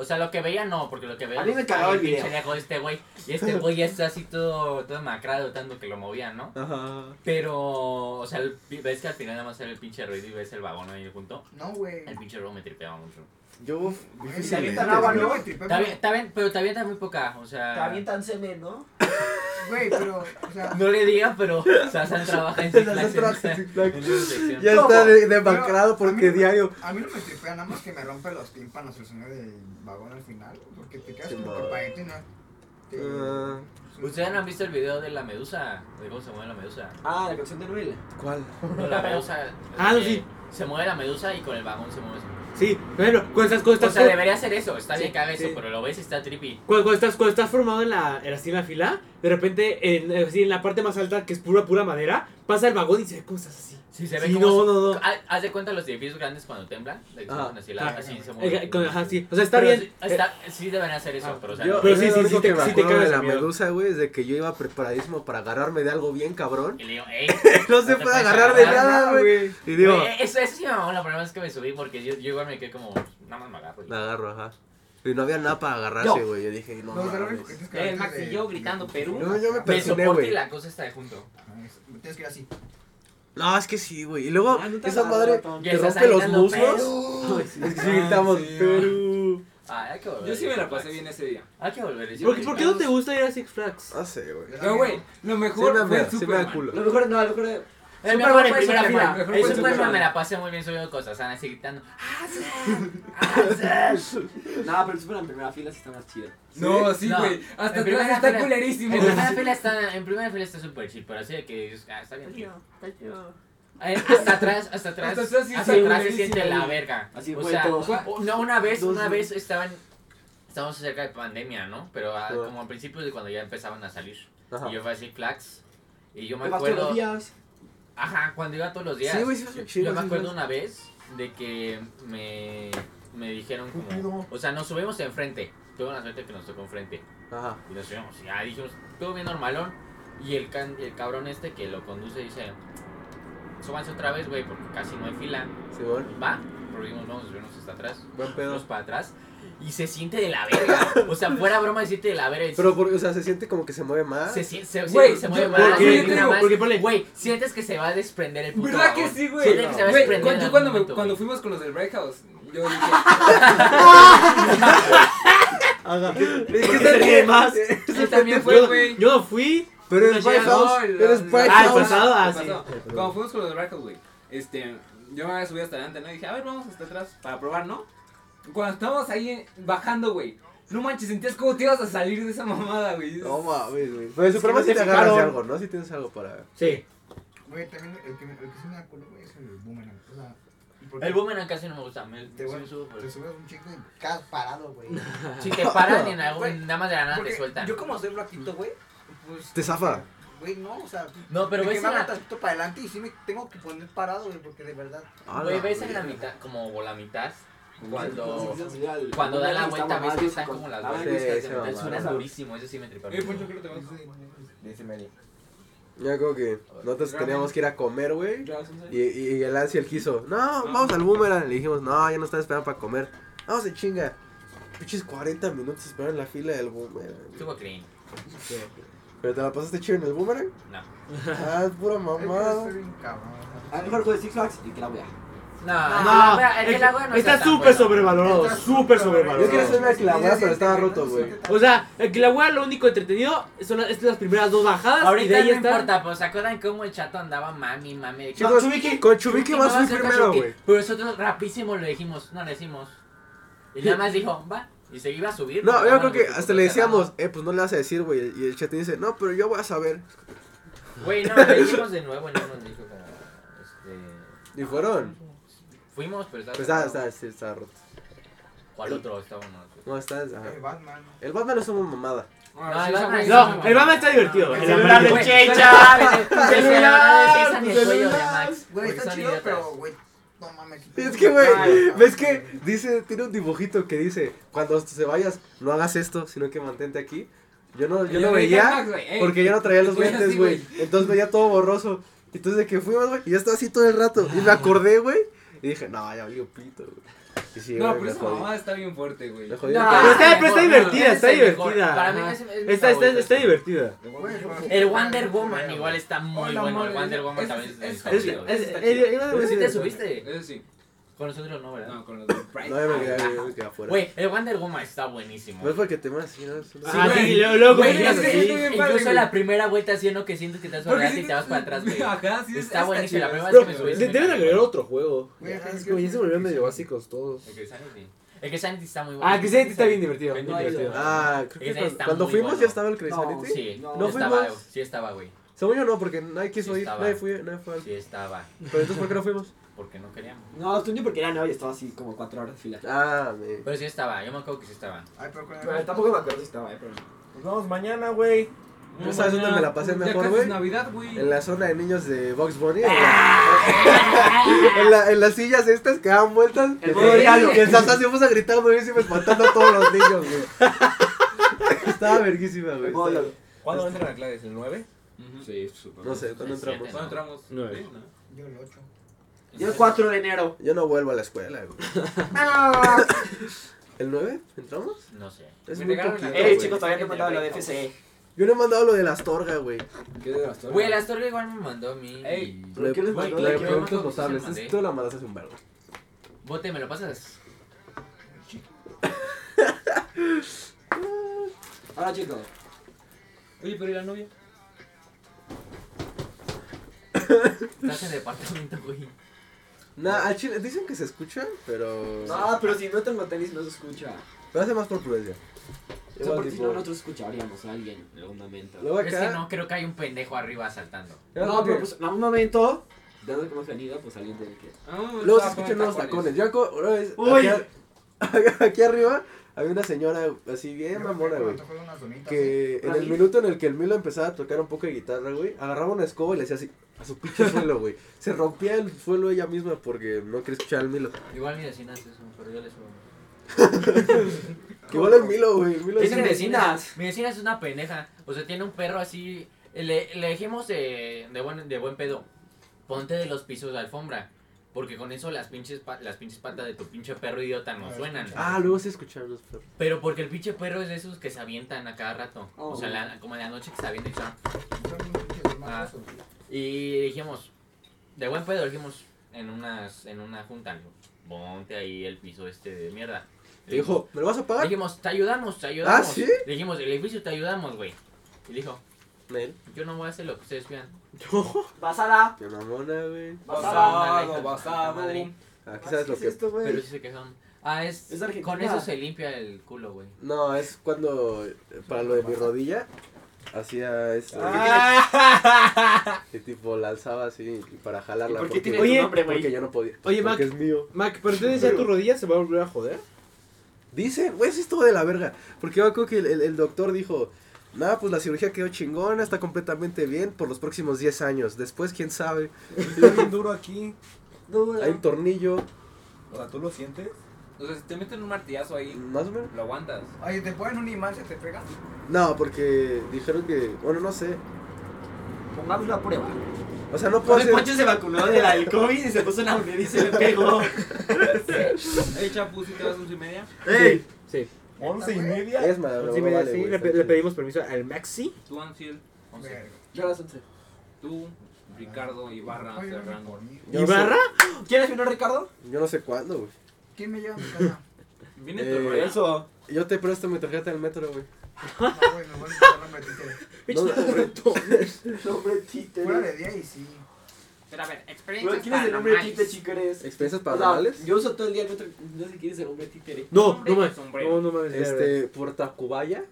F: O sea, lo que veía no, porque lo que veía.
I: A mí me
F: es,
I: cagaba
F: "Ay,
I: el video".
F: pinche lejos de este güey. Y este güey ya está así todo, todo macrado, tanto que lo movían, ¿no?
E: Ajá.
F: Pero, o sea, el pi- ves que al final nada más era el pinche ruido y ves el vagón ahí junto.
I: No, güey.
F: El pinche ruido me tripeaba mucho.
E: Yo.
I: Se avientan agua, ¿no? Y te pegan.
F: Te avien- te avien- pero te avientan muy poca, o sea.
I: Te avientan semen, ¿no? Güey, pero, o sea.
F: No le digan, pero Sazan
E: <laughs>
F: trabaja
I: <laughs>
F: en Six Flags.
E: trabaja en Six Flags.
F: <laughs> en esa sección.
E: Ya
I: ¿Cómo?
E: está de-
I: Pero
E: demacrado porque diario.
I: A mí no me tripea, nada más que me rompe los tímpanos el señor del vagón al final. Porque te quedas como capañito y no. te-
E: Ah,
F: Ustedes no han visto el video de la medusa, de cómo se mueve la medusa.
I: Ah, la canción de Noel.
E: ¿Cuál?
F: No, la medusa.
R: <laughs> Ah, no,
F: eh,
R: sí.
F: Se mueve la medusa y con el vagón se mueve.
R: Sí, bueno, cuando estás, cuando
F: O
R: estás,
F: sea,
R: for-
F: debería hacer eso. Está
R: Sí,
F: bien que haga eso,
R: sí.
F: pero lo ves y está trippy.
R: cuando, cuando estás, cuando estás formado en la, en así en la fila, de repente, en, así en la parte más alta, que es pura, pura madera, pasa el vagón y se ve cómo estás así.
F: Sí, se ve
R: Sí,
F: como
R: no,
F: si-
R: no, no.
F: Ha- Haz de cuenta los edificios grandes cuando temblan. de que se
R: Ajá.
F: hacen así, la-
R: Ah,
F: así se
R: eh,
F: mueven.
R: con- ajá, sí. O sea, está
F: Pero
R: bien.
F: Sí, está- sí deberían hacer eso, pero o sea.
E: Yo,
F: no.
E: pero sí, sí, sí,
R: te-
E: que me
R: sí te
E: acuerdo
R: cagas
E: de
R: de
E: la
R: miedo.
E: medusa, güey, es de que yo iba preparadísimo para agarrarme de algo bien cabrón.
F: Y
R: <laughs>
F: le digo, "Ey,
E: <laughs> No se
F: te
E: puede
F: puedes
E: agarrar de
F: agarrar".
E: nada, güey. Y digo,
F: Güey, eso, eso sí me mamó la primera vez que me subí porque yo, yo igual me quedé como, nada más me agarro. y-
E: la agarro, ajá. Y no había nada para agarrarse,
F: Yo.
E: güey. Yo dije, no,
I: No,
E: mames.
I: pero lo único que tienes que hacer
F: Max y
I: es-
F: Eh, yo gritando, Perú.
E: No, yo me
F: Me
E: persiné,
F: soporte
E: güey.
F: y la cosa está de junto.
I: Ah, es- Tienes que ir así.
E: No, es que sí, güey. Y luego,
I: Ah,
E: esa madre
F: Ya
E: Ah, te
F: estás
E: rompe los <laughs>
F: gritando,
E: muslos. Es que sí gritamos, Perú.
F: Ah, hay que volver.
H: Yo sí me la pasé bien ese día.
F: Hay que volver.
R: ¿Por qué, por qué no te gusta ir a Six Flags?
E: No sé, Ah, güey.
H: No, güey, lo mejor
E: Sí me da
H: fue
E: miedo,
H: el
E: sí me da
H: Superman.
E: culo.
H: Lo mejor, no, lo mejor era-
F: El
H: Superman
F: mejor en
H: fue
F: primera
H: Superman,
F: fila.
H: mejor
F: El
H: fue
F: Superman
H: Superman.
F: me la pasé muy bien subiendo cosas, están así gritando.
I: No, pero tú en la primera fila sí está más chido.
H: No, sí, güey.
F: En
H: Hasta atrás
F: primera
H: está
F: fila-
H: culerísimo.
F: En <laughs> primera fila está, en primera fila está super chill, pero así de que dices, ah, está bien. chill. Eh, hasta atrás, hasta atrás,
H: Hasta
F: hasta
H: atrás
F: atrás,
H: sí está
F: se
H: buenísimo.
F: siente la verga.
I: Así
F: o
I: fue
F: sea,
I: todo.
F: u- no, una vez,
I: Dos
F: una
I: veces.
F: vez estaban, estábamos cerca de pandemia, ¿no? Pero ah, como al principio de cuando ya empezaban a salir.
E: Ajá.
F: Y yo fui así, Flax, y yo me
I: Te vas todos los
F: acuerdo,
I: días.
F: Ajá, cuando iba todos los días.
E: Sí, güey, sí, es
F: Yo-
E: chido,
F: Yo me
E: sí,
F: acuerdo
E: sí.
F: una vez de que me, me dijeron
E: Cupido.
F: como... O sea, nos subimos enfrente. Tuve la suerte que nos tocó enfrente.
E: Ajá.
F: Y nos subimos. Y ya dijimos, todo bien normalón. Y el, can- el cabrón este que lo conduce dice... Súbanse otra vez, güey, porque casi no hay fila.
E: Sí, güey.
F: Va, prohibimos, vamos a subirnos hasta atrás.
E: Buen pedo.
F: Subimos para atrás. Y se siente de la verga. O sea, fuera broma, se siente de la verga.
E: Pero, por- o sea, se siente como que se mueve más.
F: Se, sien- se,
H: Güey,
F: se mueve
H: yo-
F: más,
H: porque-
F: güey,
H: yo te
F: nada
H: digo,
F: más.
H: porque
F: Güey, sientes que se va a desprender el puto
H: ¿Verdad que
F: vagón.
H: sí, güey?
F: Sientes que se va a
H: Güey,
F: desprender en
H: cuando- yo
F: algún
H: cuando, me-
F: momento,
H: cuando
F: güey.
H: fuimos con los del Break House, yo dije.
E: Ajá.
H: ¿Por qué se ríe más? Él también fue, güey.
R: Yo no fui.
E: Pero
R: No
E: es
R: llegué.
E: White House.
H: No, el-
E: Pero es
H: el-
E: White
R: Ah, el
E: House.
R: pasado, ah,
H: el
R: sí.
H: pasado. Cuando fuimos con los del Break House, güey, este, yo me había subido hasta adelante, ¿no? Y dije, a ver, vamos hasta atrás para probar, ¿no? Cuando estábamos ahí eh, bajando, güey, no manches, sentías como te ibas a salir de esa mamada, güey.
E: No mames, güey. Pero en
H: que
E: Superman
H: no
E: sí
H: te
E: te agarras de
H: fijaron.
E: algo, ¿no? Si tienes algo para.
R: Sí.
I: Güey, también el que, me- el que sí me da culo, güey, es el boomerang. O sea, porque
F: El boomerang casi no me gusta. Me,
I: Te,
F: sí
I: güey,
F: me subo, pues. pero-
I: te subes un chico y quedas parado, güey.
F: Si <laughs> te paran en
I: Güey,
F: algún, nada más de la nada
I: porque
F: te sueltan.
I: Yo como soy flaquito, güey, pues...
E: Te zafa.
I: Güey, no, o sea...
F: No, pero
I: me
F: ves
I: quemaba
F: en la-
I: tantito para
E: Ah,
I: adelante y sí me tengo que poner parado, güey, porque de verdad...
F: Güey, ves en la mitad, como la mitad, Cuando, cuando da la vuelta, ves que están como las
E: Ah,
F: dos.
E: sí, ese
F: Eso
E: mamá.
F: suena durísimo, eso sí me tripa.
H: Eh, Poncho, creo que te vas.
E: Dice Meli. Ya como que nosotros teníamos que ir a comer, güey. Y, y, y el ansia, él quiso, no, vamos al boomerang. Le dijimos, no, ya no están esperando para comer. Vamos se chinga. Pinches 40 minutos esperando en la fila del boomerang.
F: Estuvo clean.
E: ¿Pero te la pasaste chido en el boomerang?
F: No.
E: Ah, es pura mamada.
C: A lo mejor fue Six Flags y que la voy a.
F: Ah,
D: No,
C: No, espera, es que la wea no
R: está
C: está tan
R: súper
C: buena.
R: sobrevalorado, súper sobrevalorado.
E: Yo quería hacer una clavada, pero estaba roto, güey.
R: O sea, el Kilauea lo único entretenido son las, es las primeras dos bajadas. y de
F: Ahorita
R: ahí
F: no
R: está.
F: importa, pues ¿se acuerdan cómo el chato andaba mami, mami?
E: Chicos,
F: No, Chubique,
E: con Chubique
F: Chubique
E: vas
F: no
E: muy
F: acerca a
E: primero,
F: Chubique.
E: güey.
F: Pero nosotros rapidísimo le dijimos, no le decimos. Y nada más dijo, va. Y se iba a subir.
E: No,
F: porque
E: yo
F: no
E: creo que
F: nos
E: hasta
F: escuchó
E: le
F: cerrado.
E: decíamos, eh, pues no le vas a decir, güey. Y el chat dice, no, pero yo voy a saber.
F: Güey,
E: <laughs>
F: no, le dijimos de nuevo y no nos dijo como. Este.
E: Y fueron.
F: Fuimos, pero estaba.
E: Pues está, está, sí, está roto.
F: ¿Cuál otro? Estaba uno.
E: No, está, ajá.
I: El Batman.
E: El Batman es una mamada.
F: No, el Batman es una
R: No,
F: mamada.
R: el Batman Ah, está
I: Ah,
R: divertido.
E: El
R: El
E: celular
R: amarillo.
E: de
R: Güey,
F: Checha,
R: tu
F: el celular de César y el cuello de Max.
I: Güey,
F: porque
I: está
F: son
I: chido,
F: idiotas.
I: pero, güey, no mames.
E: Es que, güey, <laughs> ves que dice, tiene un dibujito que dice, cuando se vayas, no hagas esto, sino que mantente aquí. Yo no, yo
H: Yo
E: no
H: me
E: veía,
H: dije, "Max, güey, ey".
E: porque yo no traía los
H: Yo así,
E: lentes,
H: güey.
E: güey. Entonces veía todo borroso. Entonces de que fuimos, güey, y yo estaba así todo el rato. Y me acordé, güey, y dije, no, ya valió pito, güey. Y sí,
H: No,
E: güey,
H: pero
E: me
H: esa
E: jodí.
H: mamada está bien fuerte, güey.
E: Me jodí.
F: No,
R: Pero está, pero
F: mejor,
R: está divertida,
F: no,
R: está
F: ese es el mejor.
R: divertida.
F: Para mí
R: Ajá.
F: ese es mi
R: Está, está,
F: favorito.
R: está divertida.
F: El Wonder Woman igual está muy bueno. El Wonder Woman también está
R: es-
F: chido.
R: es-
F: Está
R: es-
F: chido.
R: iba a
F: Pero sí
R: decir
F: te
R: eso.
F: subiste.
H: Eso sí.
F: Con nosotros no, ¿verdad?
H: No, con los de Pride.
E: No, yo me quedé, yo me quedé afuera.
F: Güey, el Wonder Woman está buenísimo.
E: No es porque te más, sino es una-
R: Ah, sí, luego- luego
F: Güey,
R: cuando
F: es
R: llegas
F: que-
R: así.
F: e
H: padre,
F: Incluso
H: güey.
F: la primera vuelta haciendo que sientes que te has
H: Porque
F: ordeado
H: sí
F: y te vas para atrás, güey. <laughs>
H: <laughs> Ajá, sí,
F: Está
H: está
F: buenísimo. La
H: chido.
F: primera
R: No,
F: vez que me subí.
R: de-
F: se me
R: deben
F: cayó.
R: agregar otro juego.
I: Güey, ajá,
R: Es
I: es
R: que
I: que-
R: ya se volvieron medio básicos todos.
F: El que Sanity. El que Sanity está muy bueno.
R: Ah, que sí, está bien divertido. bien
F: No, yo-
R: divertido.
E: Ah, creo
F: Ese
E: que cuando,
F: está
E: cuando
F: muy
E: fuimos
F: bueno.
E: ya estaba el Crazy
F: No,
E: Sanity.
F: Sí,
E: no,
F: estaba,
E: fuimos.
F: sí estaba, güey.
E: Según yo no, porque nadie quiso
F: Sí
E: ir,
F: estaba.
E: nadie fue, nadie fue. al-
F: Sí estaba.
E: Pero entonces, ¿por qué no fuimos?
F: Porque no queríamos.
C: No, tú ni porque era no, y estaba así como 4 horas de fila.
E: Ah, me...
F: Pero sí estaba, yo me acuerdo que sí estaba.
I: Ay, pero con el-
C: Pero tampoco me acuerdo si estaba, eh, pero.
T: Nos vamos mañana, güey.
E: ¿Tú sabes dónde me la pasé
H: Ya
E: mejor,
H: casi
E: güey?
H: es Navidad, güey.
E: En la zona de niños de Box Bunny. En, la- en la- en las sillas estas que daban vueltas. que todo-
C: regalo.
E: que el Santa se puso a gritar durísimo, espantando a todos los niños, güey. Estaba verguísima, güey.
C: modo
E: estaba-
T: ¿Cuándo entran a clases? ¿El 9?
H: Sí, súper.
E: este. No sé, ¿cuándo
F: Siete,
E: entramos?
F: ¿no?
H: ¿Cuándo entramos?
R: No.
H: Sí, ¿no?
I: Yo el 8.
C: Yo el 4 de enero.
E: Yo no vuelvo a la escuela, güey. ¿El 9? ¿Entramos?
F: No sé.
E: Es
H: Me
E: muy
H: regalaron
E: poquito,
H: la-
C: Eh,
E: güey.
C: chicos, todavía no he mandado lo de E. FCE.
E: Yo no he mandado lo de la Astorga, güey.
C: ¿Qué de las
F: Güey, la historia igual me mandó a mí.
H: Ey.
F: y-
E: Lo de,
C: qué les
E: lo de
C: mandó? Yo me
E: productos
F: acuerdo que sí
E: posables.
F: mandé.
E: Tú la mandaste hace un verbo.
F: Bote, ¿me lo pasas?
C: Ahora, chicos.
H: Oye, pero ¿y la novia?
F: Estás en el departamento, güey.
E: Nah, al chile, dicen que se escucha, pero.
C: No, Ah, pero si no tengo tenis, no se escucha.
E: Pero hace más por prudencia.
C: O sea,
E: Igual,
C: por ti
E: tipo,
C: no nosotros escucharíamos a alguien en algún momento.
E: Luego
F: Es que
E: acá.
F: no, creo que hay un pendejo arriba saltando.
C: No, pero pues en algún momento, de donde hemos venido, pues alguien tiene que.
E: Luego se escuchan unos tacones. Yo acu- una vez,
C: Uy.
E: Aquí, <laughs> aquí arriba había una señora así bien mamona, güey. Que en el minuto en el que el Milo empezaba a tocar un poco de guitarra, güey, agarraba una escoba y le hacía así a su pinche suelo, güey. Se rompía el suelo ella misma porque no quería escuchar al Milo.
F: Igual mi vecina hace eso, pero yo le subo.
E: Que igual el Milo, güey. el Milo Pues
F: Es
E: sí-
F: mi
C: Dicen
F: vecina,
C: vecinas.
F: mi vecina es una pendeja. O sea, tiene un perro así. Le, le dijimos de, de, buen, de buen pedo. Ponte de los pisos de alfombra. Porque con eso las pinches, pa- las pinches patas de tu pinche perro idiota no suenan.
E: Ah, luego se escucharon los perros.
F: Pero porque el pinche perro es de esos que se avientan a cada rato.
C: Oh.
F: O sea, la- como en la noche que se avientan y suenan. Ah, Y dijimos, de buen pedo, dijimos en, unas, en una junta, dijo, ponte ahí el piso este de mierda.
E: Le dijo, ¿me lo vas a pagar?
F: dijimos, te ayudamos, te ayudamos.
E: ¿Ah, sí?
F: Le dijimos, el edificio te ayudamos, güey. Y dijo,
E: Nel.
F: yo no voy a hacer lo que ustedes quieran.
C: Basada.
E: Qué mamona, güey.
F: Basado.
H: Basado, basado.
C: "Ah,
E: Aquí sabes lo que.
F: Pero sí se quejaron. Ah, es,
C: Es de Argentina.
F: con eso se limpia el culo, güey.
E: No, es cuando. eh, Para lo de mi rodilla. Hacía esto. <laughs> Que tipo la alzaba así para jalarla.
C: Ah. por qué
E: porque-
C: tiene
R: tu Oye,
C: nombre, güey?
E: Porque yo no podía. porque
R: Oye, Mac.
E: es mío.
R: Mac, pero entonces ya tu rodilla se va a volver a joder.
E: Dice, güey, eso es todo de la verga. Porque yo me acuerdo que el, el- el doctor dijo. Nada, pues la cirugía quedó chingona, está completamente bien por los próximos 10 años. Después, quién sabe.
C: <laughs>
T: Estoy bien duro aquí.
E: Hay un tornillo.
T: O sea, ¿tú lo sientes?
H: O sea, si te meten un martillazo ahí,
E: Más o menos.
H: lo aguantas.
I: Oye, te ponen un imán, se te pega.
E: No, porque dijeron que. Bueno, no sé.
C: Pongámoslo a prueba.
E: O sea, no puedo
C: Pues
E: hacer.
C: Poncho se vacunó de la del COVID y se puso una moneda y se le
E: <laughs>
C: pegó.
H: Ey, chapu, si te vas a once y media.
R: ¡Ey! Sí.
T: ¿Once y media?
E: Es madre,
R: Once y media, sí. Le, pe- le pedimos permiso al Maxi.
H: Tú, Ansiel. once.
C: Ya las <laughs> once.
H: Tú, Ricardo, Ibarra, Serrano.
E: Yo no sé-
R: ¿Ibarra?
C: ¿Quieres venir, Ricardo?
E: Yo no sé cuándo, güey.
I: ¿Quién me lleva a mi casa?
H: Viene
C: este
E: Eh,
H: tu regreso.
E: Yo te presto mi tarjeta del metro, güey.
I: No, güey, me voy a quitar nombre títere.
E: ¿Dónde?
C: Nombre
I: Fuera
C: títere.
I: de 10 y sí.
H: Pero a ver,
C: Güey,
H: experiencias
C: ¿Quién es el nombre títere,
H: paranormales.
C: chico? Eres.
E: ¿Experiencias
C: O sea,
E: paranormales?
C: Yo uso todo el día el metro. No sé quién es el nombre títere.
R: No,
H: Hombre,
R: no mames.
H: sombrero.
R: No, no mames. ya, güey.
E: Este, por Tacubaya,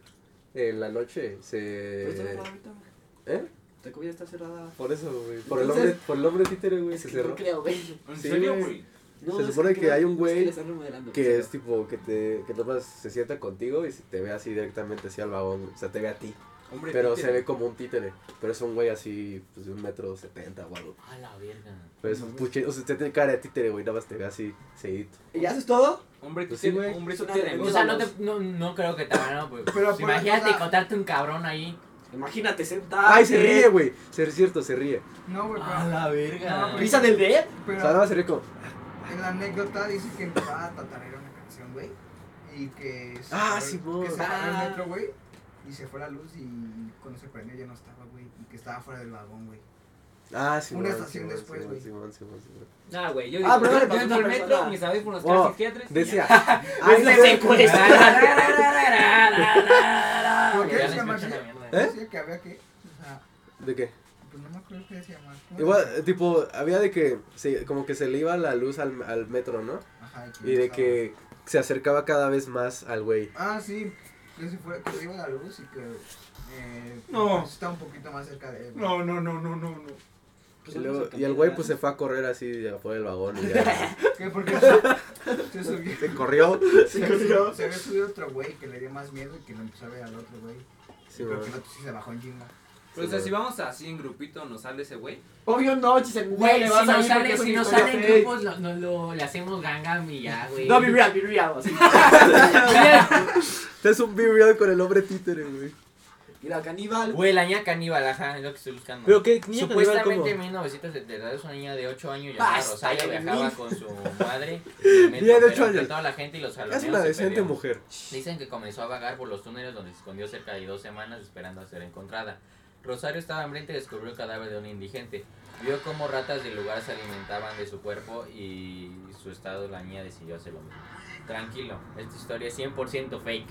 E: en la noche
C: Pero está cerrada
E: se.
C: ahorita.
E: ¿Eh?
C: Tacubaya está cerrada.
E: Por eso, güey. Por el
C: Entonces-
E: hombre, por el hombre títere, güey, se
C: No
E: cerró.
C: creo, güey.
H: ¿En
E: Sí,
H: serio,
E: güey.
H: güey?
C: No,
E: se
C: es
E: supone que
C: creo-
E: hay un
C: es que
E: güey
C: le están remodelando, o sea,
E: Que es tipo que te que nomás se sienta contigo y se te ve así directamente hacia el vagón, güey. o sea, te ve a ti.
H: Hombre,
E: Pero
H: títere.
E: se ve como un títere, pero es un güey así, pues de un metro setenta o algo.
F: A la verga.
E: Pero es un puche, o sea, te tiene cara de títere, güey, nada más te ve así, seguidito.
C: ¿Y ya haces todo?
H: Hombre,
E: Pues
H: títere,
E: sí, güey.
H: hombre,
C: Es una
H: títere.
C: verga.
F: O sea, no, te, no, no creo que te van a... Pues,
I: Pero por-
F: imagínate
I: o sea-
F: contarte un cabrón ahí.
C: Imagínate sentado.
E: ¡Ay, se ríe, güey! Se- Es cierto, se ríe.
I: No, güey,
F: A
I: pero,
F: la verga.
I: No,
C: ¿Risa del dead?
E: O sea, nada
I: pero
E: más se ríe como,
I: en la anécdota dice que empezaba a tatarear una canción, güey. Y que se
E: Ah,
I: paró el-
E: sí, güey.
I: que se paró
C: Ah.
I: el metro, güey. Y se fue la luz y cuando se prendió ya no estaba, güey. Y que estaba fuera del vagón, güey.
E: ah, sí,
I: Una
E: man,
I: estación
E: sí, man,
I: después,
E: sí, man,
I: güey.
E: sí, man, sí, man, sí, man.
H: Ah, güey, yo
C: Ah,
H: digo, ah,
C: pero no le
H: yo
C: pasó a
H: entro al
C: otra
H: metro,
C: persona.
H: mis aves con los
E: Oh,
H: tres
E: <laughs>
H: psiquiatres.
E: Decía,
C: ¡Ay, se
I: ¿Por qué
F: ya
I: se
F: les
I: llama
F: meten la
I: así?
F: mierda.
E: ¿eh?
I: Decía que había que. O sea,
E: ¿De qué?
I: pues no me acuerdo qué se llamaba. ¿Cómo
E: Igual,
I: era?
E: eh, tipo, había de que, se- como que se le iba la luz al, al metro, ¿no?
I: Ajá,
E: Y de
I: estaba-
E: que se acercaba cada vez más al güey.
I: Ah, sí. Que se fue, que se iba la luz y que. Eh,
T: No.
I: pues, Está un poquito más cerca de él. güey.
T: No, no, no, no, no, no.
E: Y, luego- y el güey pues se fue a correr así de afuera del vagón y ya.
I: ¿Qué? Porque se,
C: <laughs>
I: se subió.
E: se corrió.
I: Se había, se había subido otro güey que le dio más miedo y que lo empezó a ver al otro güey.
E: Sí,
I: pero
E: man.
I: que el otro sí se bajó en chinga.
H: Pero, Pues, o sea, si vamos así en grupito, nos sale ese güey.
C: Obvio no, si se
F: Güey,
C: le
F: si
C: vas a
F: no
C: avisar que
F: sale,
C: es
F: si
C: una
F: no
C: historia
F: sale en
C: fake.
F: grupos, lo, no, lo- le hacemos gangam y ya, güey.
C: No, be real, be real. Así.
E: Este es un video con el hombre títere, güey.
C: Mira, caníbal.
F: Güey, la niña caníbal, ajá, es lo que estoy buscando.
R: Pero qué niña caníbal, ¿cómo?
F: Supuestamente en 1970 es una niña de 8 años llamada
C: Basta,
F: Rosalia
C: ya,
F: viajaba
C: mil.
F: con su
E: <laughs>
F: madre.
E: Niña de ocho años.
F: Toda la gente y los
E: Es
F: jaloneos
E: una
F: se
E: decente
F: peleó.
E: mujer.
F: Dicen que comenzó a vagar por los túneles donde se escondió cerca de dos semanas esperando a ser encontrada. Rosario estaba hambrienta y descubrió el cadáver de un indigente. Vio cómo ratas del lugar se alimentaban de su cuerpo y su estado la niña decidió hacer lo mismo. Tranquilo, esta historia es 100% fake.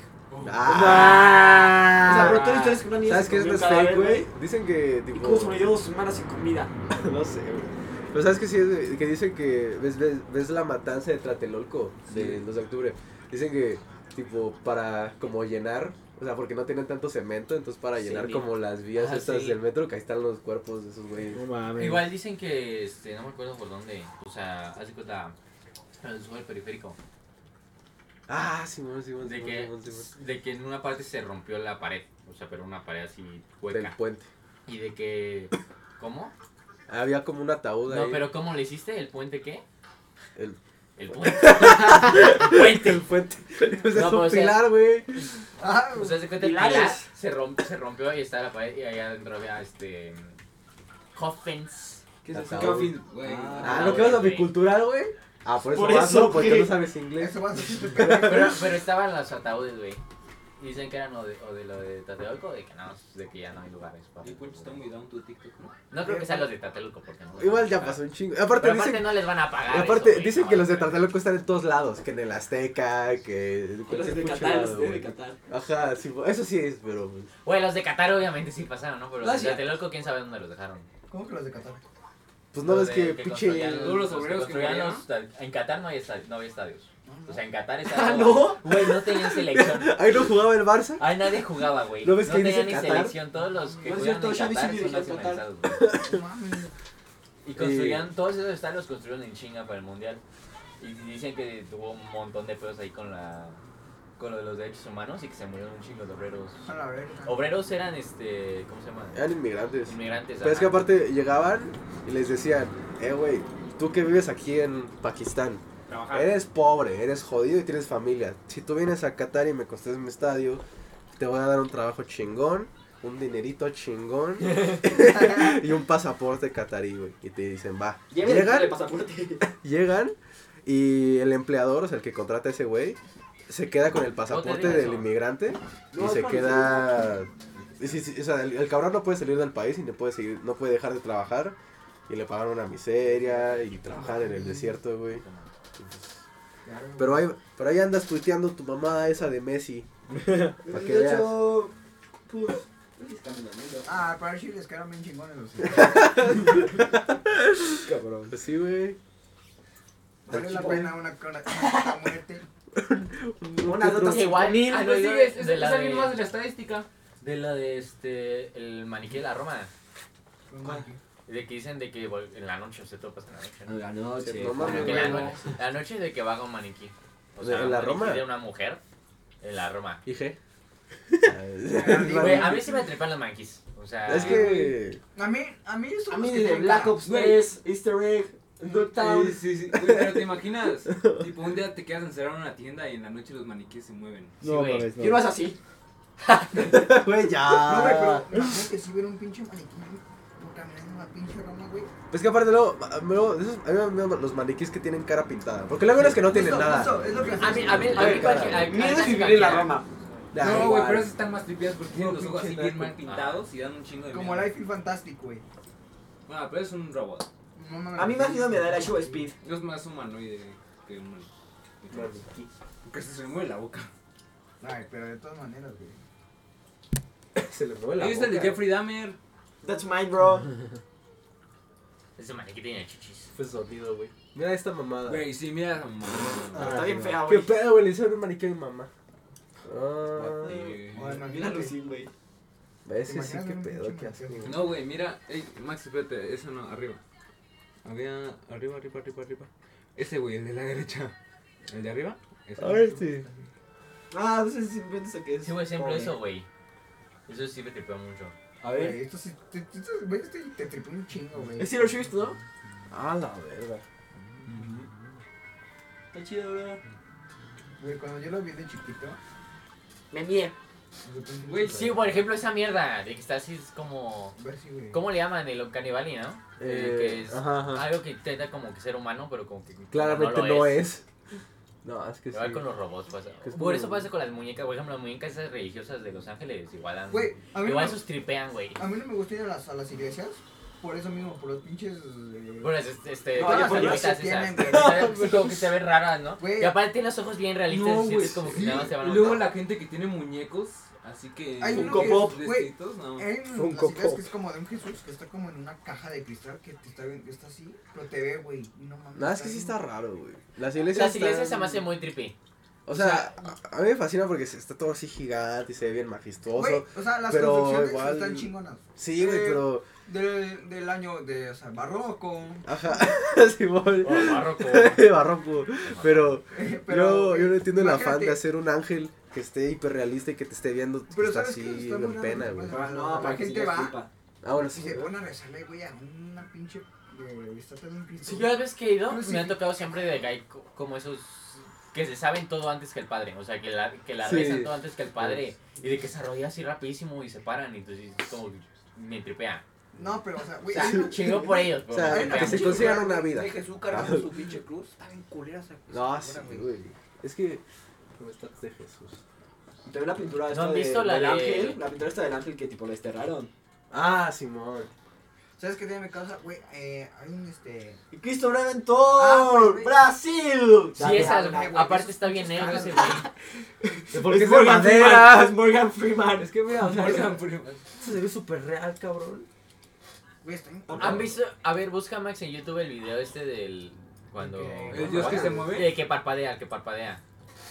C: Ah. O sea,
E: Ah.
C: pero tú historias que una niña
E: ¿Sabes
C: se
E: qué es
C: comió
E: más
C: un cadáver,
E: fake, güey? Dicen que
C: Y
E: tipo
C: cómo sobrevivió dos semanas sin comida.
E: no sé, güey. Pero sabes que sí es de- que dicen que ves, ves, ves la matanza de Tlatelolco del 2 de octubre. Dicen que tipo para como llenar, o sea, porque no tienen tanto cemento, entonces para
F: Sí,
E: llenar
F: ni-
E: como las vías
F: Ah,
E: estas
F: sí.
E: del metro, que ahí están los cuerpos de esos güeyes.
R: No mames.
F: Igual dicen que, este, no me acuerdo por dónde, o sea, hace cuenta, sube el periférico,
E: Ah, Simón, Simón,
F: de
E: Simón,
F: que,
E: Simón, Simón.
F: de que en una parte se rompió la pared, o sea, pero una pared así
E: Del
F: hueca,
E: puente.
F: y de que, ¿cómo?
E: Había como un ataúd ahí.
F: No, pero ¿cómo le hiciste? ¿El puente qué?
E: El,
F: El puente.
E: el
F: <laughs>
E: puente. <laughs> O sea, es
F: No, pero,
E: un
F: o sea,
E: pilar, güey.
I: Ah,
F: O sea, se cuenta el pilar,
C: Pilares.
F: se, romp- se rompió y estaba la pared y allá adentro había este... Coffins.
H: ¿Qué es eso?
E: Ataúd.
H: Coffin, güey.
E: Ah,
F: Ah,
E: ¿no que vas a
F: güey.
E: bicultural, güey? Ah, por eso
C: Por
E: vas,
C: eso,
E: ¿no? porque
C: güey.
E: no sabes inglés.
I: Eso va a ser tu pendejo.
F: Pero, pero estaban los ataúdes, güey. Dicen que eran o de, o de lo de Tatelolco o de que no, de que ya no hay lugares para...
H: Y Poncho está muy down tu TikTok, ¿no?
F: No creo que sean los de Tatelolco porque no...
E: Igual ya pasó un chingo. Aparte,
F: Pero aparte
E: dicen,
F: no les van a
C: Ah,
F: pagar.
E: y aparte,
F: eso, güey,
E: dicen
F: no,
E: que los de
F: pero-
E: Tartaloco están en todos lados, que en el Azteca, que en
C: Los
E: cualquier
C: de
E: pinche
C: Qatar,
E: lado,
C: los de
E: güey.
C: Qatar.
E: Ajá, sí, eso sí es, pero pues,
F: Güey, los de Qatar obviamente sí pasaron, ¿no? Pero
E: Ah,
F: los de
C: Gracias.
F: Tlatelolco quién sabe dónde los dejaron.
I: ¿Cómo que los de Qatar?
E: pues no
F: Lo
E: ves
F: de
E: que pinche
F: construían
H: Todos los
F: que
H: obreros que
F: construían
H: murieron.
F: los estad- En Qatar no, hay esta- no había estadios. O sea,
E: <laughs>
F: en Qatar estaba.
C: Ah, ¿no?
F: Güey, no tenían selección.
E: Ahí no jugaba el Barça. Ah,
F: Ay, nadie jugaba, güey.
E: ¿No ves que ahí
F: tenían ni
E: dice Qatar?
F: selección. Todos los que
C: No es
F: jugaban
C: cierto,
F: en
C: Xavi sí
F: Qatar son
C: dirigió a Qatar.
F: nacionalizados, güey.
I: No mames.
F: Y construían, todos esos estadios los construyeron en chinga para el mundial. Y dicen que tuvo un montón de pedos ahí con la. con lo de los derechos humanos y que se murieron un chingo de obreros.
I: A la verga.
F: Obreros eran este. ¿Cómo se llama?
E: Eran inmigrantes.
F: Inmigrantes.
E: Pero es
F: Pues ajá.
E: que aparte llegaban y les decían, eh, güey, tú que vives aquí en Pakistán,
T: trabajar.
E: Eres pobre, eres jodido y tienes familia. Si tú vienes a Qatar y me costes mi estadio, te voy a dar un trabajo chingón, un dinerito chingón <laughs> y un pasaporte catarí, güey. Y te dicen, va.
C: Lleven
E: Llegan, <laughs>
C: el pasaporte.
E: llegan y el empleador, o sea, el que contrata a ese güey, se queda con el pasaporte
C: digas
E: del
C: eso.
E: inmigrante y
C: No,
E: se
C: es
E: queda... y sí, sí, o sea, el, el cabrón no puede salir del país y no puede, seguir, no puede dejar de trabajar. Y le pagan una miseria y trabajan en el desierto, güey. Pero ahí, pero ahí andas tuiteando tu mamada esa de Messi. Para que
I: De
E: veas.
I: hecho, pues. Ah, para Chile les quedaron bien chingones los
E: Cabrón. Pues sí, güey.
I: Vale la pena una, una, una muerte.
F: Una
I: nota
F: nota igual.
H: Ah,
F: ah,
H: no,
F: no,
H: sí,
F: yo-
H: es, es,
F: de
H: es
F: la
H: alguien
F: de-
H: más de la estadística.
F: De la de este. El maniquí de la Roma. De que dicen de que vol- en la noche se topas en la noche. ¿no?
C: En la noche,
F: Bueno,
C: joder.
F: que la, noche, la noche de que vaga un maniquí. O
E: ¿De-
F: sea,
E: en
F: un
E: la
F: maniquí
E: Roma?
F: De una mujer. En la Roma.
E: ¿Y
F: <laughs>
E: qué?
C: <laughs>
F: Güey, a mí sí me trepan los maniquís. O sea.
E: Es que.
I: A mí, a mí eso
C: A mí desde Black Ops
H: Güey.
C: 3, Easter Egg, Nuketown.
H: Sí, sí, sí. Güey, pero
I: <laughs>
H: te imaginas, tipo, un día te quedas encerrado en una tienda y en la noche los maniquíes se mueven.
C: Sí, No, güey. mames, no. Yo no es así.
E: <laughs> Güey,
C: <laughs>
I: No, güey,
C: Ah.
I: pero
E: ya.
I: imagínate si hubiera un pinche maniquí, güey, por caminando en la pinche Roma, güey.
E: Es que aparte luego, luego, esos- a mí me mama los maniquís que tienen cara pintada. Porque luego eres que no tienen
I: Justo,
E: nada.
I: justo, es lo que
F: A mí, a mí, a
E: Ay, cara.
F: mí, cualquier- a- a mí.
H: Miedo
F: casi
H: vivir en la
F: cualquiera.
H: Roma.
E: Da
H: no, güey,
E: ah, igual.
H: pero esas están más tripiadas porque
I: <laughs>
H: tienen
I: No,
H: los ojos así
I: pinche
H: bien
I: naco.
H: mal pintados y dan un chingo de
I: Como
H: miedo.
I: Life is Fantastic, güey.
H: Ah, pero es un robot.
I: No mames.
C: A mí me ha sido mi edad a Show Speed.
H: Es más humanoide que un maniquí. Porque se le mueve la boca.
I: Ay, pero de todas maneras, güey.
E: <laughs> Se le
H: Ahí está el de Jeffrey Dahmer.
C: That's mine, bro.
F: Ese maniquí tiene chichis.
E: Fue sonido, güey. Mira esta mamada.
H: Güey, sí, mira esa mamá.
I: Ah.
C: Está bien fea,
E: Qué
C: güey.
E: pedo, güey, le hicieron un maniquí a mi mamá. Ah.
I: Ay,
C: Mira
I: imagínate.
C: Lucín, güey.
E: ¿Ves? Sí, sí,
I: Imagínate
E: qué
I: un
E: pedo,
I: pinche
E: qué asco. güey.
H: No, güey, mira. Ey, Max, espérate, eso no, arriba. Arriba, arriba, arriba, arriba, arriba. Ese, güey, el de la derecha. ¿El de arriba? Ese.
E: A ver, sí.
C: Ah, no sé si piensas que es.
F: Sí, güey, siempre
C: pobre.
F: eso, güey. Eso sí me tripeo mucho.
C: A
I: Güey,
C: ver.
I: esto sí, te, te, te, güey, este te tripó un chingo, güey.
C: Es Zero Shift, ¿no?
E: A Ah, la verga.
C: Está chido, bro.
I: Güey, cuando yo lo vi de chiquito,
C: Me mié.
I: de repente-
H: Güey,
F: Sí, por ejemplo, esa mierda de que está así es como.
I: Ver si, güey.
F: ¿Cómo le llaman? El canibalí, ¿no? Eh,
E: Eh,
F: que es
E: ajá, ajá.
F: algo que intenta como que ser humano, pero como que.
E: Claramente no,
F: lo
E: es. No, es que sí.
F: Igual con los robots pasa.
E: Que es
F: Por
E: como-
F: eso pasa con las muñecas, por ejemplo, las muñecas esas religiosas de Los Ángeles igual dan.
I: Güey, a mí, Ah,
F: Igual
I: no,
F: esos tripean, güey.
I: a mí no me gusta ir a las, a las iglesias. Por eso mismo, por los pinches. eh,
F: Bueno, es- este, este,
I: No,
F: todas
I: ya
F: las
I: por
F: animitas
I: eso tienen, güey.
F: esas. Sí, <laughs> como que se ven raras, ¿no?
I: Güey.
F: Y aparte tiene los ojos bien realistas
H: No,
F: y
H: güey.
F: sientes como que nada más se van a
H: Luego
F: notar.
H: la gente que tiene muñecos, así que.
I: Hay uno
H: Funko
I: que-
H: Pop,
I: güey,
H: vestiditos, no.
I: Hay
E: Funko
I: unas ideas
E: Pop.
I: que es como de un Jesús que está como en una caja de cristal que te está, que está así, pero te ve, güey. y No mames.
E: No, es que sí está raro, güey. Las iglesias.
F: Las iglesias se
E: están-
F: me hacen muy
I: <laughs>
F: trippy.
E: O sea, a, a mí me fascina porque se- está todo así gigante y se ve bien majestuoso.
I: Güey, o sea, las
E: pero
I: construcciones
E: igual-
I: están chingonas.
E: Sí, güey,
I: Eh,
E: pero.
I: Del, del año de, o sea, barroco. <laughs>
E: <laughs> Ajá, Simón.
F: Oh,
E: <laughs>
F: barroco.
E: Barroco. Pero,
I: eh, pero,
E: yo,
C: eh,
E: yo no entiendo el afán
I: imagínate.
E: de hacer un ángel que esté hiperrealista y que te esté viendo
I: Pero
E: está
I: ¿sabes
E: así
I: qué? Está muy
E: en
I: raro,
E: pena,
I: güey.
E: güey.
I: Ah,
C: no,
I: la
C: para que sí
I: gente
C: les
I: va.
C: culpa.
E: Ah, bueno,
I: Si
E: sí.
I: se pone a rezarle, güey, a una pinche eh, estatua de un Cristo.
F: Sí, yo las veces que he ido,
I: Pero sí.
F: me han tocado siempre de gay co- como esos que se saben todo antes que el padre, o sea, que la, que la
E: Sí.
F: rezan todo antes que el padre, y de que se arrodilla así rapidísimo y se paran, y entonces es como que me tripea.
I: No, pero, o sea,
F: O
I: güey. hay
F: sea,
I: una-
F: chingo por ellos,
E: O
F: pero
E: sea,
F: me
E: que
I: Ay, no,
F: tripea
E: se
F: mucho.
E: consigan una vida.
M: De Jesús cargando su pinche cruz. Está bien culera esa cruz.
E: No, sí,
M: Ahora,
E: güey. Es que. ¿Cómo estás de Jesús?
C: Te ve la pintura esta
F: han
C: de-
F: visto la
C: del
F: de-
C: ángel. La pintura esta del ángel que tipo la desterraron.
E: Ah, Simón.
I: ¿Sabes qué tiene mi causa? Güey, eh, hay un este.
C: Y Cristo
E: ¡Oh,
I: Ah, güey,
C: Redentor,
I: güey.
C: Brasil.
E: Este,
F: Sí, esa,
I: güey,
F: aparte
I: esos
F: está bien
I: pinches
F: negro ese güey.
I: caras.
E: Porque
C: es Morgan Freeman. Es Morgan Freeman.
E: Es que mira, o sea,
H: Morgan Freeman.
E: esto se ve súper real, cabrón.
I: Güey, está bien-
F: ¿Han visto? A ver, busca Max en YouTube el video este del... Cuando...
H: ¿El dios que se mueve?
F: Eh, que parpadea, el que parpadea.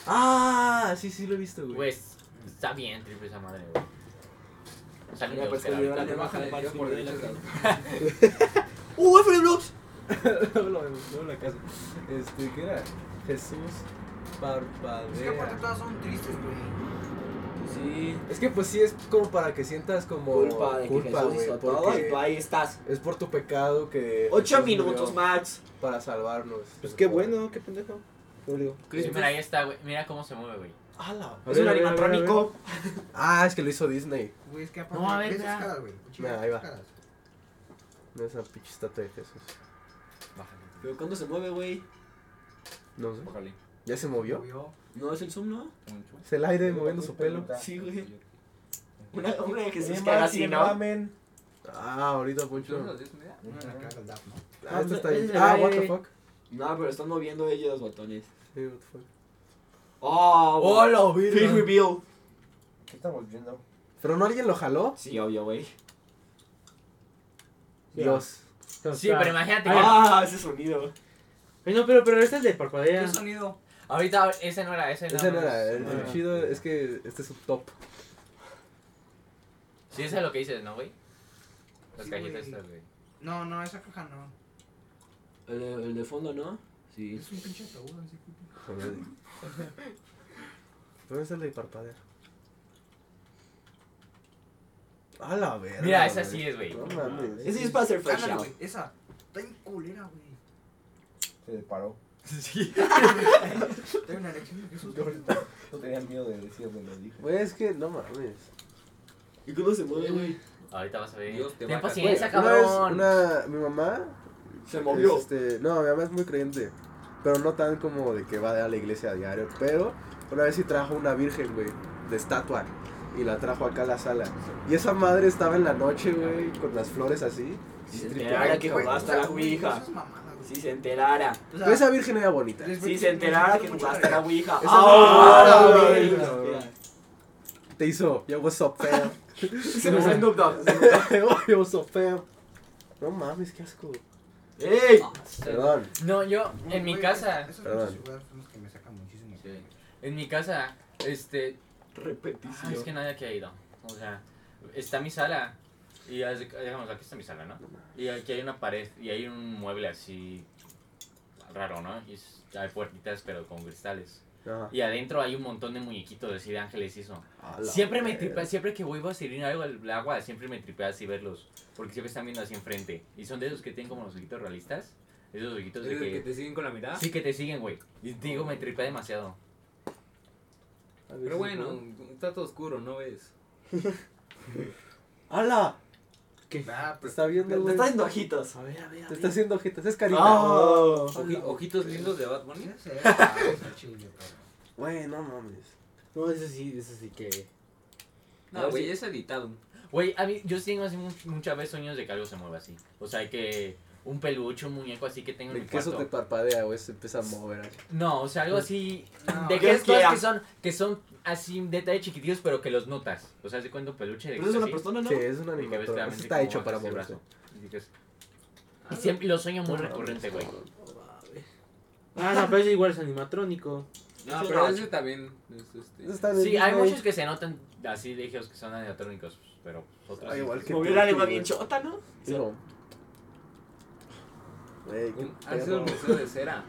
E: Ah, sí, sí lo he visto, güey.
F: Güey, es- está bien triple esa madre, güey. O sea, ni
C: Mira,
F: me
C: pues,
F: gusta, la
C: que le
F: verdad.
C: van
H: Baja de Dios por derecha.
C: ¡Uh, Alfred Brooks!
E: Luego lo vemos, luego la casa. Este, ¿qué era? Jesús
I: Es que aparte
E: parpadea.
I: todas son tristes, güey.
C: Sí.
E: Es que pues sí es como para que sientas como
C: Culpa de que Jesús
E: güey,
C: hizo todo.
E: porque
C: Y ahí estás.
E: es por tu pecado que
C: Ocho
E: Jesús murió
C: minutos, Max.
E: para salvarnos.
T: Pues qué bueno, qué pendejo.
R: Julio.
F: Sí, mira, ahí está, güey. Mira cómo se mueve, güey.
E: ¡Hala!
R: Es un animatrónico.
E: Ah, es que lo hizo Disney.
I: Güey, es que aparte.
F: No, a ver,
I: ves
F: ya.
I: esas caras, güey.
E: Mira, ahí va.
I: Esas caras.
E: No esa pinche estatua de Jesús.
C: Pero ¿cuándo se mueve, güey?
E: No sé. ¿Ya se movió?
C: No, es el zoom, ¿no?
E: Es el aire moviendo su pelo.
C: Sí, güey. Una, una que se
T: Ni
C: es que haga
T: más
C: así,
T: ni
C: ¿no?
T: mamen.
E: Ah, ahorita Poncho.
I: Una cara del DAF, ¿no?
E: Ah, esta está ahí.
C: Es el
E: Ah, what the
C: aire.
E: fuck.
C: No, pero están moviendo ellos los botones.
E: Sí, what the fuck.
C: ¡Oh!
E: ¡Oh,
C: güey.
E: lo vi!
C: Face reveal.
T: ¿Qué estamos viendo?
E: ¿Pero no alguien lo jaló?
C: Sí, obvio, güey.
E: Dios.
F: Sí, pero imagínate. que-
C: ¡Ah! Ese sonido.
R: Ay, no, pero, pero este es de parpadea.
H: ¿Qué sonido?
F: Ahorita, ese no era, ese no
E: Ese no era. El
F: no
E: el chido es que este es un top.
F: Sí, ese es lo que dices, ¿no, güey? Las
I: Sí,
F: cajitas
I: güey.
F: estas, güey.
I: No, no, esa caja no.
C: El, de- el de fondo, ¿no? Sí.
I: Es un pinche ataúd, así que.
F: <laughs>
E: Joder. ¿Dónde está el de parpadear? A la verga.
F: Mira, esa
E: güey.
F: sí es, güey.
E: No mames.
C: Ese es para hacer flash
I: Ándale,
C: out.
I: güey. Esa. Está en culera, güey.
T: Se le paró.
I: Tengo una erección de Jesús.
T: <laughs> Yo ahorita no tenía miedo de decirme, lo dije.
E: Güey, es que no mames.
C: ¿Y cómo se mueve, güey?
F: Ahorita vas a ver.
H: Dios te va
F: Ten
H: a cagar.
F: paciencia,
E: Una vez,
F: cabrón.
E: una, mi mamá
C: Se
E: es,
C: movió.
E: este, no, mi mamá es muy creyente, pero no tan como de que va a la iglesia a diario, pero una vez sí trajo una virgen, güey, de estatua, y la trajo acá a la sala. Y esa madre estaba en la noche, güey, con las flores así.
C: Si se
E: Stripea,
C: enterara que
E: güey.
C: jugaste a la Ouija.
I: Esas mamadas, güey.
C: Si se enterara.
I: O
E: Pero esa virgen era bonita.
I: les-
C: Si se enterara que jugaste a la Ouija.
E: Esa
C: ¡Ah!
E: no-
C: la
E: no,
C: verga!
E: no, no, no.
C: Mira.
E: Te hizo, yo was up,
F: <laughs>
E: fam.
C: Se me fue Snoop Dogg.
E: <laughs> yo was up, fam. No mames, qué asco.
C: ¡Ey!
E: Perdón.
F: No, yo,
I: Güey,
F: en mi
I: güey,
F: casa,
I: Esas
E: Perdón.
I: pinches jugadas son las que me sacan muchísimo.
F: Sí. en mi casa, este,
C: Repetición.
F: Ah, es que nadie aquí ha ido. O sea, está mi sala. Y haz de- digamos, aquí está mi sala, ¿no? Y aquí hay una pared y hay un mueble así raro, ¿no? Y es- hay puertitas pero con cristales.
E: Ajá.
F: Y adentro hay un montón de muñequitos de así de ángeles y eso.
E: A la
F: Siempre me
E: verga.
F: tripea, siempre que vuelvo a servir algo al agua, siempre me tripea así verlos. Porque siempre están viendo así enfrente. Y son de esos que tienen como los ojitos realistas. Esos ojitos de
H: ¿Es el que
F: que...
H: te siguen con la mirada?
F: Sí, que te siguen, güey. Y te digo, me tripea demasiado.
H: Pero bueno, está todo oscuro, ¿no ves?
E: ¡Hala!
I: Ah,
E: Te
I: pero
E: está viendo,
C: Te
E: güey.
C: está haciendo ojitos.
E: Te está haciendo ojitos. Es carita. Oh,
C: Ah.
H: Oji- ojitos lindos de Bad Bunny.
I: tienes esa, esa chile, cabrón.
E: Güey, no mames.
R: No, eso sí, eso sí que.
H: No, güey, es editado.
F: Güey, a mí, yo tengo así mu- muchas veces sueños de que algo se mueva así. O sea, que un peluche, un muñeco así que tengo en mi
E: El queso
F: cuarto.
E: te parpadea, güey. Se empieza a mover.
F: No, o sea, algo así.
I: No.
F: de
C: ¿Qué
F: que
C: es
F: es cosas
C: que-
F: que son, que son así detalles chiquititos, pero que los notas. O sea, se cuenta un peluche de
C: Pero es
F: que
C: una
F: está así,
C: persona, ¿no?
E: Sí, es un
F: y que ves
E: animatrónico.
F: claramente
E: Está
F: cómo
E: hecho
F: baja
E: para
F: ese
E: moverse.
F: brazo. Y dices- Y Ah, siempre lo sueño muy recurrente, güey.
R: Ah, no, pero ese igual es animatrónico.
H: No,
C: Sí,
H: pero
C: no.
H: ese también. es, este,
E: Está en el
F: Sí, hay
E: Ah, Disney.
F: muchos que se notan así de que son anatrónicos, pero otros.
E: Ah,
F: sí.
E: igual que
C: Movió
E: tú,
C: la
E: tú,
C: lengua
E: güey.
C: bien chota, ¿no?
E: Digo. Güey, qué
H: un- Ha sido
E: perro.
H: el museo de cera.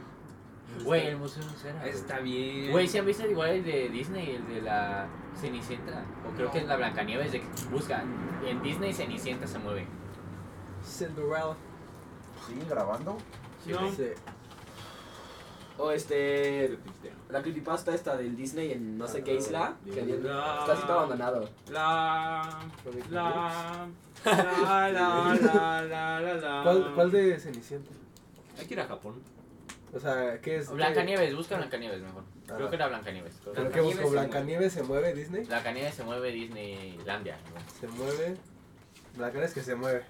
F: Güey, el museo no será.
H: Ese Está bien.
F: Güey, ¿se han visto igual el de Disney, el de la Cenicienta? O creo que es la Blancanieves de que busca. En Disney Cenicienta se mueve.
E: Cinderella.
F: pues.
T: ¿Siguen grabando?
R: No.
E: Sí.
C: O este. La creepypasta esta del Disney en no sé qué isla. Que había-
H: No.
C: Está así todo abandonado.
R: La. La. La, la, la, la, la, la.
E: ¿Cuál, ¿Cuál de Cenicienta?
H: Hay que ir a Japón.
E: O sea, ¿qué es?
F: Blancanieves, busca Blancanieves mejor. Creo que era Blancanieves.
E: ¿Qué- ¿Pero qué busco?
H: Blancanieves se
E: ¿Blancanieves se mueve Disney?
F: Blancanieves se mueve Disneylandia. ¿no?
E: Se mueve. Blancanieves que se mueve.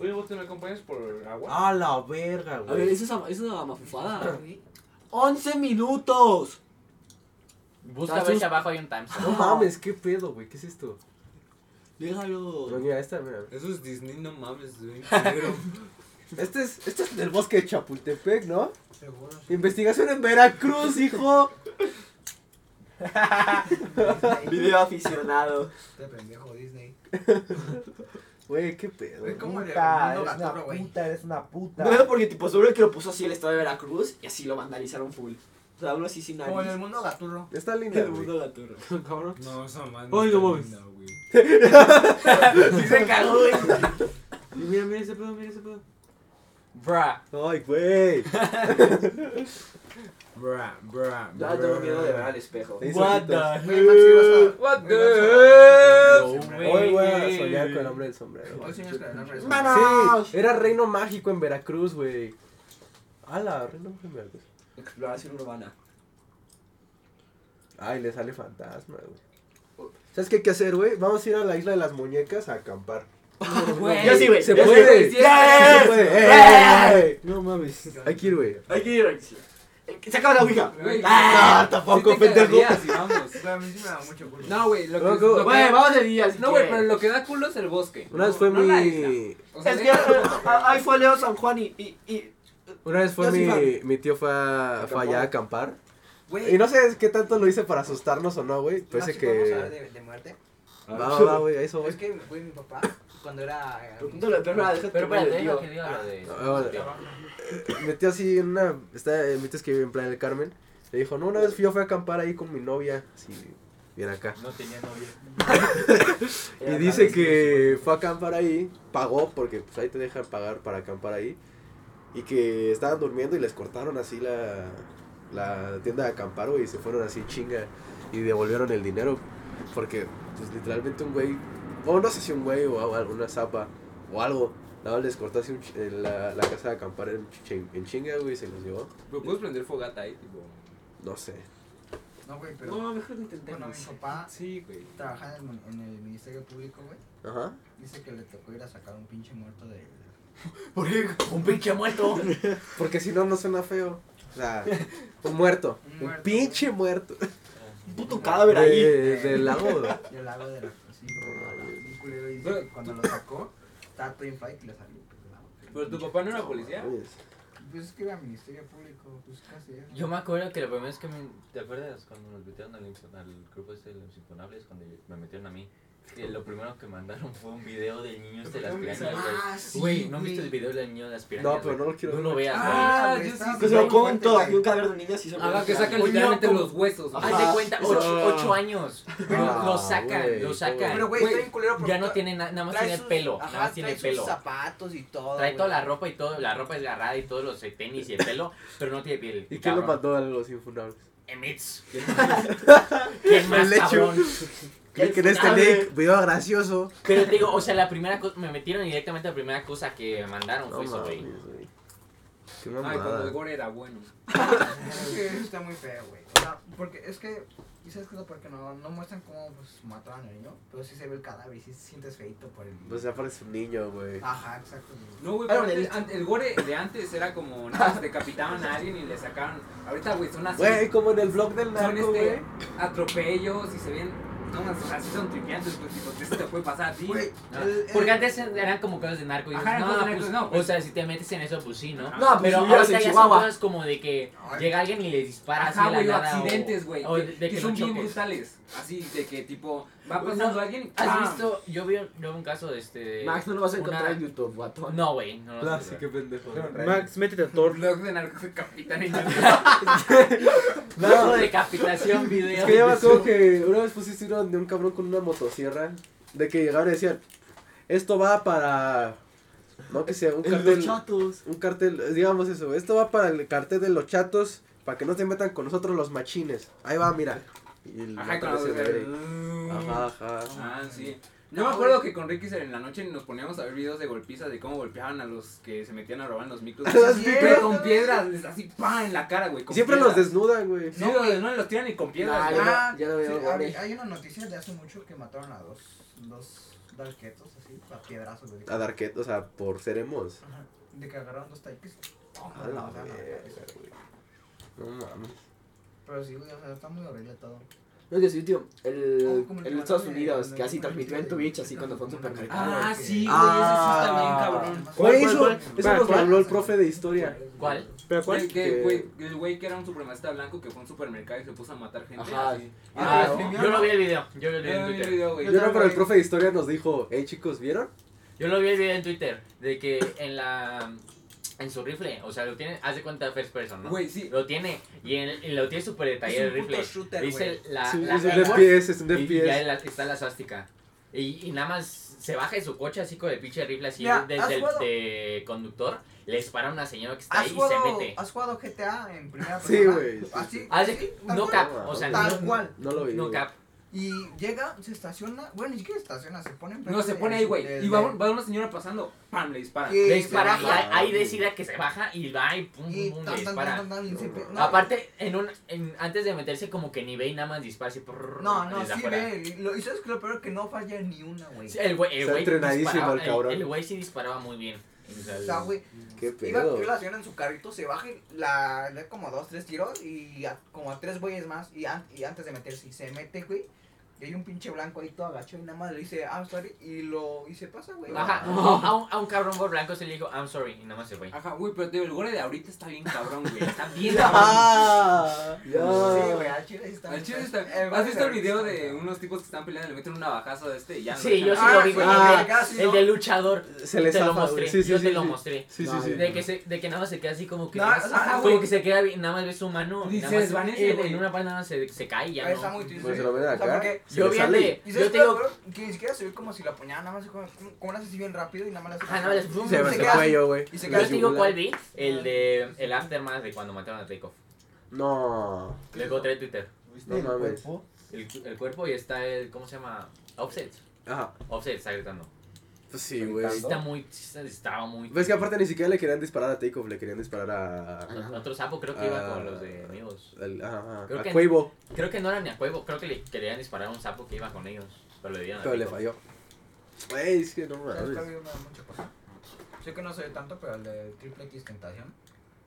H: Oye, ¿vos te me acompañas por agua?
E: ¡A la verga,
C: A ver,
E: güey!
C: eso es, ama- es una mafufada, <laughs> güey. ¡11 minutos!
E: Ah,
F: Busca a ver si abajo hay un timestamp.
E: No mames, qué pedo, güey. ¿Qué es esto? Pero
C: Déjalo. <laughs>
E: mira, esta, mira.
H: Eso es Disney, no mames, güey. culero.
E: Este es, este es del bosque de Chapultepec, ¿no?
I: Seguro. sí.
E: Investigación en Veracruz, hijo.
C: Video <laughs> aficionado.
I: Este pendejo Disney.
E: Güey, qué pedo.
I: Güey, ¿cómo le
T: Puta,
I: recomiendo
T: eres
I: Gaturro,
T: una
I: güey?
T: puta, eres una puta.
C: Bueno, porque tipo seguro que lo puso así el estado de Veracruz y así lo vandalizaron full. O sea, uno así sin
I: Como en el
C: nariz.
I: mundo Gaturro.
E: Está linda,
C: El
E: güey.
C: mundo de la torre.
R: Cabrón.
H: No, esa madre.
R: Ay, no
H: está
R: mames.
H: linda, güey.
C: Sí se cagó, güey.
R: Y Mira, mira ese pedo, mira ese pedo.
F: Bruh.
E: Ay, güey.
D: Bra, bra,
U: Ya tengo miedo de ver al espejo.
E: What the
U: Oye, Maxi, vas a-
E: What
U: Oye,
E: the
U: Maxi, vas a-
E: Hoy voy a soñar con el hombre del sombrero.
U: Hoy sueñas con el hombre del sombrero.
E: Sí, era reino mágico en Veracruz, güey. Ala, reino mágico en Veracruz.
U: Exploración urbana.
E: Ay, le sale fantasma, güey. ¿Sabes qué hay que hacer, güey? Vamos a ir a la isla de las muñecas a
D: <laughs>
E: acampar.
C: Güey. Yo sí, güey.
E: Se
C: Yo sí,
E: puede.
C: güey.
E: Sí
C: Yeah.
E: Se puede.
C: Yeah.
E: Ey, ey. No mames. Hay que ir, güey.
C: Hay que ir, hay Eh, que ir. Se acaba la ouija.
E: Güey,
C: Ah,
E: no, tampoco,
D: sí te
E: pendejo.
D: cagarías, sí, vamos. No, güey, lo que,
E: No,
D: lo que-
E: güey, vamos de día, si
D: No, güey,
E: quieres.
D: pero lo que da culo es el bosque.
E: Una vez fue
D: no la isla.
E: mi.
D: O sea,
C: Es que
D: deja- <laughs>
C: a- a- ahí fue Leo San Juan y. y, y-
E: Una vez fue
C: Yo sí
E: mi,
C: fui.
E: mi tío fue, a, fue allá a acampar.
C: Güey.
E: Y no sé qué tanto lo hice para asustarnos o no, güey. Parece
H: ¿sí podemos hablar
E: Pues que.
H: de, de muerte?
E: Ah, Va, va, <laughs> va, güey, a eso voy.
H: Es que, güey, mi papá, cuando era.
F: Pero espérate, lo que diga lo de.
E: Ah, vale. Mi tío así en una. Está, eh, mi tío es que vive en Playa del Carmen. Le dijo, no, una vez fui- yo fui a acampar ahí con mi novia. Así, bien acá.
F: No tenía novia.
E: y dice que fue a acampar ahí, pagó, porque pues ahí te dejan pagar para acampar ahí. Y que estaban durmiendo y les cortaron así la, la tienda de acampar, güey, y se fueron así chinga. Y devolvieron el dinero, porque pues literalmente un güey, o no sé si un güey o algo, alguna zapa o algo, nada más les cortó así un ch- en la, la casa de acampar en, chin- en chinga, güey, y se los llevó.
D: Pero puedes prender fogata ahí, tipo.
E: No sé.
I: No, güey, pero.
D: No, mejor no intentemos.
I: Bueno, mi papá.
D: Sí, güey.
I: Trabaja en el, mun- en el Ministerio Público, güey.
E: Ajá.
I: Dice que le tocó ir a sacar un pinche muerto de.
E: ¿Por qué?
I: ¡Un pinche muerto!
E: Porque si no, no suena feo. O sea, un muerto. Un, pinche muerto. Un puto
I: cadáver ahí.
E: Del lago.
I: Del lago de la. Sí, güey, un culero. Y dice que cuando lo sacó, estaba todo en fight y le salió.
D: Pero tu papá no era policía.
I: Pues es que era Ministerio Público, pues casi. ¿eh?
F: Yo me acuerdo que la primera vez que me... ¿Te acuerdas cuando nos metieron al, inf- al grupo este de los imponables? Cuando yo- me metieron a mí. Que lo primero que mandaron fue un video de niños de las piranhas, güey.
C: Ah, sí,
F: Güey, ¿no
C: güey.
F: viste el video del niño de las piranhas?
E: No, pero
F: güey?
E: no lo quiero
F: No
E: ver.
F: lo veas, güey.
C: Ah, yo sí, Que se lo comen todo, aquí un cadáver de niñas y se lo
E: Ah,
F: Haga que
C: comen.
F: sacan
C: Un
F: literalmente
C: loco.
F: los huesos.
C: Ajá.
F: Haz de cuenta,
C: Eso-
F: 8 años.
C: Ah,
F: Lo lo sacan,
C: güey,
F: lo sacan.
H: Pero, güey, está bien culero porque
F: Ya no tiene na- nada más
H: trae
F: tiene
H: sus-
F: pelo.
H: ajá,
F: Nada más tiene
H: trae sus
F: pelo.
H: zapatos y todo.
F: Trae
H: güey.
F: toda la ropa y todo, la ropa desgarrada y todos los eh, tenis y el pelo, pero no tiene piel.
E: ¿Y quién lo
F: cabrón.
E: mandó a los infunables?
D: <laughs>
F: Emits.
E: ¿Quién
F: ¿Quién más, cabrón?
E: Clic en este
F: Infumable.
E: link, video gracioso.
F: Pero te digo, o sea, la primera cosa, me metieron directamente la primera cosa que me mandaron fue
E: No
F: eso, güey.
E: mames, güey. Qué
D: Ay, cuando el
E: mamada.
D: gore era bueno.
I: Es que eso está muy feo, güey. O sea, porque es que. ¿Y sabes qué es lo porque no, no muestran cómo pues, mataron al niño? Pero sí se ve el cadáver y sí te sientes feito por el.
E: Pues ya parece un niño, güey.
I: Ajá, exacto.
D: No, güey, pero
I: Era un
D: antes-
I: delito.
D: an- el gore de antes era como, nada
E: <laughs>
D: más decapitaban a alguien y le sacaban. Ahorita, güey, son así.
E: Güey, como en el vlog del
D: son
E: narco,
D: este,
E: güey.
D: atropellos y se ven. No, más, o sea, sí son tripiantes, pues, tipo, ¿qué se te puede pasar a ti?
F: No, Porque antes eran como cosas de narco y dices,
D: Eh, Ajá,
F: no,
D: cosas de
F: pues,
D: narcos, no, pues.
F: o sea, si te metes en eso, pues sí, ¿no?
D: No, pues,
F: pero
D: si vivieras
F: ahorita
D: en
F: ya son
D: Chihuahua.
F: cosas como de que llega alguien y le dispara así
D: Ajá,
F: de la
D: güey, o
F: nada,
D: accidentes, güey.
F: o
D: Que,
F: de que
D: que
F: lo
D: son bien
F: choques.
D: brutales. Así de que, tipo, va
F: Güey,
D: pasando
F: no,
D: alguien.
F: ¿Has
D: ¡pam!
F: visto? Yo vi, un- yo vi un caso de este.
D: Max, no lo vas a encontrar en
F: YouTube, guato. No, güey, no lo vas a encontrar.
E: qué pendejo.
V: Max, métete a Thor.
D: Blog de
E: <laughs>
D: narcocapital en
F: No,
D: <laughs>
F: decapitación, video.
E: Es que yo me acuerdo que una vez pusiste uno de un cabrón con una motosierra. De que llegaron y decían: Esto va para. No que sea, un
C: El de
E: cartel.
C: los chatos.
E: Un cartel, digamos eso. Esto va para el cartel de los chatos. Para que no se metan con nosotros los machines. Ahí va, mira. Y el
D: Ajá,
E: otro
D: con
E: se
D: la-
E: ve. Ajá, ajá.
D: Ah, sí. Yo me acuerdo que con Ricky en la noche nos poníamos a ver videos de golpizas de cómo golpeaban a los que se metían a robar en los micros.
E: ¿A <laughs> los
D: Sí,
E: micros?
D: pero con piedras, les- así pa en la cara, güey. con
E: Siempre los
D: piedras.
E: desnudan, güey.
D: Sí, los desnudan, los tiran y con piedras.
I: Ah,
D: güey.
I: ya
E: lo veo,
I: Sí,
E: ahora.
I: hay, hay una noticia de hace mucho que mataron a dos, dos darquetos así, a piedrazos, güey.
E: A Darket, o sea, por ser emos.
I: Ajá, De que agarraron dos taikis.
E: A la verga, güey. No mames.
I: Pero sí, güey, o sea, está muy horrible todo.
H: No, que sí, tío. El,
I: como el
H: el
I: que
H: Estados
I: mataron
H: Unidos,
I: en-
H: que así
I: en-
H: transmitió en Twitch, así cuando fue un supermercado.
D: Ah,
H: que-
D: sí, güey,
E: Ah.
D: ese sí está bien cabrón.
E: Güey, eso, eso nos habló el profe de historia.
F: ¿Cuál?
V: ¿Pero cuál?
D: El, que,
E: Que-
D: güey, el güey que era un supremacista blanco que fue a un supermercado y se puso a matar gente.
F: Ajá.
D: así.
F: Ah,
D: Ah,
F: sí, yo lo vi el video. Yo lo vi
D: Yo
F: en
D: vi el
F: Twitter.
D: video, güey.
E: Yo no, pero el profe de historia nos dijo, hey chicos, ¿vieron?
F: Yo lo vi el video en Twitter de que en la en su rifle, o sea, lo tiene, hace cuenta first person, ¿no?
D: Güey, sí.
F: Lo tiene y, en- y lo tiene súper detallado
D: Es
F: el
D: un puto
F: rifle.
D: shooter,
F: Dice
D: güey.
F: Ah, la
E: Sí,
F: la
E: es un
F: arma
E: FPS, es un
F: y- Y
E: FPS.
F: ahí la- está la suástica. Y, y nada más se baja de su coche así con el pinche rifle así
I: Mira, ¿has
F: desde el
I: jugado?
F: de conductor. Les para una señora que está ahí
I: ¿Has
F: y se
I: jugado,
F: mete.
I: ¿Has jugado GTA en primera
F: Sí,
I: persona?
F: güey, sí,
I: Así,
F: sí. Ah, de
I: así,
F: que
I: tal
F: no
I: cual.
F: cap, o sea,
I: Tal
F: no-
I: cual.
F: no lo vi, no güey. cap.
I: Y llega, se estaciona. Bueno, ni siquiera estaciona, se pone en
H: No, se pone ahí, güey. Y va, un- va una señora pasando. ¡Pam! Le dispara.
F: Le dispara y ahí, ahí decide que se baja y va y pum, pum, pum, le dispara. Aparte, en un, en- antes de meterse como que ni ve y nada más dispara así. prrr,
I: No, no,
F: desde
I: sí
F: afuera.
I: ve. y Lo, y sabes que lo peor es que no falla ni una, güey.
F: Sí, El güey, el
E: Está
F: güey
E: entrenadísimo
F: disparaba-
E: el cabrón.
F: el güey sí disparaba muy bien. O sea,
I: O
F: el-
I: sea, güey,
E: Qué
I: iba,
E: pedo.
I: iba la señora en su carrito, se baja y la, le da como dos, tres tiros y a- como a tres güeyes más. Y, an- y antes de meterse, y se mete, güey. Y hay un pinche blanco ahí todo agachado y nada más le dice, I'm sorry, y lo, y se pasa, güey.
F: Ajá, a, un, a un cabrón por blanco se le dijo, I'm sorry, y nada más se fue.
D: Ah,
H: Ajá, güey, pero te digo, el gore de ahorita está bien cabrón, güey. Está bien
F: Ah,
H: cabrón.
F: ya.
I: Sí, güey, al chile está
H: Al chile
I: bien Eh,
H: está.
I: cabrón. El
H: ¿Has
I: gore
H: visto
I: de
H: el video
I: ahorita
H: de unos tipos que están peleando y le meten un navajazo de este y ya no
F: Sí,
H: dejan-
F: yo sí
H: Ah,
F: lo vi, güey,
H: güey,
F: el, de-
H: casi,
F: el
H: ¿no?
F: del luchador.
H: Se le
F: te lo
H: zafa, güey.
F: mostré,
H: Sí, sí,
F: yo te
H: sí,
F: lo
H: sí.
F: mostré.
H: Sí, sí, sí.
F: De que, se, de que nada más se queda así como que.
H: No,
F: nada más-
H: ajá,
F: como
H: güey.
F: que se queda bien, nada más ves su mano.
H: Y
F: nada
H: se
F: más-
H: desvanece,
F: eh,
H: güey.
F: En una parte nada más se, se cae y ya.
I: Ah,
F: no.
I: Está muy triste.
E: Pues se lo ven
I: O sea,
E: acá,
I: porque-
F: se Yo le vi el sale. de-
I: ¿Y
F: yo te
I: sabes qué es lo
F: digo-
I: peor? Que ni siquiera se vio como si la apuñalan, nada más se como, como una así bien rápido y nada más la
F: Ajá, nada más le-
I: Y
F: Se me
I: se
F: fue
I: queda así,
F: cuello,
E: güey.
I: Y se
F: Yo
I: queda
F: te digo
I: así.
F: cuál vi, el de el aftermath de cuando mataron a Takeoff.
E: No.
F: Le encontré en Twitter.
E: No el mames. cuerpo?
F: El, cu- el cuerpo y está el, ¿cómo se llama? Offset.
E: Ajá.
F: Offset está gritando.
E: Pues sí, güey.
F: Sí Está muy, sí está- estaba muy...
E: Ves que aparte ni siquiera le querían disparar a Takeoff, le querían disparar a.
F: Ajá. Otro sapo, creo que iba con los
E: Ah.
F: de amigos.
E: al- ajá, ajá,
F: Creo
E: a
F: que-
E: Cuevo,
F: Creo que no era ni a Cuevo, creo que le querían disparar a un sapo que iba con ellos. Pero le dieron a
E: pero le
F: Takeoff.
E: falló. Güey, es que no
I: O sea, está
E: mames.
I: bien, me da mucha cosa. Sé que no se ve tanto, pero el de Triple X Tentación.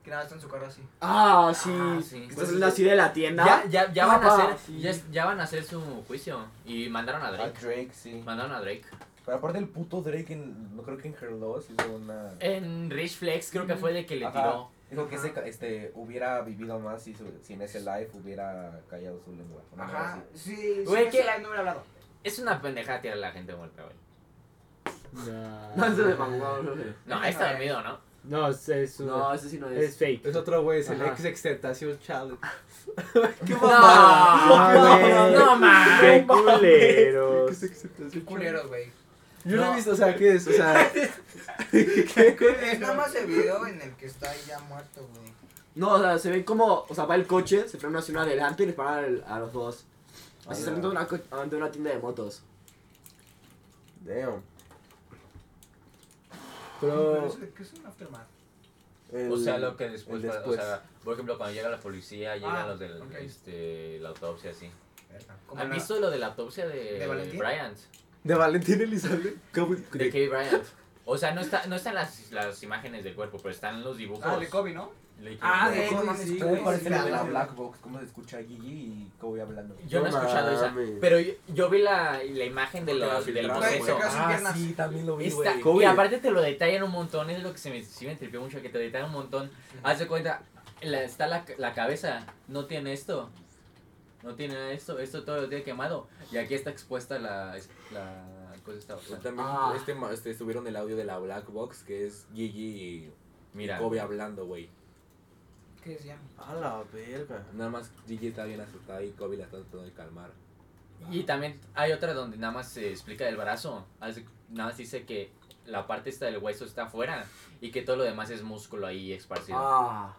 I: Que nada, está en su carro así.
W: Ah, sí. Estás
F: Pues,
W: en la así de la tienda.
F: Ya, ya, ya van a
W: Papá.
F: hacer, ya, ya van a hacer su juicio. Y mandaron a
C: Ah,
E: Ah,
F: Drake.
T: A Drake, sí.
F: Mandaron a Drake.
T: Pero aparte el puto Drake, en, no creo que en Her Loss hizo una...
F: En Rich Flex creo que fue de que le
T: Ajá.
F: tiró.
T: Dijo que ese, ca- este, hubiera vivido más si, su- si en ese live hubiera callado su lengua. Una madre
I: Ajá,
T: así.
I: sí,
F: Güey,
I: sí,
F: que-
I: sí, la- no hubiera hablado.
F: Es una pendejada tirar a la gente muerta, güey.
W: No, se me mamó, güey.
F: No, ahí está dormido, ¿no?
X: No, es, es un-
W: No, ese sí no es.
X: Es fake.
B: Es otro güey, es el
X: Ajá.
B: ex extentación challenge.
W: ¡Qué
X: mamada! güey.
B: No mames.
X: ¡Qué
B: No mames.
X: <laughs> culeros!
I: Culeros, güey.
B: Yo no he visto, o sea, ¿qué es? O sea, <laughs>
I: Es nada más el video en el que está ahí ya muerto, güey.
W: No, o sea, se ve como, o sea, va el coche, se frena hacia uno adelante y le paran al- a los dos. Así
T: Ah,
W: saliendo de una, co- de una tienda de motos.
E: Damn.
I: Pero
E: Pero.
I: es- ¿Qué es un aftermath?
E: el-
F: o sea, lo que después,
E: el
F: pa-
E: después.
F: o sea, por ejemplo, cuando llega la policía, llegan
I: Ah,
F: los de
I: ok.
F: este, la autopsia, así.
I: Como
F: ¿Han
I: la-
F: visto lo de la autopsia de,
I: ¿De Valentín?
F: Bryant?
E: De Valentín Elizalde. ¿Cómo-
F: De Kobe Bryant. O sea, no, está, no están las, las imágenes del cuerpo, pero están los dibujos.
I: Ah, de Kobe, ¿no?
F: Le-
I: Ah, de
T: Güey,
I: Kobe,
T: mames,
I: sí,
T: ¿Cómo
I: güey,
T: parece
I: sí,
T: la
I: la-
T: de la
I: la-
T: Black Box? ¿Cómo se escucha a Gigi y Kobe hablando?
F: Yo no he escuchado esa,
E: mames.
F: pero yo, yo vi la, la imagen de los, del proceso.
T: Ah, sí, también lo vi, güey.
F: Está- y aparte te lo detallan un montón, es lo que se me, sí me tripió mucho, que te detallan un montón. Haz de cuenta, la- está la, la cabeza, no tiene esto, no tiene esto, esto todo lo tiene quemado. Y aquí está expuesta la, la cosa esta. o sea,
Y: También
F: ah,
Y: este, ma- este, subieron el audio de la Black Box, que es Gigi y
F: Mira.
Y: Kobe hablando, güey.
I: ¿Qué decían?
E: A la verga.
Y: Nada más Gigi está bien asustada y Kobe la está tratando de calmar.
F: Y también hay otra donde nada más se explica el brazo, haz de- nada más dice que la parte esta del hueso está afuera y que todo lo demás es músculo ahí esparcido.
W: Ah.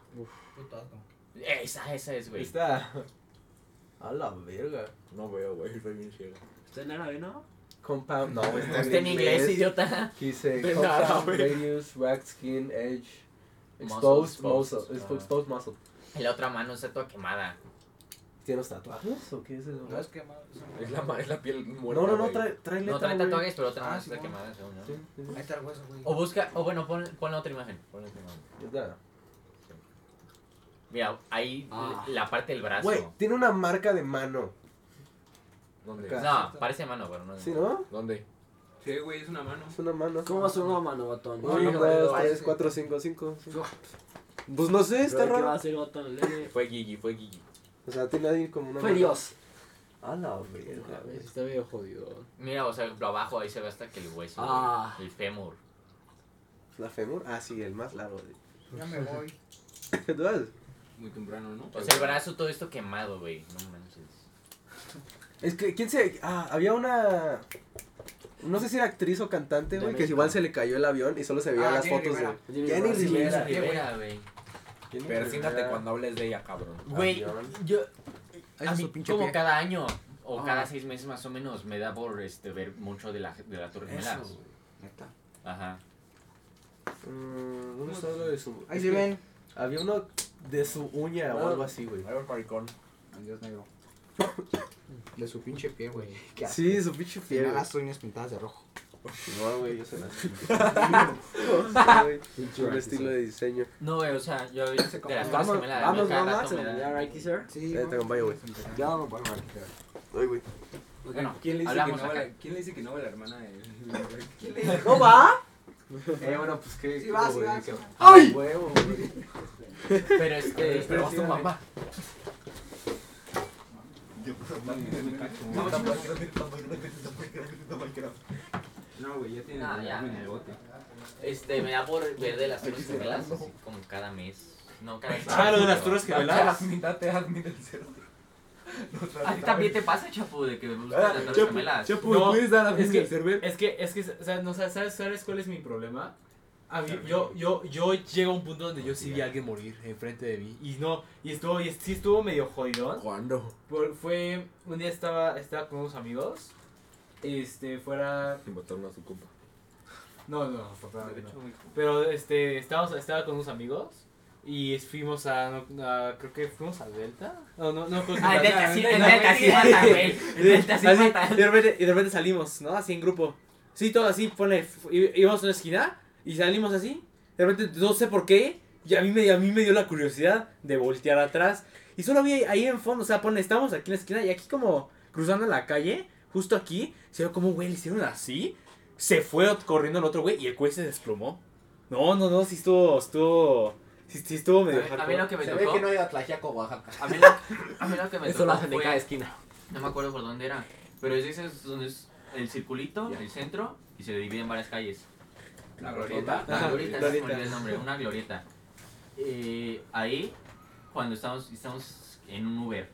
I: Putazo.
F: Esa, esa es, güey.
B: Está. A la verga.
Y: No veo, güey, soy bien ciego.
W: ¿Está en árabe, no?
B: Compound. No, güey, está
F: Está en inglés, idiota. <laughs>
B: Dice
F: De nada,
B: Compound,
F: güey.
B: Radius, Wax, Skin, Edge,
F: Muscles,
B: Exposed
F: exposed,
B: Muscle.
F: ah.
B: Exposed Muscle.
F: Y la otra mano está toda quemada.
B: ¿Tienes tatuajes o qué es eso?
I: No es quemado.
Y: Es la, ma- es la piel muerta.
B: No, no, no,
Y: güey.
B: trae, trae
F: No
B: letra,
F: trae
B: güey.
F: tatuajes, pero otra
I: Ah,
F: mano
I: sí,
F: está
I: bueno.
F: quemada, según yo.
B: Sí, sí, sí.
I: Ahí está el hueso, güey.
F: O busca, o bueno, pon, pon la otra imagen. pon la otra imagen.
B: Está.
F: Mira, ahí
E: Ah.
F: la parte del brazo.
E: Güey, tiene una marca de mano.
Y: ¿Dónde?
E: Acá.
F: No, parece mano, pero no. es
E: ¿Sí,
F: mano.
E: no?
Y: ¿Dónde? Sí, güey, es una mano.
E: Es una mano.
W: ¿Cómo hace una mano, batón?
E: Uno, dos, tres, cuatro, cinco, cinco. Pues no sé, está
W: ¿Qué va a
E: raro.
W: hacer, batón? Lele.
Y: Fue Gigi, fue Gigi.
E: O sea, tiene ahí como una.
W: Fue
E: mano.
W: Dios.
E: A la verga, güey.
X: Está medio jodido.
F: Mira, o sea, por abajo ahí se ve hasta que el hueso. güey,
E: Ah.
F: El fémur.
E: ¿La fémur? Ah, sí, el más largo. <laughs>
I: Ya me voy.
E: ¿Qué tú haces?
Y: Muy temprano, ¿no?
F: O sea, el brazo todo esto quemado, güey. No manches.
B: Es que, ¿quién se...? Ah, había una...
I: No sé si era actriz o cantante, güey, que
E: México.
I: igual se le cayó el avión y solo se veían
E: Ah,
I: las
E: Jenny
I: fotos
E: Rivera.
I: de.
E: Jenny Rivera.
I: Jenny Rivera.
F: güey.
I: Jenny
E: Persínate
I: Rivera.
E: cuando hables de ella, cabrón.
F: Güey,
E: Cabrón.
F: yo.
E: Ay,
F: a
E: su
F: mí
E: pinche
F: como
E: pie.
F: cada año o
E: Ah.
F: cada seis meses más o menos me da por este, ver mucho de la, de la Torre Gemela.
E: Eso, güey, neta.
F: Ajá.
I: Mm, ¿Dónde está lo de su.?
Z: Ahí
I: es
Z: se
I: que
Z: ven.
I: Había uno de su uña o
Z: Ah.
I: algo así, güey.
E: Álvaro Maricón.
Z: Dios negro. De su pinche pie,
I: <laughs>
Z: güey. Qué asco.
I: Sí, su pinche pie.
Z: Tenía
I: güey.
Z: las uñas pintadas de rojo.
I: No, güey, yo se las.
Z: <laughs>
F: Pinche
I: Un estilo de diseño.
F: No, güey, o sea, yo de las
I: Vamos,
F: Torres
C: "Ah,
F: Gemelas. a mí
I: vamos,
F: cada
I: vamos,
F: rato me
I: se-
F: da-
I: ya,
C: right, sir?
I: Sí. Te acompaño, güey.
C: Ya no me puedo marcar.
I: Ay, güey.
H: Pues,
F: Bueno,
D: ¿Quién le dice
F: hablamos
D: que no va
F: acá.
D: la- ¿Quién le dice que no va la hermana de ¿Quién
C: ¿No va?
I: Eh, bueno, pues qué.
C: Sí va, sí
I: güey,
C: va,
I: qué-
C: sí va. ¡Ay!
I: Huevo, güey.
F: Pero este,
I: Pero
F: pero
I: sí,
F: tu
I: dale.
F: mamá.
D: No, güey, ya tiene
F: Ah,
D: el
F: ya.
D: en el bote.
F: Este, me da por ver de las Torres Gemelas así como cada mes. No, cada seis
D: Ah, lo de
F: meses,
D: las
F: pero-
D: Torres Gemelas.
E: Admítate, admítate el cero.
F: ¿A ti también te pasa, Chapu, de que me gustan las Torres
R: Chapu,
F: Gemelas?
R: Chapu,
F: No,
R: ¿puedes dar a
F: es
R: mí el
F: que-
R: server? Es que, es que, o sea, no, ¿sabes, sabes- ¿sabes cuál es mi problema? A mí- yo, yo, yo llego a un punto donde yo sí vi a alguien morir enfrente de mí. Y no, y estuvo, y sí estuvo medio jodidón.
E: ¿Cuándo?
R: Por- fue, un día estaba, estaba con unos amigos. Este, fuera...
E: Invitaron a su compa.
R: No, no, afortunadamente
E: De hecho,
R: no.
E: muy joven.
R: Pero este, estábamos, estaba con unos amigos y es- fuimos a, a- creo que fuimos a Delta. No, no, no. creo que-
F: Ah, el Delta sí, el
R: No,
F: Delta sí mata, güey. El Delta sí
R: Así,
F: mata.
R: Y de repente, y de repente salimos, ¿no? Así en grupo. Sí, todo así, pone, í- íbamos a una esquina y salimos así. De repente, no sé por qué, y a mí me, a mí me dio la curiosidad de voltear atrás. Y solo vi ahí en fondo, o sea, pone, estamos aquí en la esquina y aquí como cruzando la calle, justo aquí, se ve como, güey, le hicieron así. Se fue corriendo el otro güey y el güey se desplomó. No, no, no, sí estuvo, estuvo, sí, sí estuvo medio
F: A mí lo que me
R: hardcore.
F: tocó.
E: hay Atlajiaco, Oaxaca.
F: A mí lo, a mí lo que me
E: Eso
F: tocó.
E: lo hacen en
F: fue-
E: cada esquina.
F: No me acuerdo por dónde era. Pero es ese es donde es el circulito, el centro, y se divide en varias calles.
E: La glorieta.
F: La
E: Ajá,
F: glorieta, no se me
E: glorieta.
F: olvidó el nombre, una glorieta. Eh, ahí, cuando estamos, estamos en un Uber.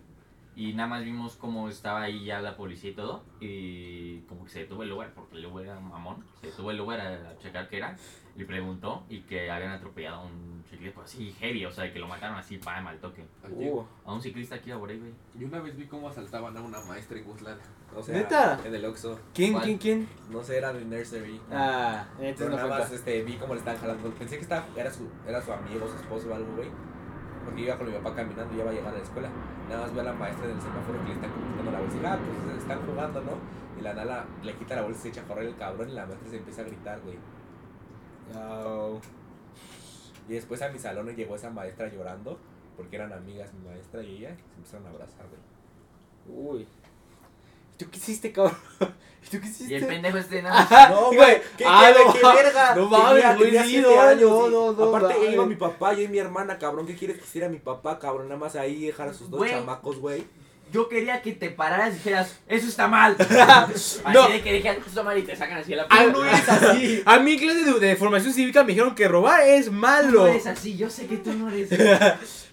F: Y nada más vimos cómo estaba ahí ya la policía y todo. Y como que se detuvo el Uber, porque el Uber era un mamón. Se detuvo el Uber a, a checar qué era. Le preguntó y que habían atropellado a un ciclista así heavy. O sea, que lo mataron así, pam, al toque.
D: Uh.
F: A un ciclista aquí a por ahí, güey.
D: Yo una vez vi cómo asaltaban a una maestra en Guzlán.
E: O sea,
R: ¿Neta?
E: En el Oxxo.
R: ¿Quién,
E: ¿Cuál?
R: quién, quién?
E: No sé, era de Nursery.
R: Ah, entonces
E: Pero
R: no
E: nada
R: cuenta.
E: más este, vi cómo le estaban jalando. Pensé que estaba, era, su, era su amigo, su esposo o algo, güey. Porque yo iba con mi papá caminando y ya va a llegar a la escuela. Nada más veo a la maestra del semáforo que le están quitando la bolsa. Y, ah, pues están jugando, ¿no? Y la nala le quita la bolsa y se echa a correr el cabrón y la maestra se empieza a gritar, güey. Y después a mi salón llegó esa maestra llorando porque eran amigas mi maestra y ella. Se empezaron a abrazar, güey.
R: Uy. ¿Y tú qué hiciste, cabrón? ¿Y tú
C: <laughs>
R: qué hiciste?
F: Y el pendejo este
R: Ajá,
E: <laughs>
F: nada.
E: No, güey. ¿Qué,
R: Ah,
E: qué,
R: no
E: qué
R: ma-
E: verga?
R: no
E: Tenía-
R: mames, güey,
E: tenía
R: sí,
E: siete
R: no,
E: años,
R: no,
E: sí.
R: no, no,
E: Aparte,
R: mames.
E: iba mi papá, yo y mi hermana, cabrón. ¿Qué quieres que hiciera mi papá, cabrón? Nada más ahí dejar a sus dos
F: Güey.
E: chamacos, güey.
F: Yo quería que te pararas y dijeras, eso está
R: <laughs>
F: mal. Así
R: No.
F: de que dijeras, eso está mal y te sacan así de la
R: Ah,
F: pierna.
R: no eres así. A mí en clase de, de formación cívica me dijeron que robar es
F: <laughs>
R: malo.
F: No eres así, yo sé que tú no
R: <laughs>
F: eres.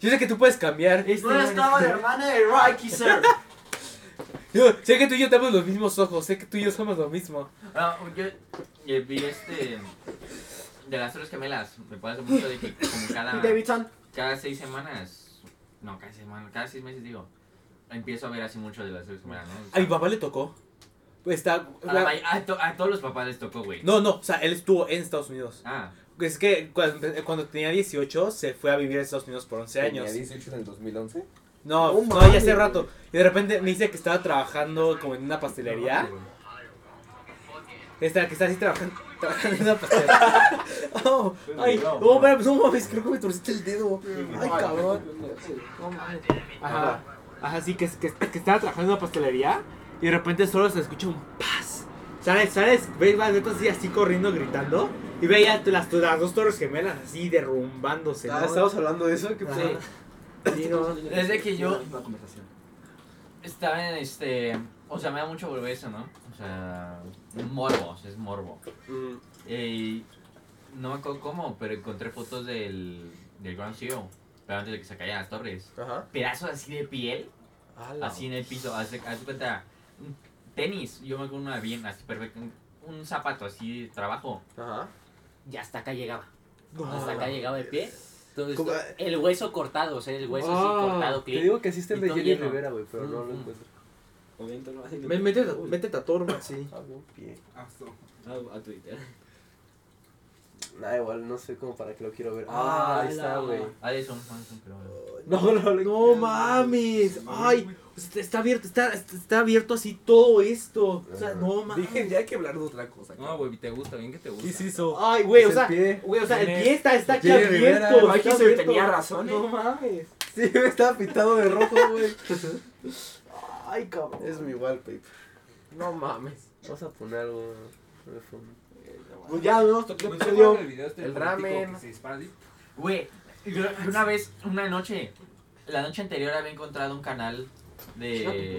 R: Yo sé que tú puedes cambiar.
F: Este no estaba de
C: hermana de Rocky, sir.
R: Yo sé que tú y yo tenemos los mismos ojos, sé que tú y yo somos lo mismo.
F: Ah, yo eh, vi este. De las tres gemelas, me pasa mucho de que como
R: <laughs>
F: cada.
C: Davidson.
F: Cada seis semanas. No, cada seis semanas, cada seis meses digo. Empiezo a ver así mucho de las tres gemelas, ¿no? O
R: A
F: sea,
R: mi papá le tocó. Pues está.
F: a, la may- a to- a todos los papás les tocó, güey.
R: No, no, o sea, él estuvo en Estados Unidos.
F: Ah.
R: Es que cuando, cuando tenía 18 se fue a vivir a Estados Unidos por 11 años.
E: Tenía 18 en el 2011.
R: No,
E: Oh,
R: no, ya
E: mames,
R: hace rato. Y de repente me dice que estaba trabajando como en una pastelería. Está, que está así trabajando, trabajando en una pastelería. Oh, ay, no, espera, pues, no mames, creo que me torciste el dedo. Ay, cabrón. No mames. Ajá, ajá, sí, que, que, que estaba trabajando en una pastelería y de repente solo se escucha un paz. ¿Sabes? ¿Sabes? ¿Ves las letras así, así corriendo, gritando? Y veía las, las dos torres gemelas así derrumbándose.
I: Ah,
R: ¿no?
I: estamos hablando de eso. ¿Qué
R: Ajá.
I: pedo?
R: Sí, no.
E: <laughs>
F: Desde que yo- Estaba en este. O sea, me da mucho volver eso, ¿no? O sea, morbo, o sea, es morbo. Eh, no me acuerdo cómo, pero encontré fotos del, del Grand Zero, pero antes de que se cayeran las torres. Pedazos así de piel, así en el piso. Haz de haz de cuenta, un tenis. Yo me acuerdo una bien, así perfecta. un- un zapato así de trabajo. Y hasta acá llegaba.
R: No.
F: hasta acá llegaba el pie. Entonces,
R: Como-
F: el hueso cortado, o sea, el hueso
R: Ah,
F: así cortado,
R: te
F: clip,
R: digo que sí está el
F: y
R: de
F: todo
R: Jenny
F: lleno.
R: Rivera, güey, pero no lo
F: Mm, mm.
R: encuentro. Me- Mete, métete a Torma, sí.
C: A Twitter.
E: Nah, igual no sé cómo para qué lo quiero ver.
R: Ah,
E: Ah, ahí está,
R: la-
E: güey.
F: Ah, es un es un pero.
R: No, no, no, no mames. Ay, o sea, está abierto, está, está abierto así todo esto. O sea, no mames.
T: Dije, ya hay que hablar de otra cosa.
D: No, güey, te gusta, bien que te gusta.
R: ¿Qué es eso? Ay, güey, o sea, güey, o sea, el pie está, está aquí abierto. está abierto. No mames.
E: Sí, estaba pintado de rojo, güey. Ay, cabrón. Es mi wallpaper.
R: No mames.
E: Vamos a poner algo eh, de fondo.
W: Pues ya, ¿no? ¿Qué
E: ¿No te
W: episodio?
E: acuerdas del video este
W: El
E: político
W: ramen.
E: que se dispara así?
F: Güey, yo yo una vez, una noche, la noche anterior había encontrado un canal
T: Chinga
F: de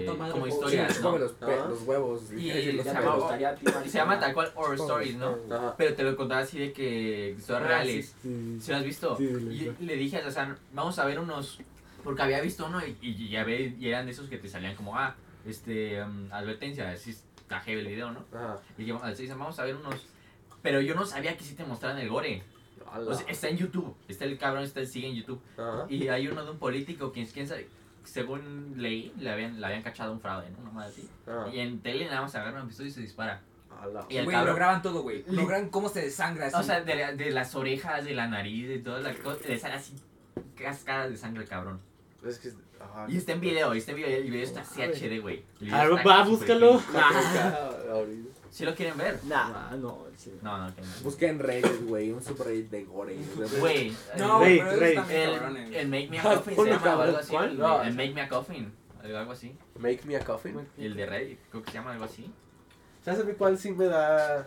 T: tu puta madre,
F: como
T: po.
F: historias,
T: Sí, pues,
F: ¿no?
T: chúpame los
E: Ah.
T: pe- los huevos.
F: Y,
T: Sí,
F: se,
T: los
F: llama,
T: huevos. Estaría a ti,
F: y se llama tal cual Horror
T: Horror
F: Stories, ¿no?
E: ah,
T: Ajá.
F: Pero te lo contaba así de que historias
T: Ah,
F: reales.
T: sí, sí.
F: ¿Sí lo has visto?
T: Sí, lo he
F: y
T: visto.
F: le dije a Hassan, vamos a ver unos, porque había visto uno y, y ya ve, y eran de esos que te salían como, ah, este, um, advertencia, así está heavy el video, ¿no?
E: ah,
F: Y dije, así dicen, vamos a ver unos, pero yo no sabía que sí te mostraran el gore.
E: ah,
F: O sea, está en YouTube, está el cabrón, está sigue en YouTube. Y hay uno de un político, quien quién sabe, según leí, le habían, le habían cachado un fraude, ¿no? Una madre así.
E: ah,
T: Ah.
F: Y en tele nada más agarra una pistola y se dispara. Y el
D: Güey,
F: cabrón-
D: lo graban todo, güey. Lo
F: Li-
D: graban cómo se desangra así.
F: O sea, de, la- de las orejas, de la nariz, de todas las cosas, le sale así cascadas de sangre el cabrón.
E: Es ah, que...
F: Y está
E: <laughs>
F: en video, y está en video, y el video está así HD, güey. El video
R: A ver,
F: está
R: va,
F: súper
R: búscalo.
F: clean. <laughs> ¿Sí lo quieren ver?
T: Nah, no,
F: No, no, que no.
T: Busca en Reddit, güey, un subreddit de gore.
F: Güey,
T: No,
F: el-
T: pero esos están bien cabrones.
F: el,
D: eh.
F: el Make Me a
T: Ah,
F: Coffin se
T: ponlo,
F: llama o
T: cabrón,
F: algo así.
T: ¿cuál?
F: El,
T: No.
F: el Make Me a Coffin, o algo así.
E: Make me a coffin.
F: El de Reddit, creo que se llama algo así.
E: ¿Sabes a mí cuál sí me da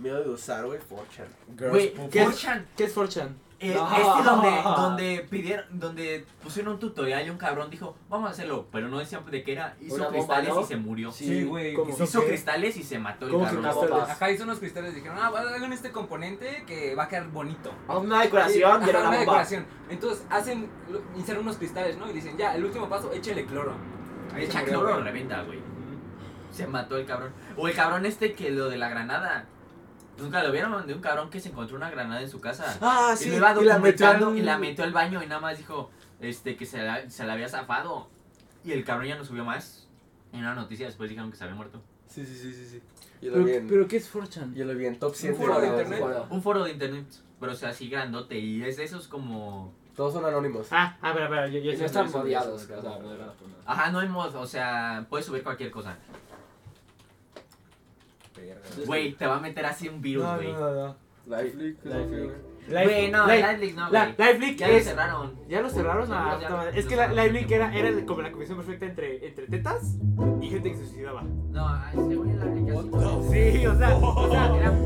E: miedo de usar, güey? 4chan.
F: Güey, ¿qué es,
R: ¿Qué es 4chan?
F: Eh,
R: No.
F: Este donde, donde pidieron, donde pusieron un tutorial y un cabrón dijo, vamos a hacerlo, pero no decían de qué era, hizo
T: Una bomba,
F: cristales
T: ¿no?
F: y se murió.
T: Sí, güey, ¿cómo?
F: Hizo
T: ¿Qué?
F: cristales y se mató el
T: ¿Cómo
F: cabrón.
T: que cristales?
D: Ajá, hizo unos cristales y dijeron, ah, bueno, hagan este componente que va a quedar bonito.
T: Haz una decoración,
D: Sí,
T: pero una
D: ajá, una
T: bomba.
D: decoración. Entonces hacen, lo- hicieron unos cristales, ¿no? Y dicen, ya, el último paso, échale cloro. Ahí se
F: Echa
D: murió,
F: cloro,
D: güey.
F: reventa, güey. Se mató el cabrón. O el cabrón este que lo de la granada. Nunca lo vieron de un cabrón que se encontró una granada en su casa.
T: Ah,
F: y
T: sí,
F: lo iba
T: y la metió al-
F: documentando y la metió al baño y nada más dijo este que se la, se la había zafado. Y el cabrón ya no subió más. En una noticia después dijeron que se había muerto.
E: Sí, sí, sí, sí, sí. Yo lo
R: Pero,
E: vi en...
R: pero ¿qué es 4chan?
E: Yo lo vi en Top 7.
F: Un foro de
E: güey.
F: internet. Un foro de internet. Pero o sea, así grandote. Y es de esos como.
E: Todos son anónimos.
R: Ah, ah, pero, pero, yo, yo
E: Y no
R: sé-
E: están
R: yo sé-
E: rodeados,
R: yo sé-
E: o sea,
F: Ajá, no hay mod. O sea, puedes subir cualquier cosa. Güey, te va a meter así un virus,
R: No,
F: güey.
R: no, no, no.
E: Lifelink.
F: Güey, no,
R: Live-
F: Live Leak no,
R: La-
F: güey.
R: Live Leak
F: Ya
R: es-
F: lo cerraron.
R: Ya lo cerraron.
F: Ya
R: ah,
F: lo
R: puta
F: cerraron.
R: madre. Es que la Live Leak era, era como la combinación perfecta entre, entre tetas y gente que se suicidaba.
F: No, según la aplicación.
R: Sí, o sea, o sea, era